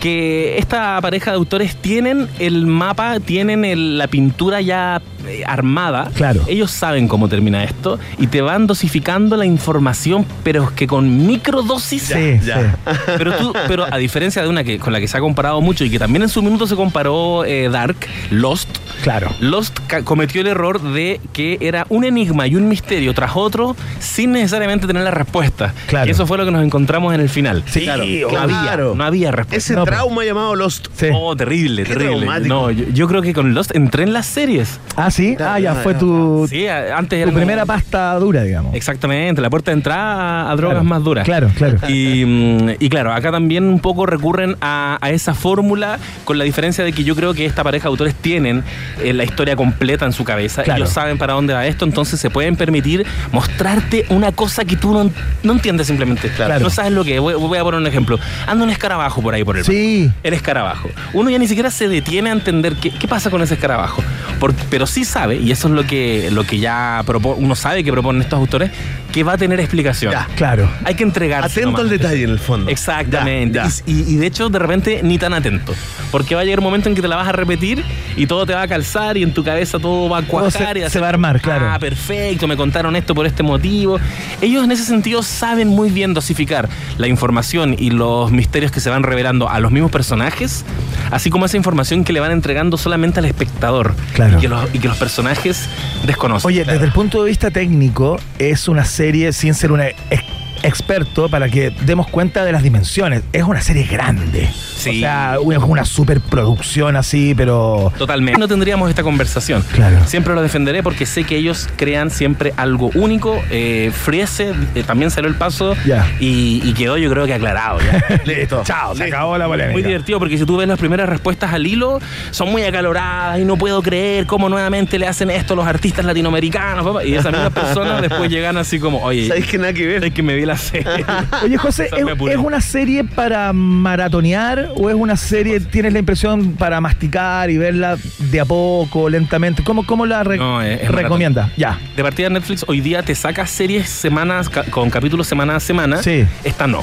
Speaker 10: Que esta pareja de autores tienen el mapa, tienen el- la pintura ya eh, armada.
Speaker 2: Claro.
Speaker 10: Ellos saben cómo termina esto y te van dosificando la información, pero es que con microdosis.
Speaker 2: Sí,
Speaker 3: ya.
Speaker 2: sí.
Speaker 10: Pero tú, pero a diferencia de una que con la que se ha comparado mucho y que también en su minuto se comparó eh, Dark, Lost,
Speaker 2: Claro.
Speaker 10: Lost ca- cometió el error de que era un enigma y un misterio tras otro sin necesariamente tener la respuesta.
Speaker 2: Claro.
Speaker 10: Y eso fue lo que nos encontramos en el final.
Speaker 2: Sí,
Speaker 10: No había,
Speaker 3: claro.
Speaker 10: no había respuesta.
Speaker 3: Ese
Speaker 2: No, pero-
Speaker 3: trauma llamado Lost.
Speaker 2: Sí.
Speaker 10: Oh, terrible,
Speaker 3: Qué
Speaker 10: terrible.
Speaker 3: traumático.
Speaker 10: No, yo, yo creo que con Lost entré en las series.
Speaker 2: Ah, sí. Ah, ya fue tu,
Speaker 10: Sí, a- antes
Speaker 2: tu
Speaker 10: era como-
Speaker 2: primera pasta dura, digamos.
Speaker 10: Exactamente, la puerta de entrada a, a drogas
Speaker 2: Claro.
Speaker 10: más duras.
Speaker 2: Claro, claro.
Speaker 10: Y, mm, y claro, acá también un poco recurren a, a esa fórmula con la diferencia de que yo creo que esta pareja de autores tienen eh, la historia completa en su cabeza.
Speaker 2: Claro.
Speaker 10: Ellos saben para dónde va esto, entonces se pueden permitir mostrarte una cosa que tú no, no entiendes simplemente.
Speaker 2: Claro.
Speaker 10: No sabes lo que es. Voy, voy a poner un ejemplo. Anda un escarabajo por ahí por el
Speaker 2: Sí.
Speaker 10: el escarabajo. Uno ya ni siquiera se detiene a entender qué, qué pasa con ese escarabajo. Por- pero sí sabe, y eso es lo que, lo que ya propo- uno sabe que proponen estos autores, que va a tener explicación.
Speaker 3: Ya.
Speaker 2: Claro.
Speaker 10: Hay que entregarse.
Speaker 3: Atento
Speaker 10: nomás.
Speaker 3: al detalle en el fondo.
Speaker 10: Exactamente.
Speaker 3: Ya, ya.
Speaker 10: Y, y- y de hecho, de repente, ni tan atento. Porque va a llegar un momento en que te la vas a repetir y todo te va a calzar y en tu cabeza todo va a cuajar.
Speaker 2: se-
Speaker 10: y
Speaker 2: se
Speaker 10: hacer-
Speaker 2: va a armar, claro.
Speaker 10: Ah, perfecto, me contaron esto por este motivo. Ellos en ese sentido saben muy bien dosificar la información y los misterios que se van revelando a los mismos personajes, así como esa información que le van entregando solamente al espectador.
Speaker 2: Claro.
Speaker 10: Y que los, y que los personajes desconocen.
Speaker 2: Oye, desde el punto de vista técnico, es una serie, sin ser un ex- experto, para que demos cuenta de las dimensiones. Es una serie grande.
Speaker 10: Sí.
Speaker 2: O sea, una- es una superproducción así, pero.
Speaker 10: Totalmente. No tendríamos esta conversación.
Speaker 2: Claro.
Speaker 10: Siempre lo defenderé porque sé que ellos crean siempre algo único. Eh, Friese eh, también salió el paso
Speaker 2: Ya.
Speaker 10: y, y quedó yo creo que aclarado. ya.
Speaker 3: Listo.
Speaker 2: Chao, se acabó la polémica.
Speaker 10: Muy divertido porque si tú ves las primeras respuestas al hilo, son muy acaloradas y no puedo creer cómo nuevamente le hacen esto los artistas latinoamericanos. papá. Y esas mismas personas después llegan así como, oye,
Speaker 3: ¿Sabéis que nada que ver?
Speaker 10: es que me vi la serie.
Speaker 2: Oye, José,
Speaker 10: Esa
Speaker 2: ¿es,
Speaker 10: me apuré.
Speaker 2: es una serie para maratonear o es una serie, tienes la impresión, para masticar y verla de a poco, lentamente? ¿Cómo, cómo la re-
Speaker 10: No, es- es
Speaker 2: recomienda? Ya.
Speaker 10: De partida Netflix hoy día te saca series semanas ca- con capítulos semana a semana.
Speaker 2: Sí.
Speaker 10: Esta no.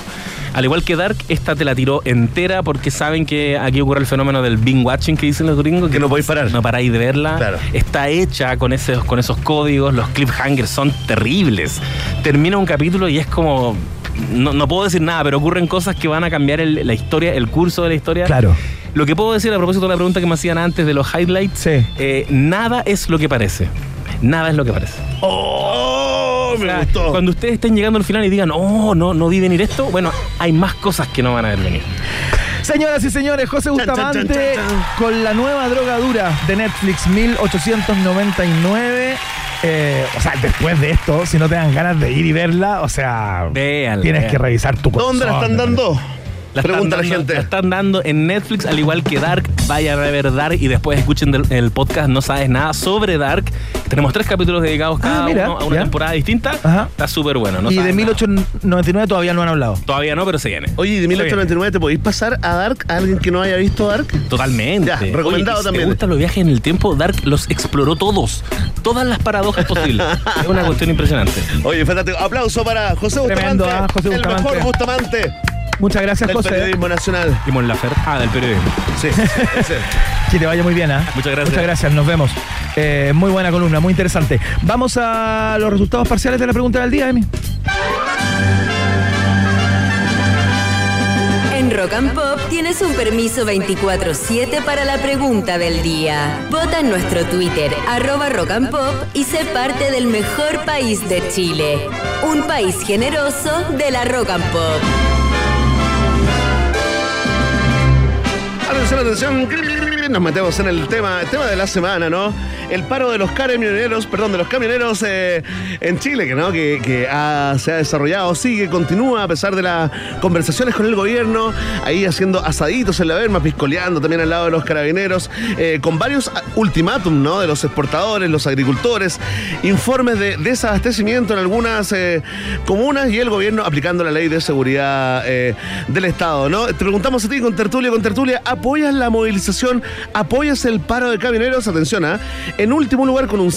Speaker 10: Al igual que Dark, esta te la tiró entera porque saben que aquí ocurre el fenómeno del binge watching que dicen los gringos.
Speaker 3: Que no podéis parar.
Speaker 10: No paráis de verla.
Speaker 3: Claro.
Speaker 10: Está hecha con esos, con esos códigos. Los cliffhangers son terribles. Termina un capítulo y es como. No, no puedo decir nada, pero ocurren cosas que van a cambiar el- la historia, el curso de la historia.
Speaker 2: Claro.
Speaker 10: Lo que puedo decir a propósito de la pregunta que me hacían antes de los highlights,
Speaker 2: Sí.
Speaker 10: eh, nada es lo que parece. Nada es lo que parece.
Speaker 3: ¡Oh! Me
Speaker 10: O sea,
Speaker 3: gustó.
Speaker 10: Cuando ustedes estén llegando al final y digan, oh, no, no vi venir esto, bueno, hay más cosas que no van a ver venir.
Speaker 2: Señoras y señores, José
Speaker 3: chan, chan,
Speaker 2: Bustamante
Speaker 3: chan, chan.
Speaker 2: con la nueva droga dura de Netflix 1899. Eh, o sea, después de esto, si no te dan ganas de ir y verla, o sea,
Speaker 10: Vean.
Speaker 2: tienes que revisar tu corazón.
Speaker 3: ¿Dónde la están dando? Pregunta la gente.
Speaker 10: La están dando en Netflix, al igual que Dark. Vayan a ver Dark y después escuchen del- el podcast No Sabes Nada sobre Dark. Tenemos tres capítulos dedicados cada
Speaker 2: Ah, mira,
Speaker 10: Ah, uno a una
Speaker 2: ya.
Speaker 10: temporada distinta.
Speaker 2: Ajá.
Speaker 10: Está súper bueno. No
Speaker 2: y de
Speaker 10: Sabes Nada.
Speaker 2: 1899 todavía no han hablado.
Speaker 10: Todavía no, pero se viene.
Speaker 3: Oye, ¿y de 1899 te podéis pasar a Dark a alguien que no haya visto Dark?
Speaker 10: Totalmente.
Speaker 3: Ya, recomendado
Speaker 10: Oye, y si
Speaker 3: también.
Speaker 10: ¿Te gustan los viajes en el tiempo? Dark los exploró todos. Todas las paradojas posibles. es una cuestión impresionante.
Speaker 3: Oye, fantástico. Aplauso para José
Speaker 2: Tremendo, ¿ah?
Speaker 3: Bustamante.
Speaker 2: José
Speaker 3: El
Speaker 2: Bustamante.
Speaker 3: mejor Bustamante
Speaker 2: Muchas gracias,
Speaker 3: del
Speaker 2: José.
Speaker 3: periodismo nacional.
Speaker 10: Dimos la fer- Ah, del periodismo.
Speaker 3: Sí, sí, sí.
Speaker 2: Que te vaya muy bien, ¿ah?
Speaker 10: Muchas gracias.
Speaker 2: Muchas gracias, nos vemos. Eh, muy buena columna, muy interesante. Vamos a los resultados parciales de la pregunta del día, Emi.
Speaker 5: En Rock and Pop tienes un permiso 24-7 para la pregunta del día. Vota en nuestro Twitter, arroba Rock and Pop, y sé parte del mejor país de Chile. Un país generoso de la Rock and Pop.
Speaker 3: Atención, atención. Nos metemos en el tema, el tema de la semana, ¿no? El paro de los camioneros, perdón, de los camioneros eh, en Chile, que no, que, que ha- se ha desarrollado, sigue, continúa, a pesar de las conversaciones con el gobierno, ahí haciendo asaditos en la verma, piscoleando también al lado de los carabineros, eh, con varios ah, ultimátum, ¿no? De los exportadores, los agricultores, informes de desabastecimiento en algunas eh, comunas y el gobierno aplicando la ley de seguridad eh, del Estado, ¿no? Te preguntamos a ti con tertulia, con tertulia, ¿apoyas la movilización? ¿Apoyas el paro de camioneros? Atención, ¿ah? En último lugar, con un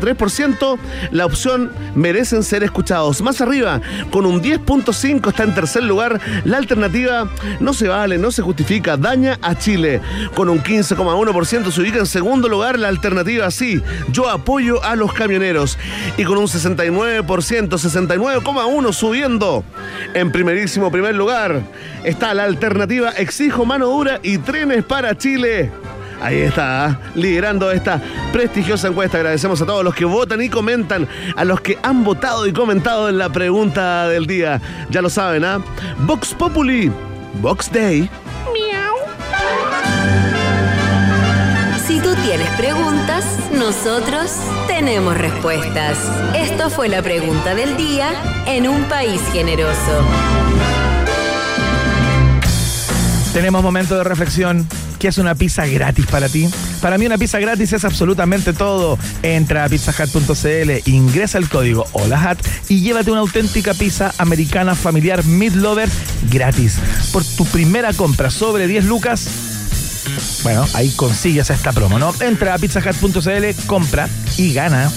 Speaker 3: 5.3%, la opción merecen ser escuchados. Más arriba, con un 10.5% está en tercer lugar, la alternativa no se vale, no se justifica, daña a Chile. Con un 15,1% se ubica en segundo lugar la alternativa sí, yo apoyo a los camioneros. Y con un 69%, 69,1% subiendo en primerísimo primer lugar está la alternativa exijo mano dura y trenes para Chile. Ahí está, ¿ah? liderando esta prestigiosa encuesta. Agradecemos a todos los que votan y comentan, a los que han votado y comentado en la pregunta del día. Ya lo saben, ¿ah? Vox Populi, Vox Day.
Speaker 5: Si tú tienes preguntas, nosotros tenemos respuestas. Esto fue la pregunta del día en un país generoso.
Speaker 2: Tenemos momento de reflexión. ¿Qué es una pizza gratis para ti? Para mí una pizza gratis es absolutamente todo. Entra a pizzahat.cl, ingresa el código HOLAHAT y llévate una auténtica pizza americana familiar Meat Lover gratis. Por tu primera compra sobre 10 lucas, bueno, ahí consigues esta promo, ¿no? Entra a pizzahat.cl, compra y gana.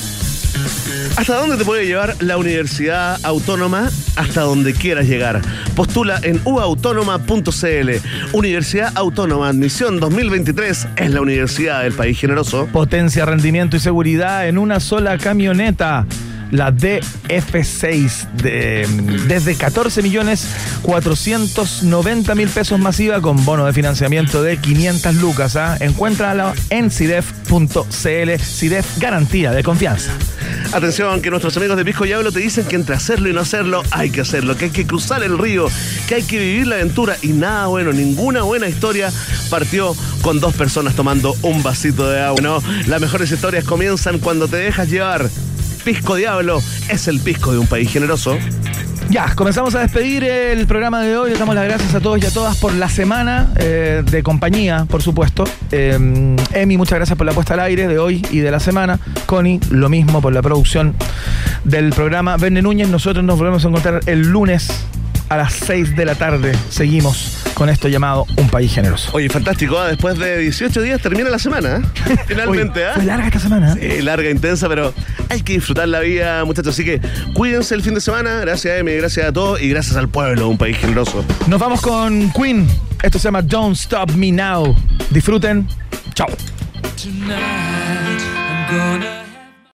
Speaker 3: ¿Hasta dónde te puede llevar la Universidad Autónoma? Hasta donde quieras llegar. Postula en uautónoma.cl. Universidad Autónoma, admisión 2023 es la universidad del país generoso.
Speaker 2: Potencia, rendimiento y seguridad en una sola camioneta. La DF6 de, desde 14 millones 490 mil pesos masiva con bono de financiamiento de 500 lucas. ¿ah? Encuéntrala en CIDEF.cl. CIDEF, garantía de confianza.
Speaker 3: Atención, que nuestros amigos de Pisco Diablo te dicen que entre hacerlo y no hacerlo hay que hacerlo, que hay que cruzar el río, que hay que vivir la aventura y nada bueno, ninguna buena historia partió con dos personas tomando un vasito de agua. No, las mejores historias comienzan cuando te dejas llevar. Pisco Diablo es el pisco de un país generoso.
Speaker 2: Ya, comenzamos a despedir el programa de hoy. Le damos las gracias a todos y a todas por la semana eh, de compañía, por supuesto. Eh, Emi, muchas gracias por la puesta al aire de hoy y de la semana. Connie, lo mismo por la producción del programa. Verne Núñez, nosotros nos volvemos a encontrar el lunes a las 6 de la tarde. Seguimos con esto llamado Un País Generoso.
Speaker 3: Oye, fantástico, ¿ah? después de 18 días termina la semana. ¿eh? Finalmente, ¿ah?
Speaker 2: Fue larga esta semana. ¿eh?
Speaker 3: Eh, larga, intensa, pero hay que disfrutar la vida, muchachos. Así que cuídense el fin de semana. Gracias a Emi, gracias a todos y gracias al pueblo, un país generoso.
Speaker 2: Nos vamos con Queen. Esto se llama Don't Stop Me Now. Disfruten. Chao.
Speaker 4: Tonight, I'm gonna